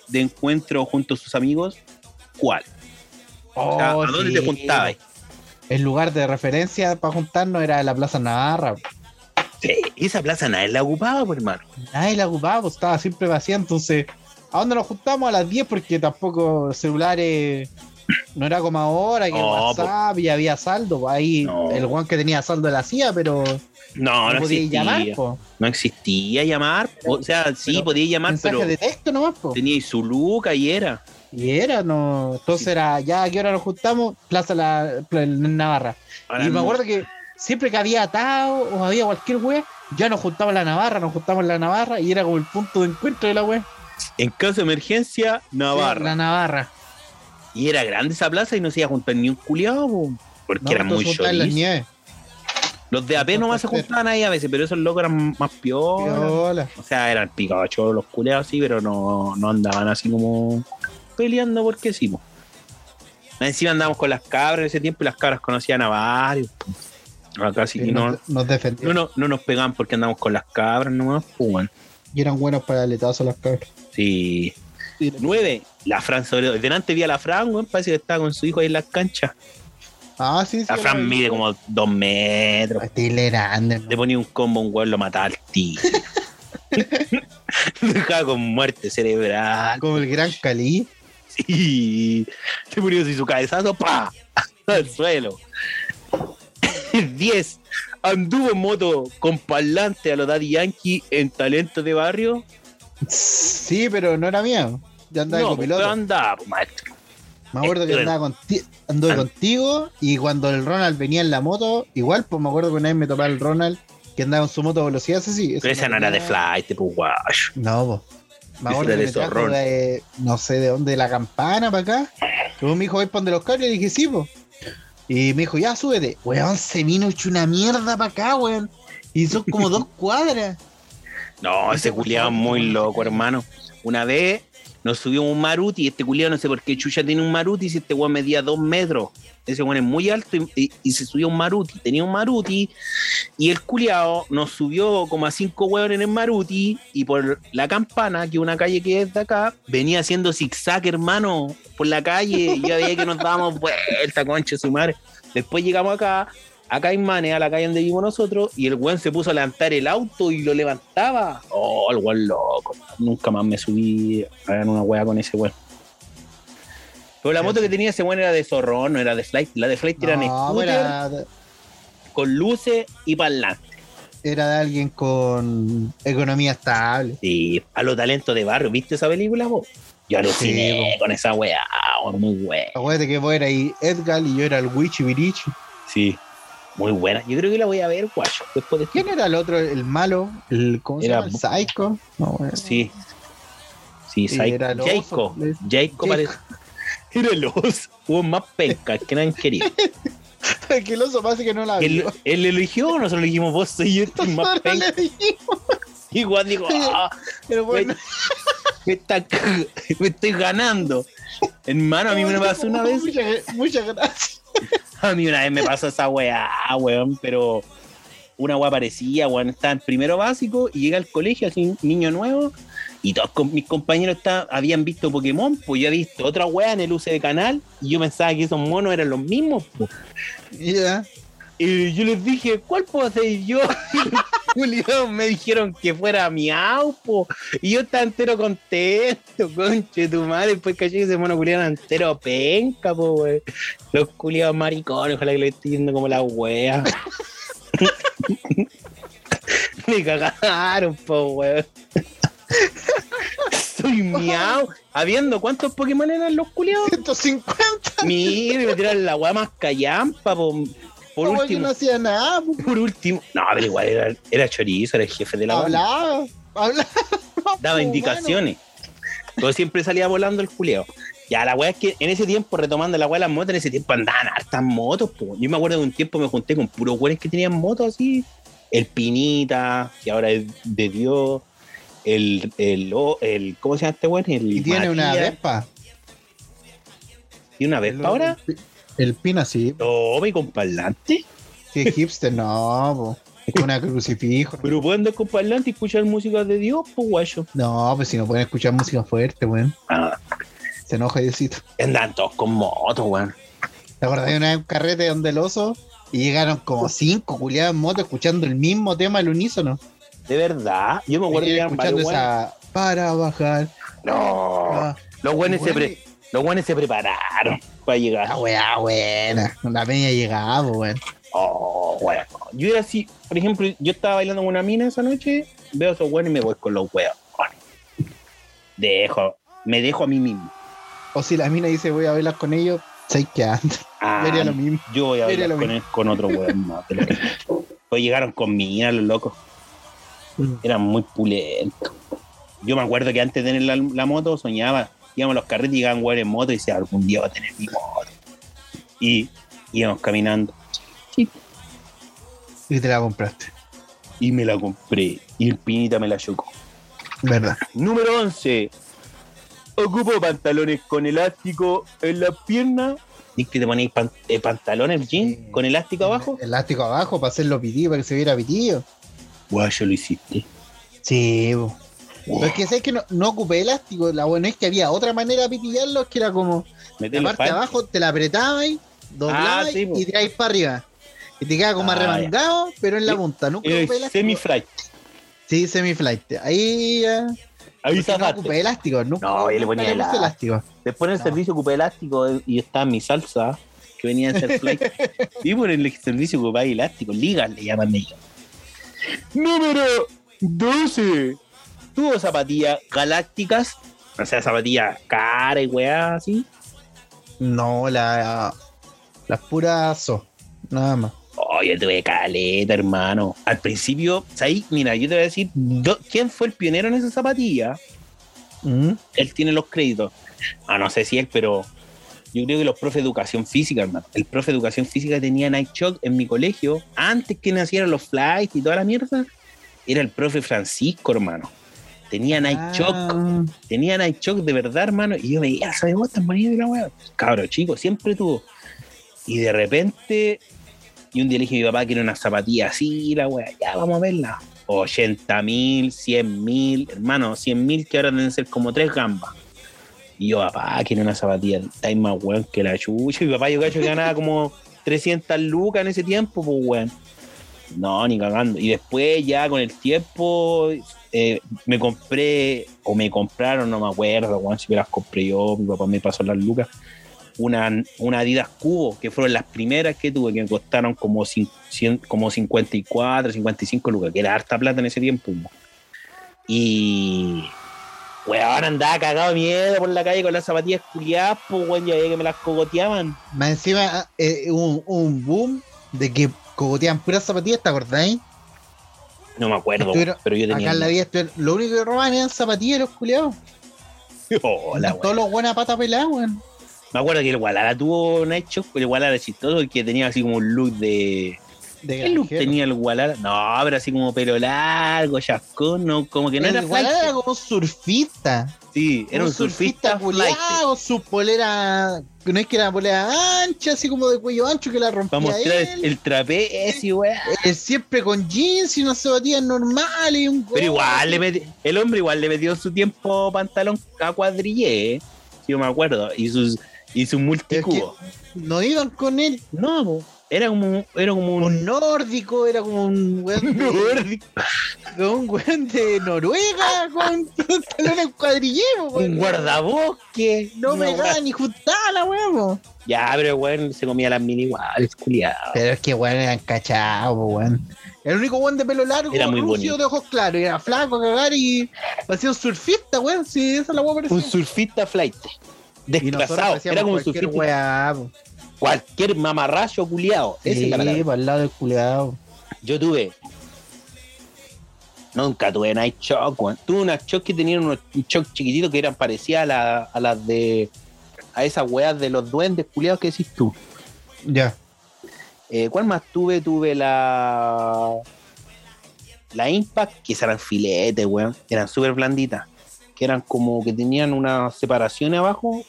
Speaker 3: de encuentro junto a sus amigos. ¿Cuál? O sea, ¿A dónde te juntabas?
Speaker 2: El lugar de referencia para juntarnos era la Plaza Navarra.
Speaker 3: Sí, esa plaza nadie la ocupaba, pues, hermano.
Speaker 2: Nadie la ocupaba, pues, estaba siempre vacía. Entonces, ¿a dónde nos juntamos? A las 10 porque tampoco celulares no era como ahora, que
Speaker 3: No,
Speaker 2: WhatsApp y había saldo. pues, Ahí
Speaker 3: No.
Speaker 2: el guan que tenía saldo la hacía, pero no,
Speaker 3: No, no,
Speaker 2: podía
Speaker 3: existía.
Speaker 2: llamar, po.
Speaker 3: No existía llamar. O sea, sí,
Speaker 2: pero-
Speaker 3: podía llamar,
Speaker 2: Mensaje
Speaker 3: pero
Speaker 2: de texto nomás, po.
Speaker 3: tenía su luca y era.
Speaker 2: Y era, no. Entonces era, ya a qué hora nos juntamos, Plaza la, Pla- Navarra.
Speaker 3: Ahora
Speaker 2: y me
Speaker 3: no.
Speaker 2: acuerdo que siempre que había atado o había cualquier wea, ya nos juntamos en la Navarra, nos juntamos en la Navarra y era como el punto de encuentro de la wea.
Speaker 3: En caso de emergencia,
Speaker 2: La
Speaker 3: Navarra.
Speaker 2: Navarra.
Speaker 3: Y era grande esa plaza y no se iba a juntar ni un culiado, po, porque
Speaker 2: No,
Speaker 3: era
Speaker 2: nos
Speaker 3: muy
Speaker 2: juntamos en las
Speaker 3: chorizo.
Speaker 2: nieves.
Speaker 3: Los de AP nomás se juntaban ahí a veces, pero esos locos eran más peor.
Speaker 2: Hola.
Speaker 3: O sea, eran picacholos los culiados, sí, pero no, no andaban así como peleando porque sí, po. Encima andábamos con las cabras en ese tiempo y las cabras conocían a varios. po. Acá sí
Speaker 2: Sí,
Speaker 3: que no,
Speaker 2: nos, nos defendió.
Speaker 3: no, no, no nos pegaban porque andamos con las cabras nomás, pues, weón.
Speaker 2: Y eran buenos para el aletazo las cabras.
Speaker 3: Sí. Nueve, la Fran sobre Delante vi a la Fran, weón, parece que estaba con su hijo ahí en las canchas.
Speaker 2: Ah, sí, sí.
Speaker 3: La Fran mide como dos metros.
Speaker 2: Este era grande,
Speaker 3: Le ponía un combo a un weón, lo mataba al tío. Lo dejaba con muerte cerebral.
Speaker 2: Como el gran Cali.
Speaker 3: Sí. Se murió así su cabezazo, pa, al suelo. 10. Anduvo en moto con parlante a los Daddy Yankee en talento de barrio.
Speaker 2: Sí, pero no era mío. Yo andaba de
Speaker 3: no,
Speaker 2: copiloto.
Speaker 3: pero andaba, po, maestro.
Speaker 2: Me acuerdo que
Speaker 3: Eh, Bueno.
Speaker 2: andaba conti- anduve
Speaker 3: Ah.
Speaker 2: contigo y cuando el Ronald venía en la moto, igual, pues me acuerdo que una vez me topaba el Ronald que andaba con su moto a velocidad, ese sí. ese
Speaker 3: Pero esa no era de
Speaker 2: tenía-
Speaker 3: flight, pues guayo.
Speaker 2: No, pues. Me
Speaker 3: Ese
Speaker 2: acuerdo
Speaker 3: era
Speaker 2: que
Speaker 3: de
Speaker 2: me trajo
Speaker 3: zorrón.
Speaker 2: de- no sé de dónde, de la campana para acá. Luego me dijo, voy para donde los cables, y le dije, sí, pues. Y me dijo, ya súbete. Weón, se vino hecho una mierda para acá, weón. Y son como dos cuadras.
Speaker 3: No,
Speaker 2: Ese
Speaker 3: ese culiado
Speaker 2: culiao
Speaker 3: muy
Speaker 2: no se
Speaker 3: loco,
Speaker 2: cree.
Speaker 3: hermano. Una vez Nos subió un Maruti, este culiado no sé por qué Chucha tiene un Maruti si este weón medía dos metros. Ese weón es muy alto y, y- y se subió un Maruti. Tenía un Maruti y el culiado nos subió como a cinco weón en el Maruti y por la campana, que es una calle que es de acá, venía haciendo zigzag, hermano, por la calle. Y yo veía que nos dábamos vuelta, concha, de su madre. Después llegamos acá, acá en Mane, a la calle donde vivimos nosotros, y el weón se puso a levantar el auto y lo levantaba. Oh, el weón loco. Nunca más me subí a ver una weá con ese weón. Pero la moto que tenía ese weón era de zorrón, no era de flight. La de flight era en
Speaker 2: No, pues,
Speaker 3: scooter
Speaker 2: era, de-
Speaker 3: con luces y parlante.
Speaker 2: era de alguien con economía estable.
Speaker 3: Sí, a los talentos de barrio. ¿Viste esa película vos? Yo aluciné
Speaker 2: Sí,
Speaker 3: con esa weá, weón, muy weá.
Speaker 2: Acuérdate que vos eras ahí Edgar y yo era el Wichi Birichi.
Speaker 3: Sí. Muy buena. Yo creo que la voy a ver, guacho, después de este-
Speaker 2: ¿Quién era el otro, el malo? El, ¿Cómo se
Speaker 3: Era
Speaker 2: llama? ¿El Psycho? No, bueno.
Speaker 3: Sí. Sí,
Speaker 2: Sí,
Speaker 3: Psycho-
Speaker 2: era el oso,
Speaker 3: Jayco.
Speaker 2: le-
Speaker 3: Jayco pare- Era el oso. Hubo más penca que nadie quería.
Speaker 2: que el oso parece que no la
Speaker 3: Él,
Speaker 2: vio.
Speaker 3: él lo eligió, nosotros lo dijimos vos soy el más
Speaker 2: Nosotros
Speaker 3: penca.
Speaker 2: le dijimos,
Speaker 3: Y Juan dijo, ah,
Speaker 2: pero bueno,
Speaker 3: me, está c- me estoy ganando. Hermano, a mí me pasó una vez.
Speaker 2: Muchas, muchas gracias.
Speaker 3: A mí una vez me pasó esa weá, weón, pero una weá parecía, weón, estaba en primero básico y llega al colegio, así, niño nuevo, y todos con- mis compañeros está- habían visto Pokémon, pues yo había visto otra weá en el UC de canal, y yo pensaba que esos monos eran los mismos, pues. po.
Speaker 2: Ya.
Speaker 3: Y yo les dije, ¿cuál puedo hacer yo? Y los culiados me dijeron que fuera miau, po. Y yo estaba entero contento, conche tu madre. Después caché que ese mono culiado era entero penca, po, wey. Los culiados maricones, ojalá que lo esté yendo como la wea. me cagaron, po, wey. Soy miau. Habiendo cuántos Pokémon eran los culiados.
Speaker 2: 150,
Speaker 3: Mire, me tiraron la weá más callampa, po. Por
Speaker 2: como que
Speaker 3: último,
Speaker 2: Oh, no hacía nada, pues,
Speaker 3: por último. No, pero igual era, era chorizo, era el jefe de la banda.
Speaker 2: hablaba, hablaba.
Speaker 3: Daba
Speaker 2: pues,
Speaker 3: indicaciones. Pero siempre salía volando el culeo. Ya, la weá es que en ese tiempo, retomando la weá de las motos, en ese tiempo andaban hartas motos, po. Yo me acuerdo de un tiempo me junté con puros weones que tenían motos así. El Pinita, que ahora es de Dios. El, el, o- el- ¿cómo se llama este weón? El
Speaker 2: bueno. Y tiene una
Speaker 3: Matías.
Speaker 2: vespa.
Speaker 3: ¿Tiene una Vespa ahora?
Speaker 2: El, el pina sí,
Speaker 3: No, mi comparlante.
Speaker 2: que hipster, no, po. es con una crucifijo.
Speaker 3: Pero pueden andar con parlante y escuchar música de Dios, pues guayo.
Speaker 2: No, pues si no pueden escuchar música fuerte, weón.
Speaker 3: Ah,
Speaker 2: Se enoja Diosito.
Speaker 3: andan todos con motos, weón.
Speaker 2: ¿Te acordás de una vez un carrete donde el oso? Y llegaron como cinco culiadas en moto escuchando el mismo tema al unísono.
Speaker 3: De verdad, yo me acuerdo que
Speaker 2: Y
Speaker 3: eran varios
Speaker 2: escuchando
Speaker 3: weones.
Speaker 2: esa para bajar.
Speaker 3: No,
Speaker 2: ah,
Speaker 3: los weones se, pre-
Speaker 2: weón,
Speaker 3: los weones se prepararon
Speaker 2: La
Speaker 3: para llegar.
Speaker 2: weá buena. La media llegaba, weón.
Speaker 3: Oh, weón. Yo era así, por ejemplo, yo estaba bailando con una mina esa noche, veo a esos weones y me voy con los weones. Dejo, me dejo a mí mismo.
Speaker 2: O si la mina dice voy a bailar con ellos, sé que anda.
Speaker 3: Ah,
Speaker 2: Yo haría lo mismo.
Speaker 3: Yo voy a
Speaker 2: Era
Speaker 3: bailar
Speaker 2: lo
Speaker 3: con, él- con otro weón más. de lo que- Pues llegaron con mina, los locos.
Speaker 2: Mm.
Speaker 3: Eran muy pulentos. Yo me acuerdo que antes de tener la, la moto soñaba, íbamos a los carretes y llegaban weón en moto y decía, algún día va a tener mi moto. Y íbamos caminando.
Speaker 2: Y te la compraste.
Speaker 3: Y me la compré. Y el pinita me la chocó.
Speaker 2: ¿Verdad?
Speaker 3: Número 11. Ocupo pantalones con elástico en las piernas. ¿Y que te ponéis pan- eh, pantalones, jean,
Speaker 2: Sí.
Speaker 3: con elástico abajo?
Speaker 2: Elástico abajo para hacerlo pitido, para que se viera pitido.
Speaker 3: Guau, yo lo hiciste.
Speaker 2: Sí, po. Pero
Speaker 3: Guau.
Speaker 2: es que sabes que no, no ocupé elástico. La buena es que había otra manera de pitillarlos que era como
Speaker 3: Meter
Speaker 2: la
Speaker 3: los
Speaker 2: parte de
Speaker 3: pan-
Speaker 2: abajo te la apretabas, doblabas
Speaker 3: Ah, sí, po.
Speaker 2: y tiráis para arriba. Y te quedaba como
Speaker 3: Ah, Eh,
Speaker 2: arremangado, pero en la
Speaker 3: Era-
Speaker 2: punta. Nunca
Speaker 3: Era
Speaker 2: ocupé
Speaker 3: el
Speaker 2: elástico.
Speaker 3: semi-flight.
Speaker 2: Sí, semi-flight. Ahí ya.
Speaker 3: Ahí
Speaker 2: porque no
Speaker 3: zafaste.
Speaker 2: ocupé elástico. Nunca,
Speaker 3: No, yo le
Speaker 2: nunca
Speaker 3: ponía
Speaker 2: puse
Speaker 3: elástico. Después en el
Speaker 2: No.
Speaker 3: servicio ocupé elástico eh, y estaba mi salsa que venía en ser flight. y por el servicio ocupé elástico, ligas le llaman ellos. Número 12. Tuvo zapatillas galácticas, o sea, zapatillas cara y weá así.
Speaker 2: No, la, las puras so, nada más.
Speaker 3: Oye, tuve caleta, hermano. Al principio, ahí, mira, yo te voy a decir do- quién fue el pionero en esa zapatilla.
Speaker 2: ¿Mm?
Speaker 3: él tiene los créditos. Ah, no sé si él, pero yo creo que los profes de educación física, hermano. El profe de educación física tenía Night Shock en mi colegio, antes que nacieran los flights y toda la mierda, era el profe Francisco, hermano. Tenía Night Shock,
Speaker 2: Ah,
Speaker 3: tenía Night Shock de verdad, hermano. Y yo veía, ¿sabes vos tan bonito de la weá? Cabro chico, siempre tuvo. Y de repente, y un día le dije a mi papá que era una zapatilla así, la weá, ya vamos a verla. 80 mil, 100 mil, hermano, 100 mil que ahora deben ser como tres gambas. Y yo, papá, quiero una zapatilla, estáis más weón que la chucha. Y mi papá, yo cacho que ganaba como 300 lucas en ese tiempo, pues weón. No, ni cagando. Y después ya con el tiempo eh, me compré, o me compraron, no me acuerdo, weón, si me las compré yo, mi papá me pasó las lucas, una, una Adidas Cubo, que fueron las primeras que tuve, que me costaron como, cin- cien- como 54, 55 lucas, que era harta plata en ese tiempo. weón. Y, weón, andaba cagado de miedo por la calle con las zapatillas culiadas, pues, weón, ya veía que me las cogoteaban.
Speaker 2: Más encima, ah, eh, un, un boom de que cogotean puras zapatillas, ¿te acordáis?
Speaker 3: No me acuerdo,
Speaker 2: Estuvieron-
Speaker 3: pero yo tenía...
Speaker 2: Acá en la vida, estuvieron- lo único que robaban eran zapatillas los culiados.
Speaker 3: Oh, la weá.
Speaker 2: Todos los buenas pata pelada, weón.
Speaker 3: Me acuerdo que el Guadalajara tuvo Nacho, el Guadalajara chistoso, que tenía así como un look de.
Speaker 2: De
Speaker 3: ¿Qué look
Speaker 2: granjero.
Speaker 3: tenía el Guadalajara? No, pero así como pelo largo, chascón, no, como que no
Speaker 2: El
Speaker 3: era
Speaker 2: Gualá
Speaker 3: flight.
Speaker 2: era como un surfista.
Speaker 3: Sí, era un, surfista, flight.
Speaker 2: culiao, su polera. No es que era una polera ancha, así como de cuello ancho que la rompía.
Speaker 3: Para mostrar
Speaker 2: él.
Speaker 3: el, trapecio, weá.
Speaker 2: Él siempre con jeans y unas zapatillas normales y un
Speaker 3: Pero igual eh. le meti- el hombre igual le metió su tiempo pantalón a cuadrille, eh, si yo me acuerdo, y sus, y sus multicubos.
Speaker 2: No iban con él.
Speaker 3: No, po, era como, era como un,
Speaker 2: Un nórdico, era como un weón de,
Speaker 3: nórdico,
Speaker 2: un weón de Noruega con pantalones cuadrillemos,
Speaker 3: un guardabosque.
Speaker 2: No me
Speaker 3: una weá
Speaker 2: daba ni juntada la weón. po.
Speaker 3: Ya, pero weón, se comía las mini iguales, culiado.
Speaker 2: Pero es que weón eran cachados, po, weón. El único weón de pelo largo,
Speaker 3: Era muy
Speaker 2: rucio,
Speaker 3: bonito.
Speaker 2: de ojos claros, y era flaco a cagar y parecía un surfista, weón. Sí, esa es la weón parecía.
Speaker 3: Un surfista flight.
Speaker 2: Y nosotros
Speaker 3: Desplazado.
Speaker 2: parecíamos
Speaker 3: Era como un
Speaker 2: cualquier
Speaker 3: surfista.
Speaker 2: weá, po.
Speaker 3: Cualquier mamarracho culiado. Esa es la
Speaker 2: Sí,
Speaker 3: palabra.
Speaker 2: para el lado del culiado.
Speaker 3: Yo tuve. Nunca tuve Night Shock, weón. Tuve unas Shock que tenían unos Shock chiquititos que eran parecidas a, la- a las de. a esas weas de los duendes culiados que decís tú.
Speaker 2: Ya.
Speaker 3: Eh, ¿Cuál más tuve? Tuve la. La Impact, que eran filetes, weón. Eran súper blanditas. Que eran como que tenían una separación abajo.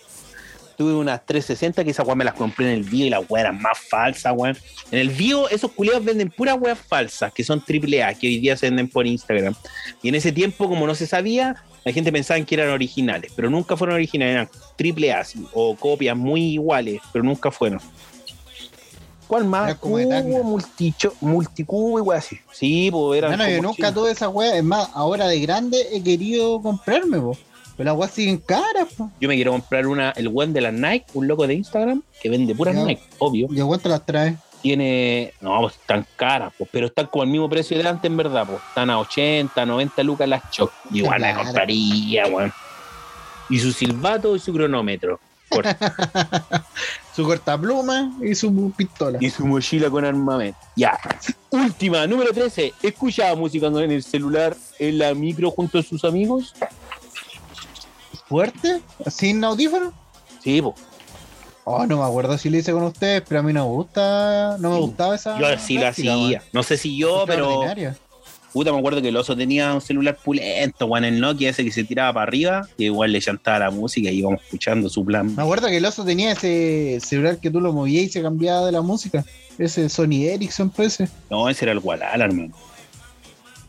Speaker 3: Tuve unas 360 que esas weón me las compré en el Vivo y las weón eran más falsas, weón. En el Vivo, esos culiados venden puras weas falsas, que son AAA, que hoy día se venden por Instagram. Y en ese tiempo, como no se sabía, la gente pensaba que eran originales, pero nunca fueron originales, eran AAA sí, o copias muy iguales, pero nunca fueron. ¿Cuál más? Uh,
Speaker 2: Era como de tanga.
Speaker 3: Cubo, multicho, multicubo y weas así. Sí, pues eran.
Speaker 2: Bueno, yo
Speaker 3: como
Speaker 2: nunca
Speaker 3: chinos.
Speaker 2: tuve esa weá. Es más, ahora de grande he querido comprarme, po. Pero las weas siguen caras, po.
Speaker 3: Yo me quiero comprar una, el weón de las Nike, un loco de Instagram, que vende puras
Speaker 2: Ya.
Speaker 3: Nike, obvio.
Speaker 2: Yo cuánto las trae.
Speaker 3: tiene. No, pues están caras, pues, pero están como al mismo precio de antes, en verdad, pues. Están a 80, 90 lucas las choc. Igual la
Speaker 2: Claro.
Speaker 3: compraría, weón. Y su silbato y su cronómetro. Por-
Speaker 2: Su cortapluma y su pistola.
Speaker 3: y su mochila con armamento. Ya. Última, número 13. Escuchaba música en el celular, en la micro junto a sus amigos.
Speaker 2: ¿Fuerte? ¿Sin audífono?
Speaker 3: Sí, pues.
Speaker 2: Oh, no me acuerdo si lo hice con ustedes, pero a mí no me gusta. No me
Speaker 3: Sí.
Speaker 2: gustaba esa.
Speaker 3: Yo sí lo
Speaker 2: práctica,
Speaker 3: hacía.
Speaker 2: weón.
Speaker 3: No sé si yo, pero.
Speaker 2: Extraordinaria.
Speaker 3: Puta, me acuerdo que el oso tenía un celular pulento, weón, el Nokia ese que se tiraba para arriba, que igual le chantaba la música y íbamos escuchando su plan.
Speaker 2: Me acuerdo que el oso tenía ese celular que tú lo movías y se cambiaba de la música. Ese Sony Ericsson, pues ese.
Speaker 3: No, ese era el Gualala, hermano.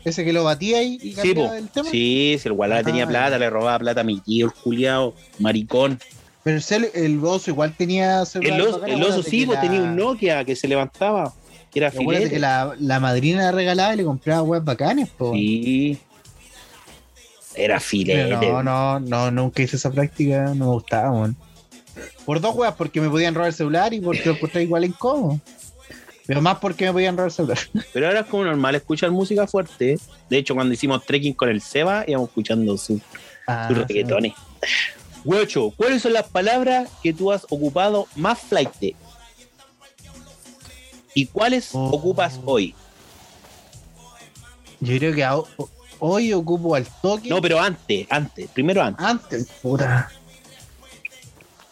Speaker 2: Ese que lo batía y, y
Speaker 3: Sí, po.
Speaker 2: cambiaba el tema.
Speaker 3: Sí, si el Gualala
Speaker 2: Ah,
Speaker 3: tenía plata,
Speaker 2: ya.
Speaker 3: le robaba plata a mi tío, el culiao, maricón.
Speaker 2: Pero el, celu- el oso igual tenía celular
Speaker 3: El oso,
Speaker 2: bacán,
Speaker 3: el
Speaker 2: acuérdate
Speaker 3: oso sí,
Speaker 2: que
Speaker 3: pues,
Speaker 2: la-
Speaker 3: tenía un Nokia que se levantaba, que era
Speaker 2: Acuérdate que
Speaker 3: filete.
Speaker 2: la, la madrina regalaba y le compraba web bacanes, po.
Speaker 3: Sí. Era
Speaker 2: Pero
Speaker 3: filete.
Speaker 2: no, no, no, nunca hice esa práctica, no me gustaba, weón. Por dos weas, porque me podían robar el celular y porque lo encontré igual incómodo. Pero más porque me podían robar el celular.
Speaker 3: Pero ahora es como normal escuchar música fuerte. ¿eh? De hecho, cuando hicimos trekking con el Seba, íbamos escuchando su
Speaker 2: Ah,
Speaker 3: tus
Speaker 2: sí.
Speaker 3: reggaetones. Guacho, ¿cuáles son las palabras que tú has ocupado más flight? ¿Y cuáles
Speaker 2: Oh.
Speaker 3: ocupas hoy?
Speaker 2: Yo creo que ao- hoy ocupo al toque.
Speaker 3: No, pero antes, antes, primero antes.
Speaker 2: Antes, puta.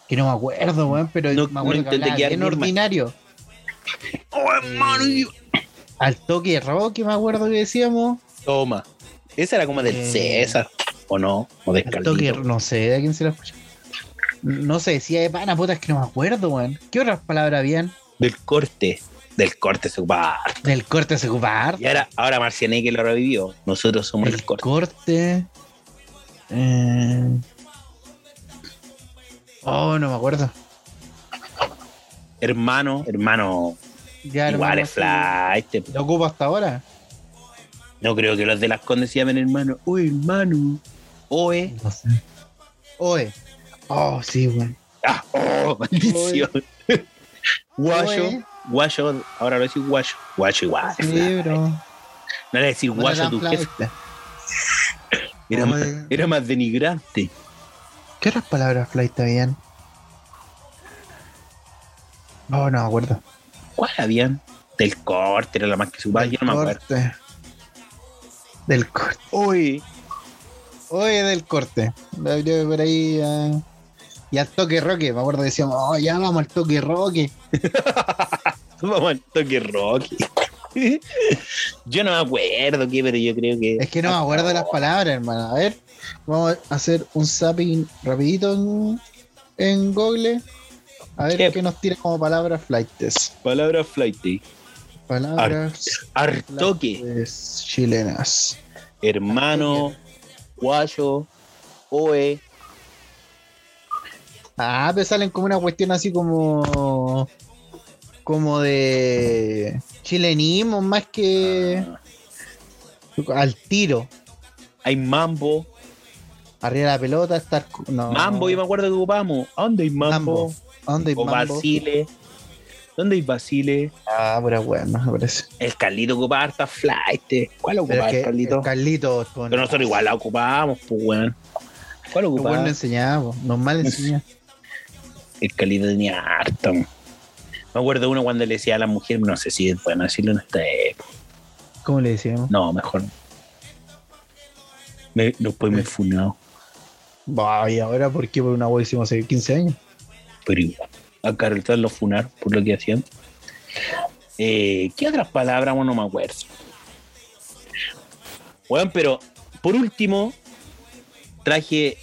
Speaker 2: Que no me acuerdo, weón, pero
Speaker 3: No-
Speaker 2: me acuerdo
Speaker 3: no
Speaker 2: que
Speaker 3: intenté
Speaker 2: hablaba
Speaker 3: quedar
Speaker 2: bien
Speaker 3: normal.
Speaker 2: ordinario.
Speaker 3: ¡Oh, hermano! y-
Speaker 2: Al toque de rock, que me acuerdo que decíamos.
Speaker 3: Toma. Esa era como del
Speaker 2: Eh.
Speaker 3: César. ¿O no? ¿O de
Speaker 2: Al toque,
Speaker 3: Escaldito.
Speaker 2: no sé, ¿a quién se la escucha? No sé, decía de pana, puta, es que no me acuerdo, weón. ¿Qué otras palabras habían?
Speaker 3: Del corte. Del corte se ocupaba. harto.
Speaker 2: Del corte se ocupaba harto.
Speaker 3: Y ahora, ahora Marcianeque lo revivió. Nosotros somos el,
Speaker 2: El
Speaker 3: corte.
Speaker 2: corte. eh, Oh, no me acuerdo.
Speaker 3: hermano, hermano.
Speaker 2: Ya,
Speaker 3: igual
Speaker 2: hermano,
Speaker 3: es fly. este,
Speaker 2: ¿Lo ocupo hasta ahora?
Speaker 3: No creo que los de las condes se llamen hermano. Uy, hermano. Oe.
Speaker 2: No sé. Oe. Oh, sí, weón.
Speaker 3: Ah, oh, maldición. Guayo.
Speaker 2: Oe.
Speaker 3: Guayo. Ahora lo decís guayo. Guayo igual. es fly.
Speaker 2: Sí, bro.
Speaker 3: No le decís guayo a tu jefe. Era, más,
Speaker 2: Oe.
Speaker 3: era más denigrante.
Speaker 2: ¿Qué otras palabras flight habían? Oh, no me acuerdo.
Speaker 3: ¿Cuál habían? Del corte, era la más que su
Speaker 2: Del
Speaker 3: Yo no me acuerdo.
Speaker 2: corte. Del corte.
Speaker 3: Uy.
Speaker 2: Oye, del corte. La abrió por ahí ah. Y al toque roque, me acuerdo que decíamos, oh, ya vamos al toque roque.
Speaker 3: Vamos al toque Rocky. yo no me acuerdo qué, pero yo creo que.
Speaker 2: Es que no me acuerdo de las palabras, hermano. A ver, vamos a hacer un zapping rapidito en, en Google. A ver
Speaker 3: Sí.
Speaker 2: qué nos tira como palabras flightes.
Speaker 3: Palabra flighty.
Speaker 2: Palabras
Speaker 3: Artoque,
Speaker 2: flightes chilenas.
Speaker 3: hermano, guayo, oe.
Speaker 2: Ah, pero salen como una cuestión así como. como de. chilenismo, más que. al tiro.
Speaker 3: Hay mambo.
Speaker 2: Arriba de la pelota, estar. cu- No.
Speaker 3: Mambo, yo me acuerdo que ocupamos. ¿A dónde hay mambo?
Speaker 2: Ah. Mambo. ¿A ¿Dónde hay
Speaker 3: O
Speaker 2: mambo?
Speaker 3: Basile. ¿Dónde hay Basile?
Speaker 2: Ah, pura weá, no me parece.
Speaker 3: El Carlito ocupaba harta flight. ¿Cuál
Speaker 2: Pero
Speaker 3: ocupaba
Speaker 2: es que
Speaker 3: el Carlito?
Speaker 2: el Carlito, con-
Speaker 3: Pero nosotros igual la ocupábamos, pues, weón. ¿Cuál
Speaker 2: Los buenos
Speaker 3: ocupaba?
Speaker 2: no enseñaba, nos mal enseñaba.
Speaker 3: El Carlito tenía harta. weón. Me acuerdo uno cuando le decía a la mujer, no sé si es bueno decirlo en esta época.
Speaker 2: ¿Cómo le decíamos?
Speaker 3: No, mejor. no. Me, después
Speaker 2: Eh.
Speaker 3: me funado.
Speaker 2: Bah, ¿y ahora por qué por una wea hicimos hace 15 años?
Speaker 3: pero igual. A Carol Tras lo funar por lo que hacían. Eh, ¿Qué otras palabras? Bueno, no me acuerdo. Bueno, pero por último, traje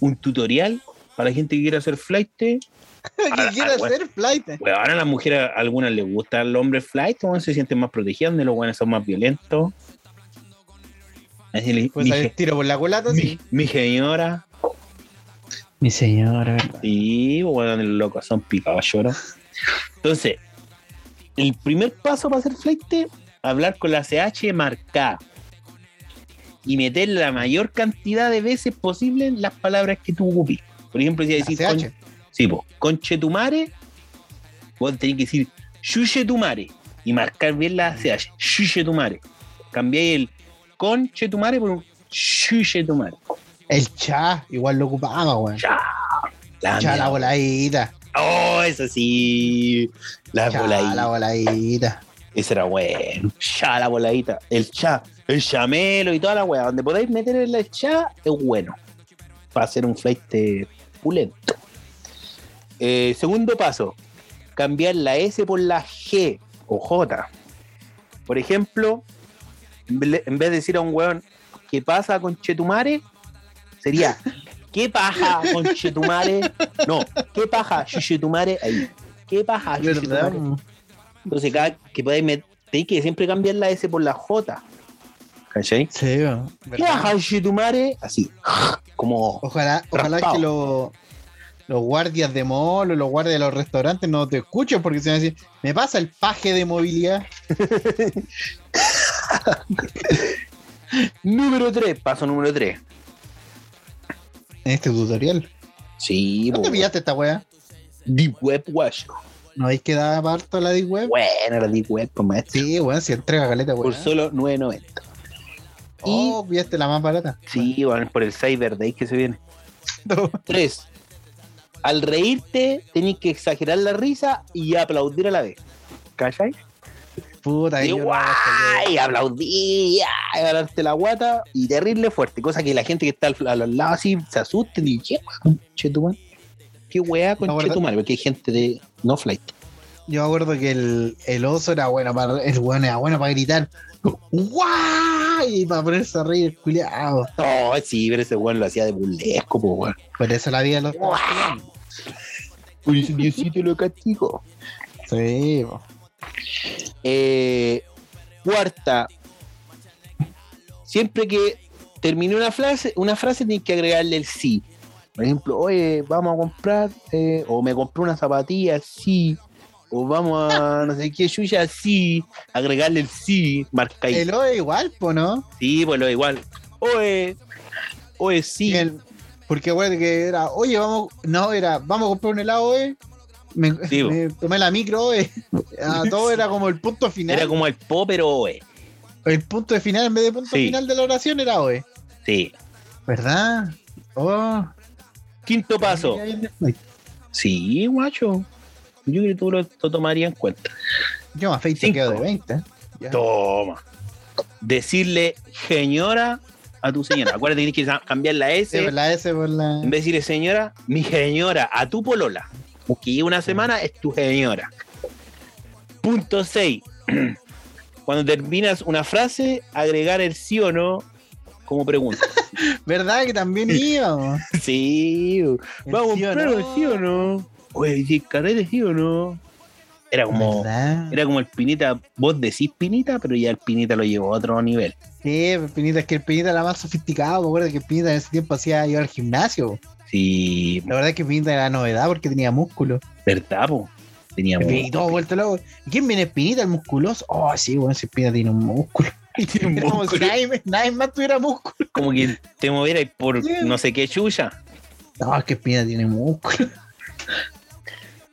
Speaker 3: un tutorial para la gente que quiera hacer flight.
Speaker 2: ¿Qué
Speaker 3: Ahora,
Speaker 2: quiere
Speaker 3: ah, bueno.
Speaker 2: hacer flight?
Speaker 3: Bueno, ahora a las mujeres, a algunas les gusta el hombre flight, bueno, se sienten más protegidas, donde los buenos son más violentos. Así le
Speaker 2: Pues
Speaker 3: mi,
Speaker 2: sale el tiro por la culata,
Speaker 3: mi-
Speaker 2: sí.
Speaker 3: mi señora,
Speaker 2: Mi señora, ¿verdad?
Speaker 3: Sí, bueno, los locos son picados, lloro. Entonces, el primer paso para hacer flight hablar con la CH marcada y meter la mayor cantidad de veces posible las palabras que tú ocupes. Por ejemplo, si decís
Speaker 2: CH.
Speaker 3: con- sí, po, conchetumare, vos tenés que decir yuyetumare y marcar bien la CH, yuyetumare. Cambiáis el conchetumare por un yuyetumare.
Speaker 2: El cha, igual lo ocupaba, weón.
Speaker 3: Ya. La
Speaker 2: Cha la
Speaker 3: mierda.
Speaker 2: voladita.
Speaker 3: Oh, eso sí. La
Speaker 2: Cha la
Speaker 3: voladita.
Speaker 2: voladita.
Speaker 3: Ese era bueno. Ya la voladita. El cha. El chamelo y toda la wea. Donde podáis meter el cha es bueno. Para hacer un flight pulento. Eh, segundo paso. Cambiar la S por la G o J. Por ejemplo, en vez en vez de decir a un weón, ¿qué pasa con Chetumare? Sería, ¿qué paja con Chetumare? No, ¿qué paja Chetumare? Ahí. ¿Qué paja
Speaker 2: ¿Verdad?
Speaker 3: Chetumare? Entonces, cada que podáis met- tenéis que siempre cambiar la S por la J. ¿Cachai?
Speaker 2: Sí, weón.
Speaker 3: ¿Qué baja Shitumare? Así, como.
Speaker 2: Ojalá, ojalá
Speaker 3: Raspado.
Speaker 2: que los los guardias de mall o los guardias de los restaurantes no te escuchen porque se van a decir, me pasa el paje de movilidad.
Speaker 3: Número 3, paso número 3.
Speaker 2: En este tutorial.
Speaker 3: Sí,
Speaker 2: ¿Dónde
Speaker 3: po,
Speaker 2: pillaste esta weá?
Speaker 3: Deep Web Wash.
Speaker 2: ¿No veis que da parto la Deep Web?
Speaker 3: Buena la Deep Web, pues, maestro.
Speaker 2: Sí, weón, si entrega caleta,
Speaker 3: por
Speaker 2: weón.
Speaker 3: solo 9.90.
Speaker 2: Oh, pillaste la más barata.
Speaker 3: Sí, bueno, por el Cyber Day que se viene.
Speaker 2: No.
Speaker 3: 3. Al reírte, tenés que exagerar la risa y aplaudir a la vez. ¿Cachai?
Speaker 2: Puta,
Speaker 3: Y
Speaker 2: yo no voy a salir.
Speaker 3: guay, aplaudí, ay, agarrarte la guata y terrible fuerte, cosa que la gente que está al, al lado así se asuste y dice, che, tu madre, qué weá con
Speaker 2: La verdad-
Speaker 3: tu madre, porque hay gente de no flight.
Speaker 2: Yo me acuerdo que el, el oso era bueno para el weón era bueno para gritar. ¡Guay! Para ponerse a reír el culiao.
Speaker 3: No, sí, pero ese weón lo hacía de burlesco, po, weón.
Speaker 2: Por eso la vida lo
Speaker 3: Por eso Diosito lo castigo.
Speaker 2: Sí, po.
Speaker 3: Eh, cuarta. Siempre que termine una frase, una frase tienes que agregarle el sí. Por ejemplo, oye, vamos a comprar, eh, o me compré una zapatilla, sí. O vamos a no sé qué, Yuya, sí. Agregarle el sí, marca ahí.
Speaker 2: El O es igual, po, ¿no?
Speaker 3: Sí, pues lo igual. Oe, oe, sí.
Speaker 2: El- porque acuérdate que era, oye, vamos, no, era, vamos a comprar un helado, eh. Me,
Speaker 3: Sí, po.
Speaker 2: me tomé la micro, eh. Ah, todo era como el punto final.
Speaker 3: Era como el po, pero oe.
Speaker 2: El punto de final en vez de punto
Speaker 3: Sí.
Speaker 2: final de la oración era hoy.
Speaker 3: Sí.
Speaker 2: ¿Verdad? Oh,
Speaker 3: Quinto paso. Sí, guacho. Yo creo que tú lo, lo tomarías en cuenta.
Speaker 2: Yo más feito
Speaker 3: Cinco.
Speaker 2: quedo de 20. Ya.
Speaker 3: Toma. Decirle señora a tu señora. Acuérdate que tienes que cambiar la S.
Speaker 2: Sí, por la S por la.
Speaker 3: En vez de decirle señora, mi señora, a tu polola. Que una semana es tu señora. Punto 6. Cuando terminas una frase, agregar el sí o no como pregunta.
Speaker 2: ¿Verdad que también íbamos?
Speaker 3: Sí,
Speaker 2: El
Speaker 3: vamos
Speaker 2: sí o
Speaker 3: a comprar
Speaker 2: no.
Speaker 3: el sí o no. Oye, ¿y el carrete sí o no? Era como,
Speaker 2: ¿Verdad?
Speaker 3: era como el pinita, vos decís pinita, pero ya el pinita lo llevó a otro nivel.
Speaker 2: Sí, el Pinita, es que el Pinita era más sofisticado. Me acuerdo que el Pinita en ese tiempo hacía iba al gimnasio.
Speaker 3: Sí,
Speaker 2: La verdad es que el Pinita era novedad porque tenía músculo.
Speaker 3: ¿verdad, po? Tenía
Speaker 2: El
Speaker 3: mu-
Speaker 2: Pinita, todo vuelto loco. ¿Y quién viene el Pinita, el musculoso? Oh, sí, bueno, ese Pinita tiene un músculo.
Speaker 3: Tiene un
Speaker 2: Era como si
Speaker 3: músculo.
Speaker 2: nadie, nadie más tuviera músculo.
Speaker 3: como que te moviera y por
Speaker 2: Sí.
Speaker 3: no sé qué chulla.
Speaker 2: No, es que el Pinita tiene músculo.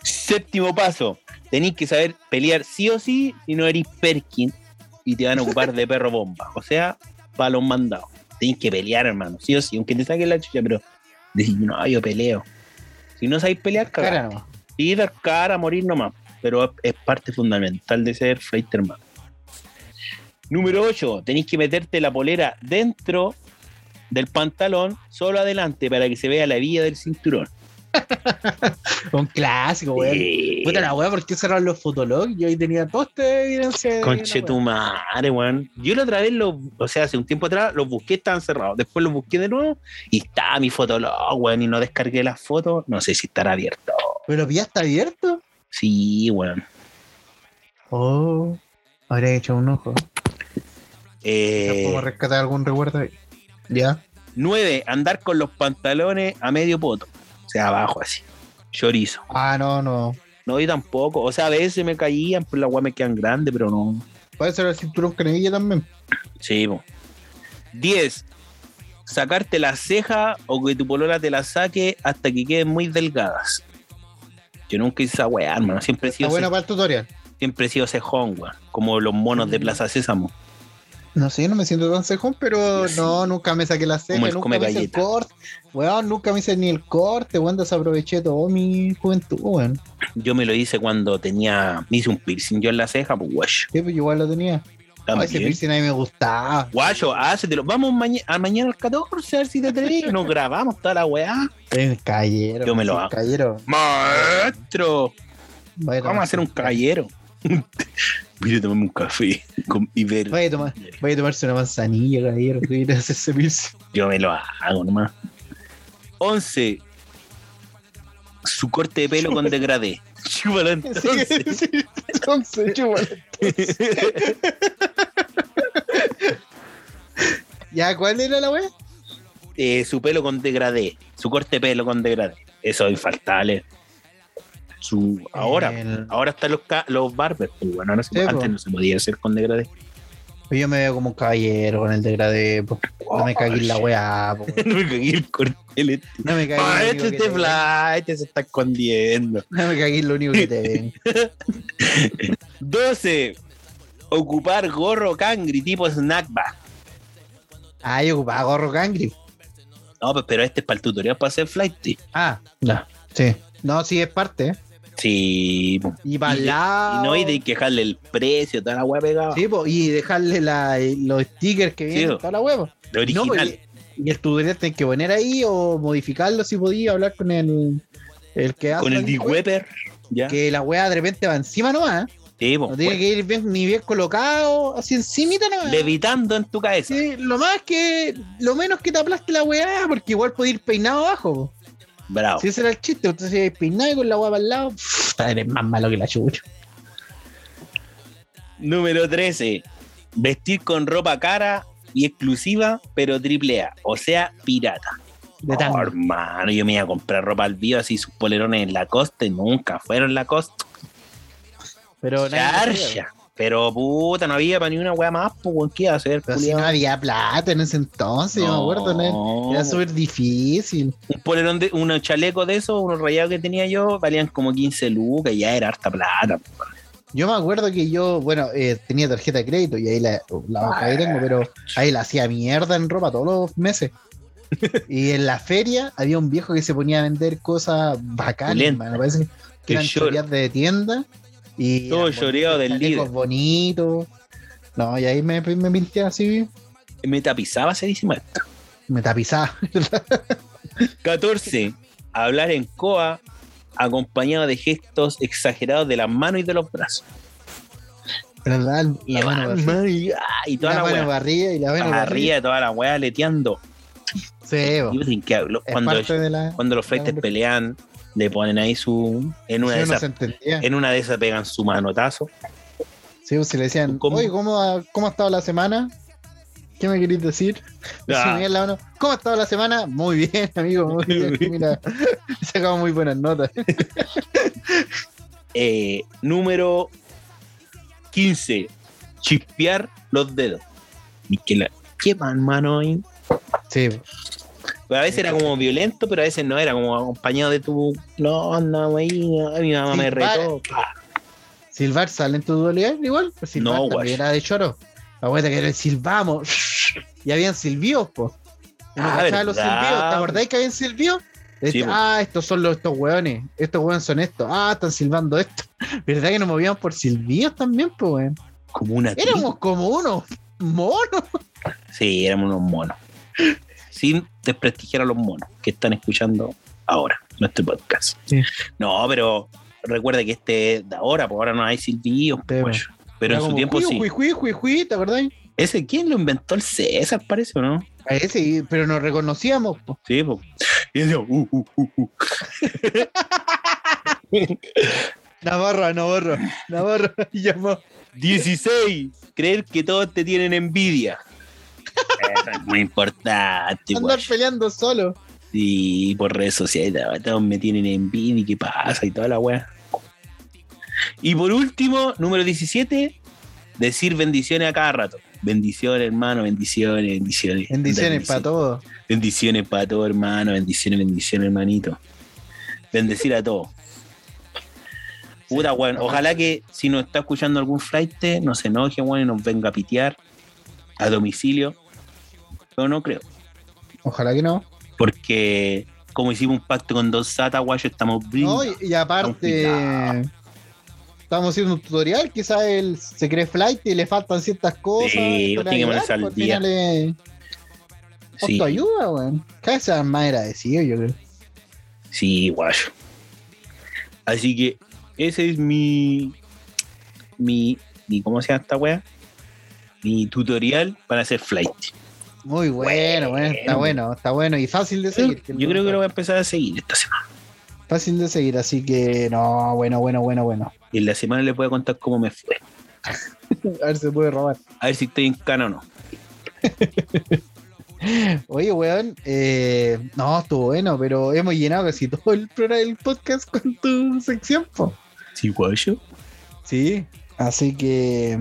Speaker 3: Séptimo paso, tenéis que saber pelear sí o sí y no eres Perkin y te van a ocupar de perro bomba. O sea, balón mandado. Tenéis que pelear, hermano, sí o sí, aunque te saquen la chucha, pero decís, no, yo peleo. Si no sabéis pelear, cagaste.
Speaker 2: Cara nomás.
Speaker 3: Y dar cara, morir nomás. Pero es parte fundamental de ser flighterman. Número 8. Tenéis que meterte la polera dentro del pantalón, solo adelante, para que se vea la vía del cinturón.
Speaker 2: Un clásico, Oh, weón.
Speaker 3: Eh,
Speaker 2: Puta la weá, ¿por qué cerraron los fotologs? Yo ahí tenía toda esta evidencia. de la weá.
Speaker 3: Conchetumare, weón. Yo la otra vez, lo, o sea, hace un tiempo atrás, los busqué, estaban cerrados. Después los busqué de nuevo y está mi fotolog, weón. Y no descargué las fotos. No sé si estará abierto.
Speaker 2: Pero ya está abierto.
Speaker 3: Sí, weón.
Speaker 2: Oh, habría hecho un ojo.
Speaker 3: Eh,
Speaker 2: ¿Cómo rescatar algún recuerdo ahí. Ya.
Speaker 3: 9. Andar con los pantalones a medio poto. O sea, abajo así. Chorizo.
Speaker 2: Ah, no, no.
Speaker 3: No, yo tampoco. O sea, a veces me caían, pero las weas me quedan grandes, pero no.
Speaker 2: Puede ser el cinturón canilla también.
Speaker 3: Sí, po. 10. Sacarte la ceja o que tu polola te la saque hasta que queden muy delgadas. Yo nunca hice esa weá, hermano. Siempre he
Speaker 2: Está
Speaker 3: sido,
Speaker 2: Ah, bueno para el tutorial.
Speaker 3: ce- siempre he sido cejón, weón. Como los monos
Speaker 2: Mm.
Speaker 3: de Plaza Sésamo.
Speaker 2: No sé, no me siento tan cejón, pero
Speaker 3: Ya
Speaker 2: no, nunca me saqué la ceja,
Speaker 3: Como el
Speaker 2: nunca me
Speaker 3: come
Speaker 2: hice el
Speaker 3: galleta.
Speaker 2: corte. Weón, nunca me hice ni el corte, weón, desaproveché todo mi juventud, weón.
Speaker 3: Yo me lo hice cuando tenía. Me hice un piercing yo en la ceja, pues guacho.
Speaker 2: Sí, pues igual lo tenía. Ay, ese
Speaker 3: También.
Speaker 2: piercing a mí me gustaba.
Speaker 3: Guacho, házetelo. Vamos maña- a mañana al 14, a ver si te atreves. Nos grabamos toda la weá.
Speaker 2: Es callero.
Speaker 3: Yo me lo
Speaker 2: es
Speaker 3: hago.
Speaker 2: Callero.
Speaker 3: Maestro.
Speaker 2: Vaya
Speaker 3: Vamos a hacer un caballero. Voy a tomarme un café con- y ver.
Speaker 2: Vaya a, tomar, vaya a tomarse una manzanilla, caballero. que viene a hacerse piercing.
Speaker 3: Yo me lo hago nomás. 11. Su corte de pelo con degradé. Chúpalo entonces.
Speaker 2: Sí, sí, entonces, chúpalo. ¿Ya cuál era la wea?
Speaker 3: Eh, su pelo con degradé. Su corte de pelo con degradé. Eso es infaltable. Su, ahora,
Speaker 2: El-
Speaker 3: ahora están los, ca- los barbers. Eh. pues, bueno, ahora se-
Speaker 2: Sí, po.
Speaker 3: antes no se podía hacer con degradé.
Speaker 2: Yo me veo como un caballero con el degradé. po. No
Speaker 3: Oh,
Speaker 2: me cagué en la wea. po.
Speaker 3: No me cagué el corte.
Speaker 2: No me
Speaker 3: Ah,
Speaker 2: cagué en lo único
Speaker 3: este
Speaker 2: que
Speaker 3: este
Speaker 2: te ven.
Speaker 3: fly, este se está escondiendo.
Speaker 2: No me cagué en lo único que te ven.
Speaker 3: 12. Ocupar gorro cangri tipo snackback.
Speaker 2: Ah, yo ocupaba gorro cangri.
Speaker 3: No, pues, pero este es para el tutorial para hacer flight.
Speaker 2: Ah, no. Sí. No, sí, es parte. ¿eh?
Speaker 3: Sí. po.
Speaker 2: Y para
Speaker 3: Y de-
Speaker 2: el lado.
Speaker 3: Y no, y de que dejarle el precio, toda la weá pegada.
Speaker 2: Sí, po, y dejarle la- eh, los stickers que vienen,
Speaker 3: po.
Speaker 2: toda la huevo.
Speaker 3: de original.
Speaker 2: No, pues, y el tutorial tenés que poner ahí o modificarlo si podía, hablar con el, el que hace.
Speaker 3: con el
Speaker 2: la-
Speaker 3: D-Wepper. Ya.
Speaker 2: Que la weá de repente va encima nomás. ¿eh?
Speaker 3: Sí,
Speaker 2: No
Speaker 3: pues,
Speaker 2: tiene que ir bien, ni bien colocado, así encimita no.
Speaker 3: levitando en tu cabeza.
Speaker 2: Sí, lo más que, lo menos que te aplaste la weá, porque igual puede ir peinado abajo.
Speaker 3: Bravo.
Speaker 2: Si ese era el chiste, entonces si peinado y con la weá para el lado, pff, eres más malo que la chucha.
Speaker 3: Número 13. Vestir con ropa cara y exclusiva, pero triple A, o sea, pirata.
Speaker 2: De
Speaker 3: Oh,
Speaker 2: tango.
Speaker 3: hermano, yo me iba a comprar ropa al vivo así, sus polerones en la costa y nunca fueron la costa.
Speaker 2: Pero nadie lo hacía.
Speaker 3: Charcha. Pero puta, no había para ni una wea más, pues, weón, ¿qué iba a hacer?
Speaker 2: Pero si
Speaker 3: culiao?
Speaker 2: no había plata en ese entonces, yo me acuerdo, ¿no?
Speaker 3: No.
Speaker 2: eh. Era súper difícil.
Speaker 3: Un polerón de, unos chalecos de esos, unos rayados que tenía yo, valían como 15 lucas, ya era harta plata. pues, weón.
Speaker 2: Yo me acuerdo que yo, bueno, eh, tenía tarjeta de crédito y ahí la, la banca que tengo, pero ahí la hacía mierda en ropa todos los meses. Y en la feria había un viejo que se ponía a vender cosas bacanas,
Speaker 3: Pulenta.
Speaker 2: hermano, me parece que eran
Speaker 3: Sure.
Speaker 2: choreas de tienda. Y
Speaker 3: Todo
Speaker 2: eran
Speaker 3: choreado del
Speaker 2: bonitos,
Speaker 3: líder.
Speaker 2: chalecos bonitos. No, y ahí me, me pinté así,
Speaker 3: Me tapizaba serísima.
Speaker 2: me tapizaba.
Speaker 3: 14. Hablar en coa acompañado de gestos exagerados de las manos y de los brazos.
Speaker 2: ¿Verdad?
Speaker 3: Y
Speaker 2: La mano, barri-
Speaker 3: man, y- ah, y toda
Speaker 2: la
Speaker 3: la
Speaker 2: mano
Speaker 3: weá.
Speaker 2: barriga y la mano barriga.
Speaker 3: Arriba, toda la weá leteando.
Speaker 2: Sí, bo.
Speaker 3: Y dicen que hablo-
Speaker 2: Es
Speaker 3: cuando,
Speaker 2: parte de la.
Speaker 3: cuando los freites pelean, le ponen ahí su. En una,
Speaker 2: si
Speaker 3: de
Speaker 2: uno
Speaker 3: esas,
Speaker 2: se entendía.
Speaker 3: en una de esas pegan su manotazo.
Speaker 2: Sí, pues, si le decían,
Speaker 3: ¿Cómo?
Speaker 2: oye, ¿cómo ha, cómo ha estado la semana? ¿Qué me queréis decir? Y se
Speaker 3: Ah.
Speaker 2: unía la mano, ¿Cómo ha estado la semana? Muy bien, amigo, muy bien. Mira, he sacado muy buenas notas.
Speaker 3: Eh, número 15. Chispear los dedos. Y que la- ¿Qué man, mano ahí?
Speaker 2: Sí,
Speaker 3: Pero a veces era como violento, pero a veces no, era como acompañado de tu. No, andamos ahí, ay, mi mamá
Speaker 2: Sí,
Speaker 3: me retó.
Speaker 2: silbar sale en tu dualidad igual. Pues silbar
Speaker 3: No,
Speaker 2: también
Speaker 3: guay.
Speaker 2: era de choro. La vuelta que era el silbamos. Y habían silbidos, po. Uno
Speaker 3: Ah,
Speaker 2: cachaba los
Speaker 3: ¿verdad?
Speaker 2: silbidos. ¿Te acordáis que habían silbidos?
Speaker 3: Sí,
Speaker 2: Este,
Speaker 3: po.
Speaker 2: ah, estos son los, estos hueones. Estos hueones son estos. Ah, están silbando esto. ¿Verdad que nos movíamos por silbidos también, po, weón?
Speaker 3: Como una. tri-
Speaker 2: Éramos como unos monos.
Speaker 3: Sí, éramos unos monos. Sin desprestigiar a los monos que están escuchando ahora nuestro podcast.
Speaker 2: Sí.
Speaker 3: No, pero recuerda que este es de ahora, pues ahora no hay silbidos.
Speaker 2: Sí,
Speaker 3: pues.
Speaker 2: Era
Speaker 3: Pero en su
Speaker 2: como,
Speaker 3: tiempo
Speaker 2: "Jui,
Speaker 3: sí.
Speaker 2: jui, jui, jui, jui", ¿te acordás?
Speaker 3: ¿Ese quién lo inventó el César, parece o no?
Speaker 2: A ese, y- pero nos reconocíamos. po.
Speaker 3: Sí, po. Y decía, uh, uh, uh, uh.
Speaker 2: Navarra, Navarra, Navarra. y llamó.
Speaker 3: 16. Creer que todos te tienen envidia. Eso es muy importante,
Speaker 2: Andar
Speaker 3: guacho.
Speaker 2: peleando solo.
Speaker 3: Y por redes sociales, todos me tienen envidia y qué pasa y toda la weá. Y por último, número 17, decir bendiciones a cada rato. Bendiciones, hermano, bendiciones, bendiciones.
Speaker 2: Bendiciones para todos.
Speaker 3: Bendiciones para todo, hermano. Bendiciones, bendiciones, hermanito. Bendecir a todos. Puta, weón. Ojalá que si nos está escuchando algún flight, no se enoje, weón, y nos venga a pitear a domicilio. Pero no creo.
Speaker 2: Ojalá que no.
Speaker 3: Porque como hicimos un pacto con dos sata, guayo, estamos
Speaker 2: No,
Speaker 3: brindos.
Speaker 2: y, y aparte,
Speaker 3: complicado.
Speaker 2: estamos haciendo un tutorial. Quizás él se cree flight y le faltan ciertas cosas.
Speaker 3: Sí,
Speaker 2: esto le
Speaker 3: tiene que
Speaker 2: va a ayudar,
Speaker 3: ponerse al
Speaker 2: pues,
Speaker 3: día.
Speaker 2: final es
Speaker 3: sí,
Speaker 2: autoayuda, weón. Cada vez se van más agradecidos, yo creo.
Speaker 3: sí, guayo. Así que ese es mi. Mi. mi ¿Cómo se llama esta weá? Mi tutorial para hacer flight.
Speaker 2: Muy bueno, bueno, está bueno, está bueno y fácil de
Speaker 3: Yo
Speaker 2: seguir.
Speaker 3: creo que lo voy a empezar a seguir esta semana.
Speaker 2: Fácil de seguir, así que no, bueno, bueno, bueno, bueno.
Speaker 3: Y en la semana les voy a contar cómo me fue.
Speaker 2: A ver si se puede robar.
Speaker 3: A ver si estoy en cana o no.
Speaker 2: Oye, weón, eh, no, estuvo bueno, pero hemos llenado casi todo el programa del podcast con tu sección, po.
Speaker 3: Sí, guayo.
Speaker 2: Sí, así que.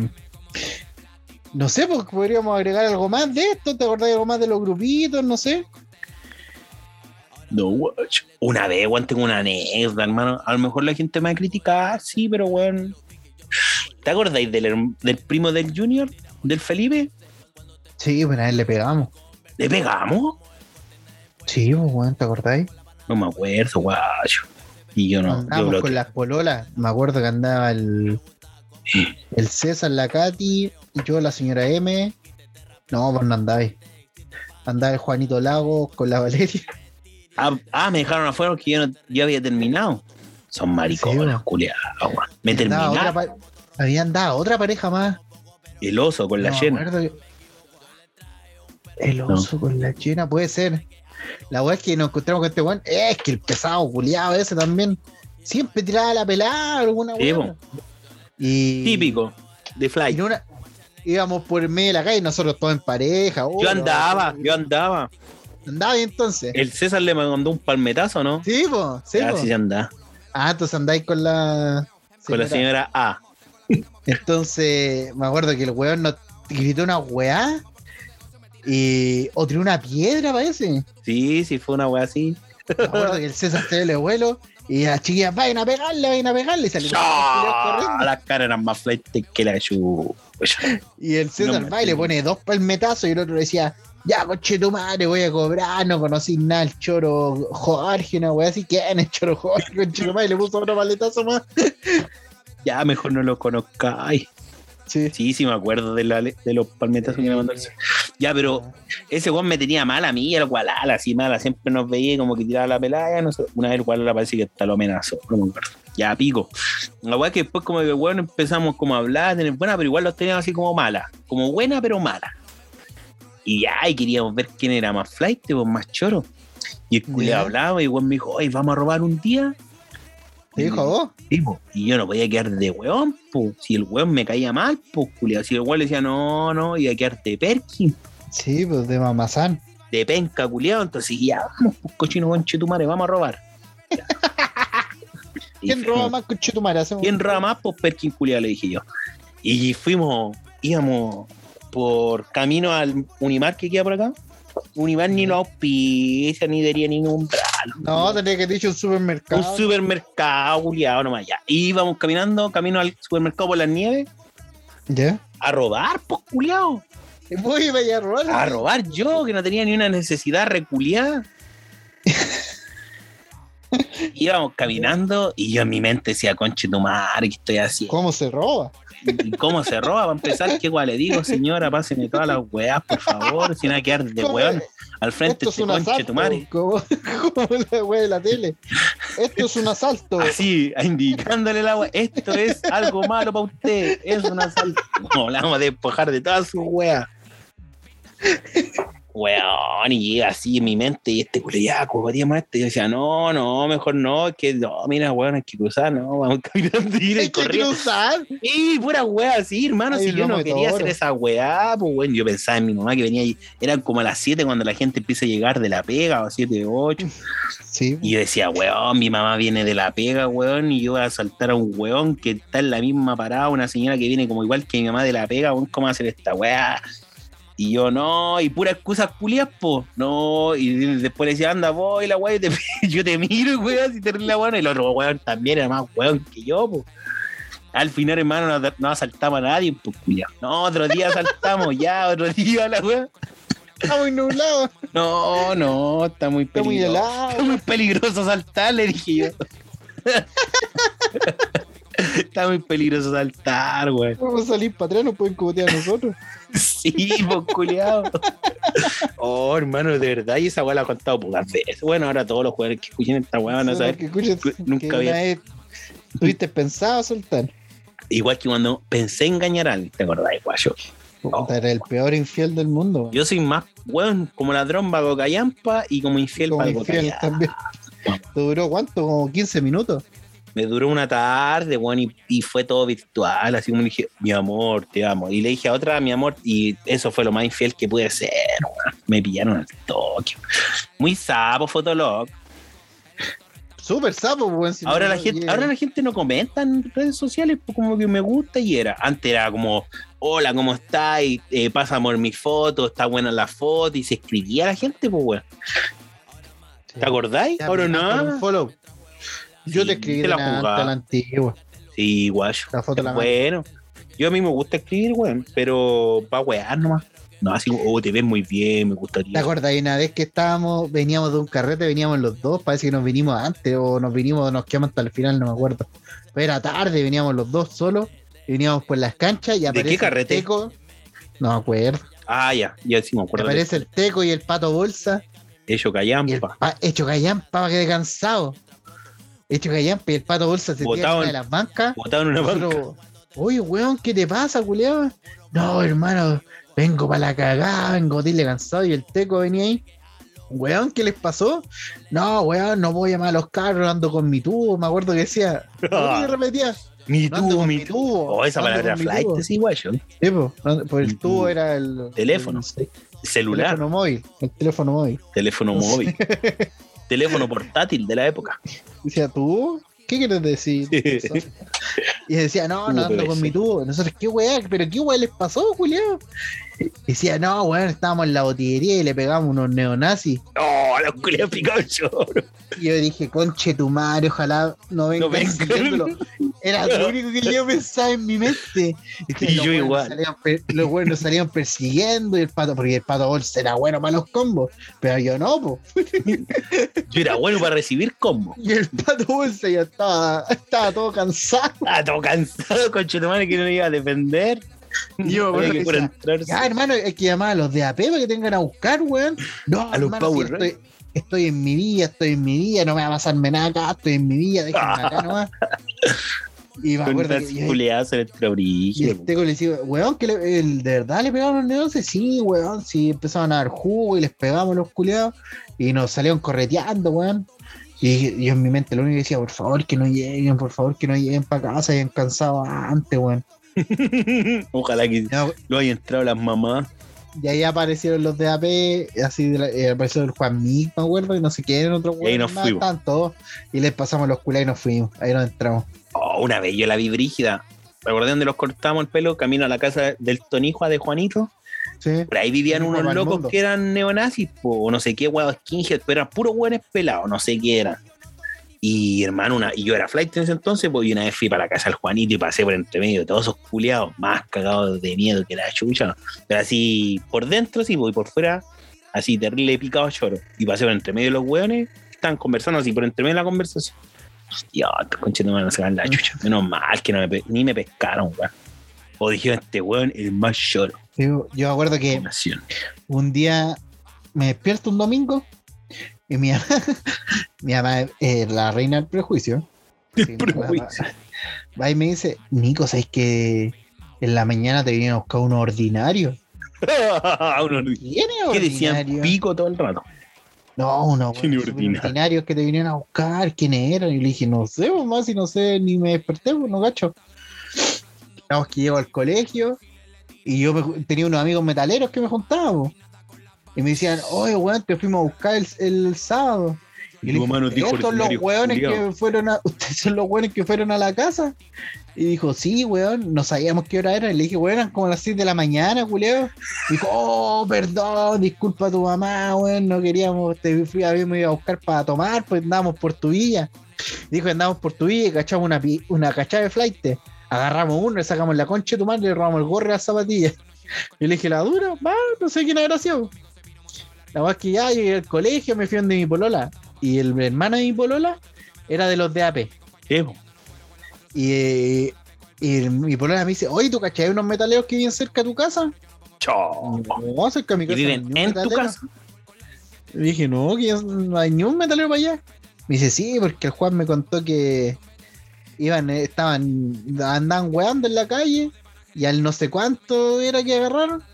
Speaker 2: No sé, pues podríamos agregar algo más de esto, ¿te acordás de algo más de los grupitos? No sé.
Speaker 3: No, guayo. Una vez, weón, tengo una anécdota, hermano. A lo mejor la gente me va a criticar, ah, sí, pero weón. ¿Te acordáis del, herm- del primo del Junior? ¿Del Felipe?
Speaker 2: Sí, bueno, a él le pegamos.
Speaker 3: ¿Le pegamos?
Speaker 2: Sí, pues, weón, ¿te acordáis?
Speaker 3: No me acuerdo, guayo. Y yo no. Yo
Speaker 2: Andábamos
Speaker 3: bloqueo.
Speaker 2: con las pololas. Me acuerdo que andaba el, el César, la Katy, y yo, la señora M. No, pues no andáis. Andaba el Juanito Lago con la Valeria.
Speaker 3: Ah, ah, me dejaron afuera porque yo, no- yo había terminado. Son maricones,
Speaker 2: Sí,
Speaker 3: sí,
Speaker 2: weón.
Speaker 3: Me
Speaker 2: Andaba
Speaker 3: terminaron.
Speaker 2: otra, pa- Habían dado otra pareja más.
Speaker 3: El oso con la
Speaker 2: No me
Speaker 3: llena.
Speaker 2: acuerdo que- El oso con la llena, puede ser. La weá es que nos encontramos con este weón. Es que el pesado culiado ese también. Siempre tiraba la pelada alguna
Speaker 3: Sí,
Speaker 2: weá. Y.
Speaker 3: Típico. De Fly.
Speaker 2: y en una- íbamos por medio de la calle, nosotros todos en pareja. oh,
Speaker 3: Yo andaba,
Speaker 2: no,
Speaker 3: yo andaba.
Speaker 2: Andaba bien entonces.
Speaker 3: El César le mandó un palmetazo, ¿no?
Speaker 2: Sí, po, sí,
Speaker 3: Ya,
Speaker 2: po.
Speaker 3: sí, ya andaba.
Speaker 2: Ah, entonces andáis con la.
Speaker 3: Con la señora A.
Speaker 2: Entonces, me acuerdo que el weón nos gritó una weá. Y. O tiró una piedra, parece.
Speaker 3: Sí, sí, fue una wea así.
Speaker 2: Me acuerdo que el César se le vuelo. Y las chiquillas, vayan a pegarle, vayan a pegarle. Y salieron
Speaker 3: ¡Ah!
Speaker 2: corriendo.
Speaker 3: Las caras eran más fletes que la chu.
Speaker 2: Y el César
Speaker 3: No,
Speaker 2: va y le pone dos palmetazos. Y el otro le decía, ya, coche tu madre, voy a cobrar. No conocí nada el choro Jorge, una weá así. ¿Quién es choro Jorge? Conche tu madre, y le puso otro paletazo más.
Speaker 3: Ya, mejor no lo conozcáis.
Speaker 2: Sí.
Speaker 3: Sí, sí, me acuerdo de, la- de los palmetazos que me mandó el César. Ya, pero ese weón me tenía mal a mí, el Gualala, así mala. Siempre nos veía y como que tiraba la pelada. No sé. Una vez el Gualala parece que hasta lo amenazó. No me acuerdo. Ya, pico. La weá que después, como que, weón, empezamos como a hablar, tener buena, pero igual los teníamos así como mala. Como buena, pero mala. Y ya, y queríamos ver quién era más flight, pues más choro. Y el culiao
Speaker 2: Ya.
Speaker 3: hablaba y el weón me dijo, oye, vamos a robar un día.
Speaker 2: ¿Te dijo a vos?
Speaker 3: Sí, po. Y yo no podía quedar de weón, po. Si el weón me caía mal, pues, culiao. Si el weón le decía, no, no, iba a quedar de perkin
Speaker 2: Sí, pues de Mamazán.
Speaker 3: de penca, culiado. Entonces, ya vamos, pues, cochino conche tu madre, vamos a robar. Ya. Y
Speaker 2: ¿Quién
Speaker 3: fuimos,
Speaker 2: roba más coche tu madre? Hacemos-
Speaker 3: ¿Quién roba más? Pues Perkin culiado, le dije yo. Y fuimos, íbamos por camino al Unimar que queda por acá. Unimar ni lo auspicia, ni daría ningún bral.
Speaker 2: No, tenía que dicho un supermercado.
Speaker 3: un supermercado, culiado, nomás ya. Íbamos caminando, camino al supermercado por las nieves,
Speaker 2: ¿Ya?
Speaker 3: a robar, pues, culiado.
Speaker 2: Voy vaya a robar.
Speaker 3: A robar yo, que no tenía ni una necesidad reculiada. Íbamos caminando y yo en mi mente decía, conche tu madre, ¿qué estoy haciendo?
Speaker 2: ¿Cómo se roba?
Speaker 3: ¿Y ¿Cómo se roba? Para empezar, ¿qué guay le digo, señora? Pásenme todas las weas, por favor, sin a quedar de
Speaker 2: ¿Cómo?
Speaker 3: weón al frente
Speaker 2: Esto
Speaker 3: de
Speaker 2: es un
Speaker 3: conche tu
Speaker 2: asalto.
Speaker 3: madre.
Speaker 2: Como, como la wea de la tele. Esto es un asalto.
Speaker 3: Así, indicándole el agua, esto es algo malo para usted, es un asalto. No, la vamos a despojar de todas sus weas. Weón, y llega así en mi mente, y este culiaco, más este. Yo decía, no, no, mejor no, es que no, mira, weón, hay que cruzar, no, vamos caminando y ir
Speaker 2: Hay
Speaker 3: y
Speaker 2: que
Speaker 3: corriendo.
Speaker 2: cruzar.
Speaker 3: Y pura wea así, hermano,
Speaker 2: Ay,
Speaker 3: si yo
Speaker 2: lomo
Speaker 3: no
Speaker 2: de
Speaker 3: quería
Speaker 2: toro.
Speaker 3: hacer esa wea, pues bueno, yo pensaba en mi mamá que venía ahí, eran como a las 7 cuando la gente empieza a llegar de la pega, o 7, 8.
Speaker 2: Sí.
Speaker 3: Y yo decía, weón, mi mamá viene de la pega, weón, y yo voy a saltar a un weón que está en la misma parada, una señora que viene como igual que mi mamá de la pega, weón, ¿cómo va a hacer esta weá? Y yo, no, y pura excusa culias, po, no, y después le decía, anda, voy, la weá, yo te, yo te miro, weón, si te ríes la weón, y el otro weón también era más weón que yo, po. Al final, hermano, no, no asaltamos a nadie, pues, culiao. No, otro día asaltamos, ya, otro día, la weá.
Speaker 2: Está muy nublado.
Speaker 3: No, no, está muy
Speaker 2: Está muy
Speaker 3: peligroso. Está
Speaker 2: helado.
Speaker 3: muy peligroso saltar, le dije yo. Está muy peligroso saltar, güey.
Speaker 2: Vamos a salir para atrás, nos pueden cogotear a nosotros.
Speaker 3: Sí, pues culiao. Oh, hermano, de verdad, y esa weá la he contado pocas veces. Bueno, ahora todos los jugadores que escuchen esta weá van a
Speaker 2: Eso es lo
Speaker 3: saber.
Speaker 2: que escuchas,
Speaker 3: que nunca
Speaker 2: que
Speaker 3: había-
Speaker 2: una vez Tuviste pensado soltar.
Speaker 3: Igual que cuando pensé engañar a alguien, ¿te acordás, guayo? No.
Speaker 2: Era el peor infiel del mundo.
Speaker 3: Oh. Yo soy más, weón, como ladrón para Cocayampa y como infiel
Speaker 2: Como
Speaker 3: para
Speaker 2: infiel
Speaker 3: Cocayampa.
Speaker 2: también. ¿Duró cuánto? Como 15 minutos.
Speaker 3: me duró una tarde, weón, y, y fue todo virtual, así como le dije, mi amor, te amo. Y le dije a otra, mi amor, y eso fue lo más infiel que pude ser, weón. Me pillaron al toque. Muy sapo, Fotolog.
Speaker 2: Súper sapo, weón. si no,
Speaker 3: Ahora la,
Speaker 2: no,
Speaker 3: gente,
Speaker 2: yeah.
Speaker 3: ahora la gente no comenta en redes sociales, pues, como que me gusta y era. Antes era como, hola, ¿cómo estás? Y, Eh, pasa amor mi foto, está buena la foto, y se escribía la gente, pues, weón. ¿Te acordáis?
Speaker 2: Ya,
Speaker 3: Ahora
Speaker 2: me dan por un
Speaker 3: no.
Speaker 2: follow. Yo
Speaker 3: Sí,
Speaker 2: te escribí
Speaker 3: te la
Speaker 2: delante la,
Speaker 3: jugaba.
Speaker 2: antigua.
Speaker 3: Sí, guayo.
Speaker 2: La foto Pues de la
Speaker 3: Bueno, yo a mí me gusta escribir, weón, pero para wear nomás. No, así, oh, te ves muy bien, me
Speaker 2: ¿Te
Speaker 3: gustaría.
Speaker 2: acordás? Una vez que estábamos, veníamos de un carrete, veníamos los dos, parece que nos vinimos antes o nos vinimos, nos quedamos hasta el final, no me acuerdo. Pero era tarde, veníamos los dos solos, y veníamos por las canchas y aparece
Speaker 3: qué
Speaker 2: el
Speaker 3: carrete?
Speaker 2: Teco, no me acuerdo.
Speaker 3: Ah, ya, ya sí me acuerdo. de
Speaker 2: aparece el Teco y el Pato Bolsa
Speaker 3: Ellos
Speaker 2: y el
Speaker 3: callampa.
Speaker 2: pa- Hecho Callampa, para que cansado. Hecho Callampa y el Pato Bolsa se
Speaker 3: Botaban-
Speaker 2: tiraron de las bancas.
Speaker 3: Botaron una banca.
Speaker 2: Nosotros Oye, weón, ¿qué te pasa, culiao? No, hermano, vengo para la cagada, vengo dile cansado y el teco venía ahí. Weón, ¿qué les pasó? No, weón, no voy a llamar a los carros, ando con mi tubo, me acuerdo que decía.
Speaker 3: Ah.
Speaker 2: Y repetía,
Speaker 3: Mi
Speaker 2: No ando
Speaker 3: tubo,
Speaker 2: con
Speaker 3: mi
Speaker 2: mi
Speaker 3: tubo.
Speaker 2: tubo.
Speaker 3: Oh, esa
Speaker 2: No ando
Speaker 3: palabra
Speaker 2: con mi
Speaker 3: flight
Speaker 2: tubo.
Speaker 3: es igual, yo.
Speaker 2: sí, po, no, pues el tubo
Speaker 3: Mm.
Speaker 2: era el
Speaker 3: Teléfono.
Speaker 2: el- el
Speaker 3: Celular,
Speaker 2: teléfono móvil, el teléfono móvil.
Speaker 3: teléfono móvil, teléfono portátil de la época.
Speaker 2: Decía, ¿tú? ¿Qué quieres decir? Y decía, no, no ando con mi tubo. Nosotros, ¿qué weá? ¿Pero qué weá les pasó, Julián? Decía, no, weón, estábamos en la botillería y le pegamos unos neonazis.
Speaker 3: No, los culiados Pikachu.
Speaker 2: Y yo dije, conche tu madre, ojalá no vengan
Speaker 3: vengan.
Speaker 2: siguiéndolo". Era lo único que yo pensaba en mi mente. Decía,
Speaker 3: Y
Speaker 2: los
Speaker 3: yo
Speaker 2: weones
Speaker 3: igual.
Speaker 2: salían per- los buenos nos salían persiguiendo y el pato, porque el pato bolsa era bueno para los combos, pero yo no, po.
Speaker 3: Yo era bueno para recibir combo.
Speaker 2: Y el pato bolsa ya estaba, estaba todo cansado.
Speaker 3: Estaba Ah, todo cansado, conchetumare, que no iba a defender.
Speaker 2: Y yo me acuerdo
Speaker 3: Había
Speaker 2: que
Speaker 3: que puro
Speaker 2: decía,
Speaker 3: entrarse.
Speaker 2: Ya, hermano, hay que llamar a los de AP para que tengan a buscar, weón. No,
Speaker 3: A los
Speaker 2: hermano,
Speaker 3: Power
Speaker 2: si estoy, estoy en mi día, estoy en mi día, no me va a pasarme nada acá, estoy en mi día, déjenme acá nomás. Y me
Speaker 3: Con
Speaker 2: acuerdo
Speaker 3: unas
Speaker 2: que yo-
Speaker 3: culiadas en el
Speaker 2: y
Speaker 3: trabrigo.
Speaker 2: el teco le decía, weón, que le- el- de verdad le pegaron los negocios, sí, weón, sí, empezaron a dar jugo y les pegamos los culeados y nos salieron correteando, weón. Y yo en mi mente lo único que decía, por favor que no lleguen, por favor que no lleguen para casa, hayan cansado antes, weón.
Speaker 3: Ojalá que
Speaker 2: Ya-
Speaker 3: no hayan entrado las mamás.
Speaker 2: Y ahí aparecieron los de AP, así de la- eh, apareció el Juan Mick, me acuerdo, y no sé quién, otro
Speaker 3: Y ahí nos fuimos.
Speaker 2: tanto. Y les pasamos los culas y nos fuimos. Ahí nos entramos.
Speaker 3: Oh, una vez yo la vi brígida. ¿Me acordé donde los cortamos el pelo? Camino a la casa del Tonijua de Juanito.
Speaker 2: Sí.
Speaker 3: Por ahí vivían
Speaker 2: Sí,
Speaker 3: unos
Speaker 2: para el
Speaker 3: locos
Speaker 2: mundo.
Speaker 3: que eran neonazis, po, o no sé qué huevos skinhead, pero eran puros hueones pelados, no sé qué eran. Y hermano, una, y yo era flight en ese entonces, pues y una vez fui para la casa del Juanito y pasé por entre medio de todos esos culiados, más cagados de miedo que la chucha. Pero así, por dentro sí, po, y por fuera, así terrible picado choro. Y pasé por entre medio de los hueones, estaban conversando así, por entre medio de la conversación. Hostia, estos conches no me van a sacar
Speaker 2: Ah.
Speaker 3: la chucha. Menos mal que no me pe- ni me pescaron, weón. O dijeron, este weón es el más choro.
Speaker 2: Sí, Yo, yo me acuerdo
Speaker 3: de
Speaker 2: que
Speaker 3: la nación".
Speaker 2: un día me despierto un domingo y mi mamá, mi mamá eh, la reina del prejuicio. Sí, mi mamá
Speaker 3: prejuicio.
Speaker 2: Va y me dice, Nico, ¿sabes que en la mañana te vinieron a buscar uno ordinario? ¿Quién es
Speaker 3: que decían
Speaker 2: ordinario?
Speaker 3: pico todo el rato.
Speaker 2: No, uno,
Speaker 3: Ni
Speaker 2: weón, súper
Speaker 3: ordinario.
Speaker 2: ordinarios que te vinieron a buscar, quiénes eran. Y le dije, no sé, pues, más si no sé, ni me desperté, pues, no gacho. Digamos que llego al colegio y yo me ju- tenía unos amigos metaleros que me juntaban. pues. Y me decían, oye, weón, te fuimos a buscar el, el sábado. Y
Speaker 3: Y
Speaker 2: le
Speaker 3: tu
Speaker 2: dije,
Speaker 3: mamá nos dijo
Speaker 2: estos son los
Speaker 3: ordinario,
Speaker 2: weones
Speaker 3: culiao.
Speaker 2: que fueron a, ustedes son los weones que fueron a la casa. Y dijo, sí, weón, no sabíamos qué hora era. Y le dije, weón, eran como las 6 de la mañana, culeo. Dijo, oh, perdón, disculpa a tu mamá, weón, no queríamos, te fui a ver, me iba a buscar para tomar, pues andábamos por tu villa. Dijo, andamos por tu villa y cachamos una, pi- una cachada de flight. Agarramos uno, le sacamos la concha de tu madre, le robamos el gorro y las zapatillas. Y le dije, la dura, va, no sé quién habrá sido. La verdad es que ya llegué al colegio, me fui donde mi polola. Y el hermano de mi polola era de los de AP.
Speaker 3: Sí, po.
Speaker 2: Y, eh, y el- mi polola me dice, oye, ¿tú cachai unos metaleros que viven cerca de tu casa? "Oh,
Speaker 3: Chao.
Speaker 2: No, cerca de mi
Speaker 3: Y
Speaker 2: casa. no
Speaker 3: viven
Speaker 2: hay ningún
Speaker 3: en tu
Speaker 2: metalero.
Speaker 3: casa.
Speaker 2: Le dije, no, que yo- no hay ni un metalero para allá. Me dice, sí, porque el Juan me contó que iban, eh, estaban, andaban weando en la calle y al no sé cuánto era que agarraron,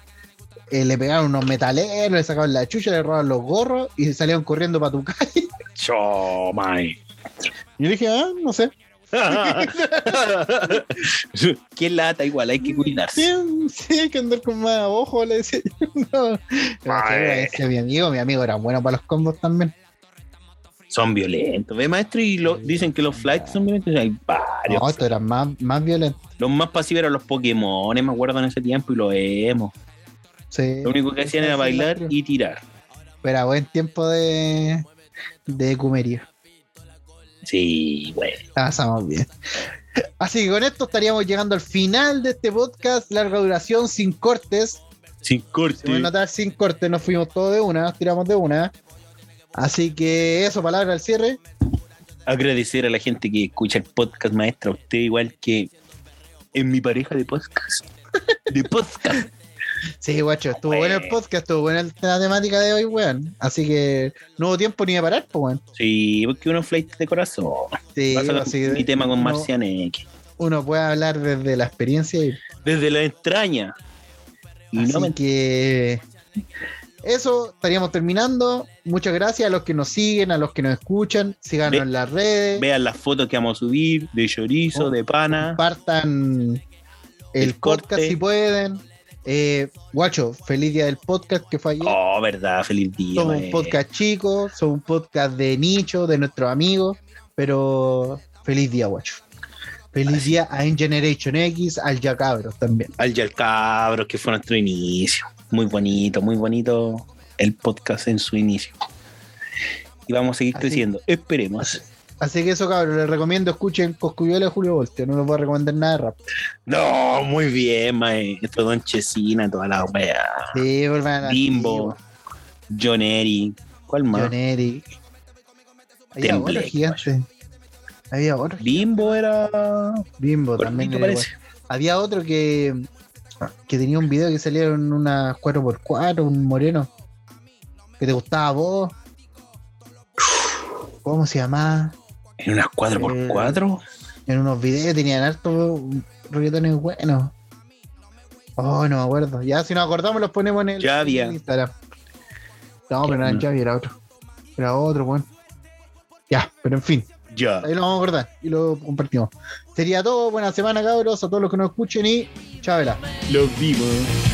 Speaker 2: eh, le pegaron unos metaleros, le sacaron la chucha, le robaron los gorros y se salieron corriendo para tu calle.
Speaker 3: Chao, mae.
Speaker 2: Yo le dije, ah, no sé.
Speaker 3: Qué lata, igual hay que cuidarse.
Speaker 2: Sí, sí, hay que andar con más ojo, le decía yo. No. Pero
Speaker 3: Ay.
Speaker 2: se lo decía a mi amigo, mi amigo era bueno para los combos también.
Speaker 3: Son violentos. Ve, maestro, y lo, dicen que los flights son violentos. Hay varios.
Speaker 2: No, esto era más, más violento.
Speaker 3: Los más pasivos eran los Pokémon, me acuerdo en ese tiempo, y los emo.
Speaker 2: Sí.
Speaker 3: Lo único que hacían era bailar y tirar.
Speaker 2: Pero a buen tiempo de, de cumerío.
Speaker 3: Sí, güey.
Speaker 2: La pasamos bien. Así que con esto estaríamos llegando al final de este podcast. Larga duración, sin cortes.
Speaker 3: Sin
Speaker 2: Se pueden
Speaker 3: corte.
Speaker 2: notar, sin cortes. Nos fuimos todos de una, nos tiramos de una. Así que eso, palabra al cierre.
Speaker 3: agradecer a la gente que escucha el podcast, maestra. Usted, igual que en mi pareja de podcast. De podcast.
Speaker 2: Sí, guacho, estuvo
Speaker 3: Bueno.
Speaker 2: bueno el podcast, estuvo buena la temática de hoy, weón. Así que no hubo tiempo ni de parar, pues, weón.
Speaker 3: Sí, porque uno flight de corazón.
Speaker 2: Sí,
Speaker 3: Pasa
Speaker 2: así
Speaker 3: mi
Speaker 2: que-
Speaker 3: tema con
Speaker 2: no-
Speaker 3: Marcianeque.
Speaker 2: uno puede hablar desde la experiencia y
Speaker 3: Desde la entraña. Y
Speaker 2: Así
Speaker 3: no me
Speaker 2: que eso estaríamos terminando. Muchas gracias a los que nos siguen, a los que nos escuchan. Síganos
Speaker 3: Ve-
Speaker 2: en las redes,
Speaker 3: vean las fotos que vamos a subir de chorizo,
Speaker 2: Oh,
Speaker 3: de pana.
Speaker 2: compartan el
Speaker 3: El corte.
Speaker 2: podcast si pueden. Eh, guacho, feliz día del podcast que fue ayer.
Speaker 3: Oh, verdad, feliz día.
Speaker 2: somos un
Speaker 3: eh.
Speaker 2: podcast chico, somos un podcast de nicho, de nuestros amigos, pero feliz día, guacho. Feliz día a En Generation X, al Ya Cabros también.
Speaker 3: Al Yal Cabros, que fue nuestro inicio. Muy bonito, muy bonito el podcast en su inicio. Y vamos a seguir
Speaker 2: Así.
Speaker 3: creciendo, esperemos.
Speaker 2: Así que eso, cabros, les recomiendo escuchen Coscuyuela de Julio Voltio. No les voy a recomendar nada de rap.
Speaker 3: No, muy bien, maestro Don Chesina, toda la wea.
Speaker 2: Sí, vuelvan a
Speaker 3: Bimbo, John Eri. ¿Cuál más?
Speaker 2: John Eric. Había
Speaker 3: Temple,
Speaker 2: otro gigante. Había otro.
Speaker 3: Bimbo era.
Speaker 2: Bimbo también.
Speaker 3: Gordito
Speaker 2: era
Speaker 3: parece.
Speaker 2: igual. Había otro que, que tenía un video que salía en unas 4x4, un moreno. Que te gustaba a vos. ¿Cómo se llamaba?
Speaker 3: En unas 4x4.
Speaker 2: En unos videos tenían hartos reggaetones buenos. Oh, no me acuerdo. Ya, si nos acordamos, los ponemos en el
Speaker 3: Javia.
Speaker 2: en Instagram. No, pero no era
Speaker 3: Mm.
Speaker 2: Javi, era otro. Era otro, bueno. Ya, pero en fin.
Speaker 3: Ya.
Speaker 2: Ahí lo vamos a acordar y lo compartimos. Sería todo. Buena semana, cabros. A todos los que nos escuchen y chávela.
Speaker 3: Los vimos.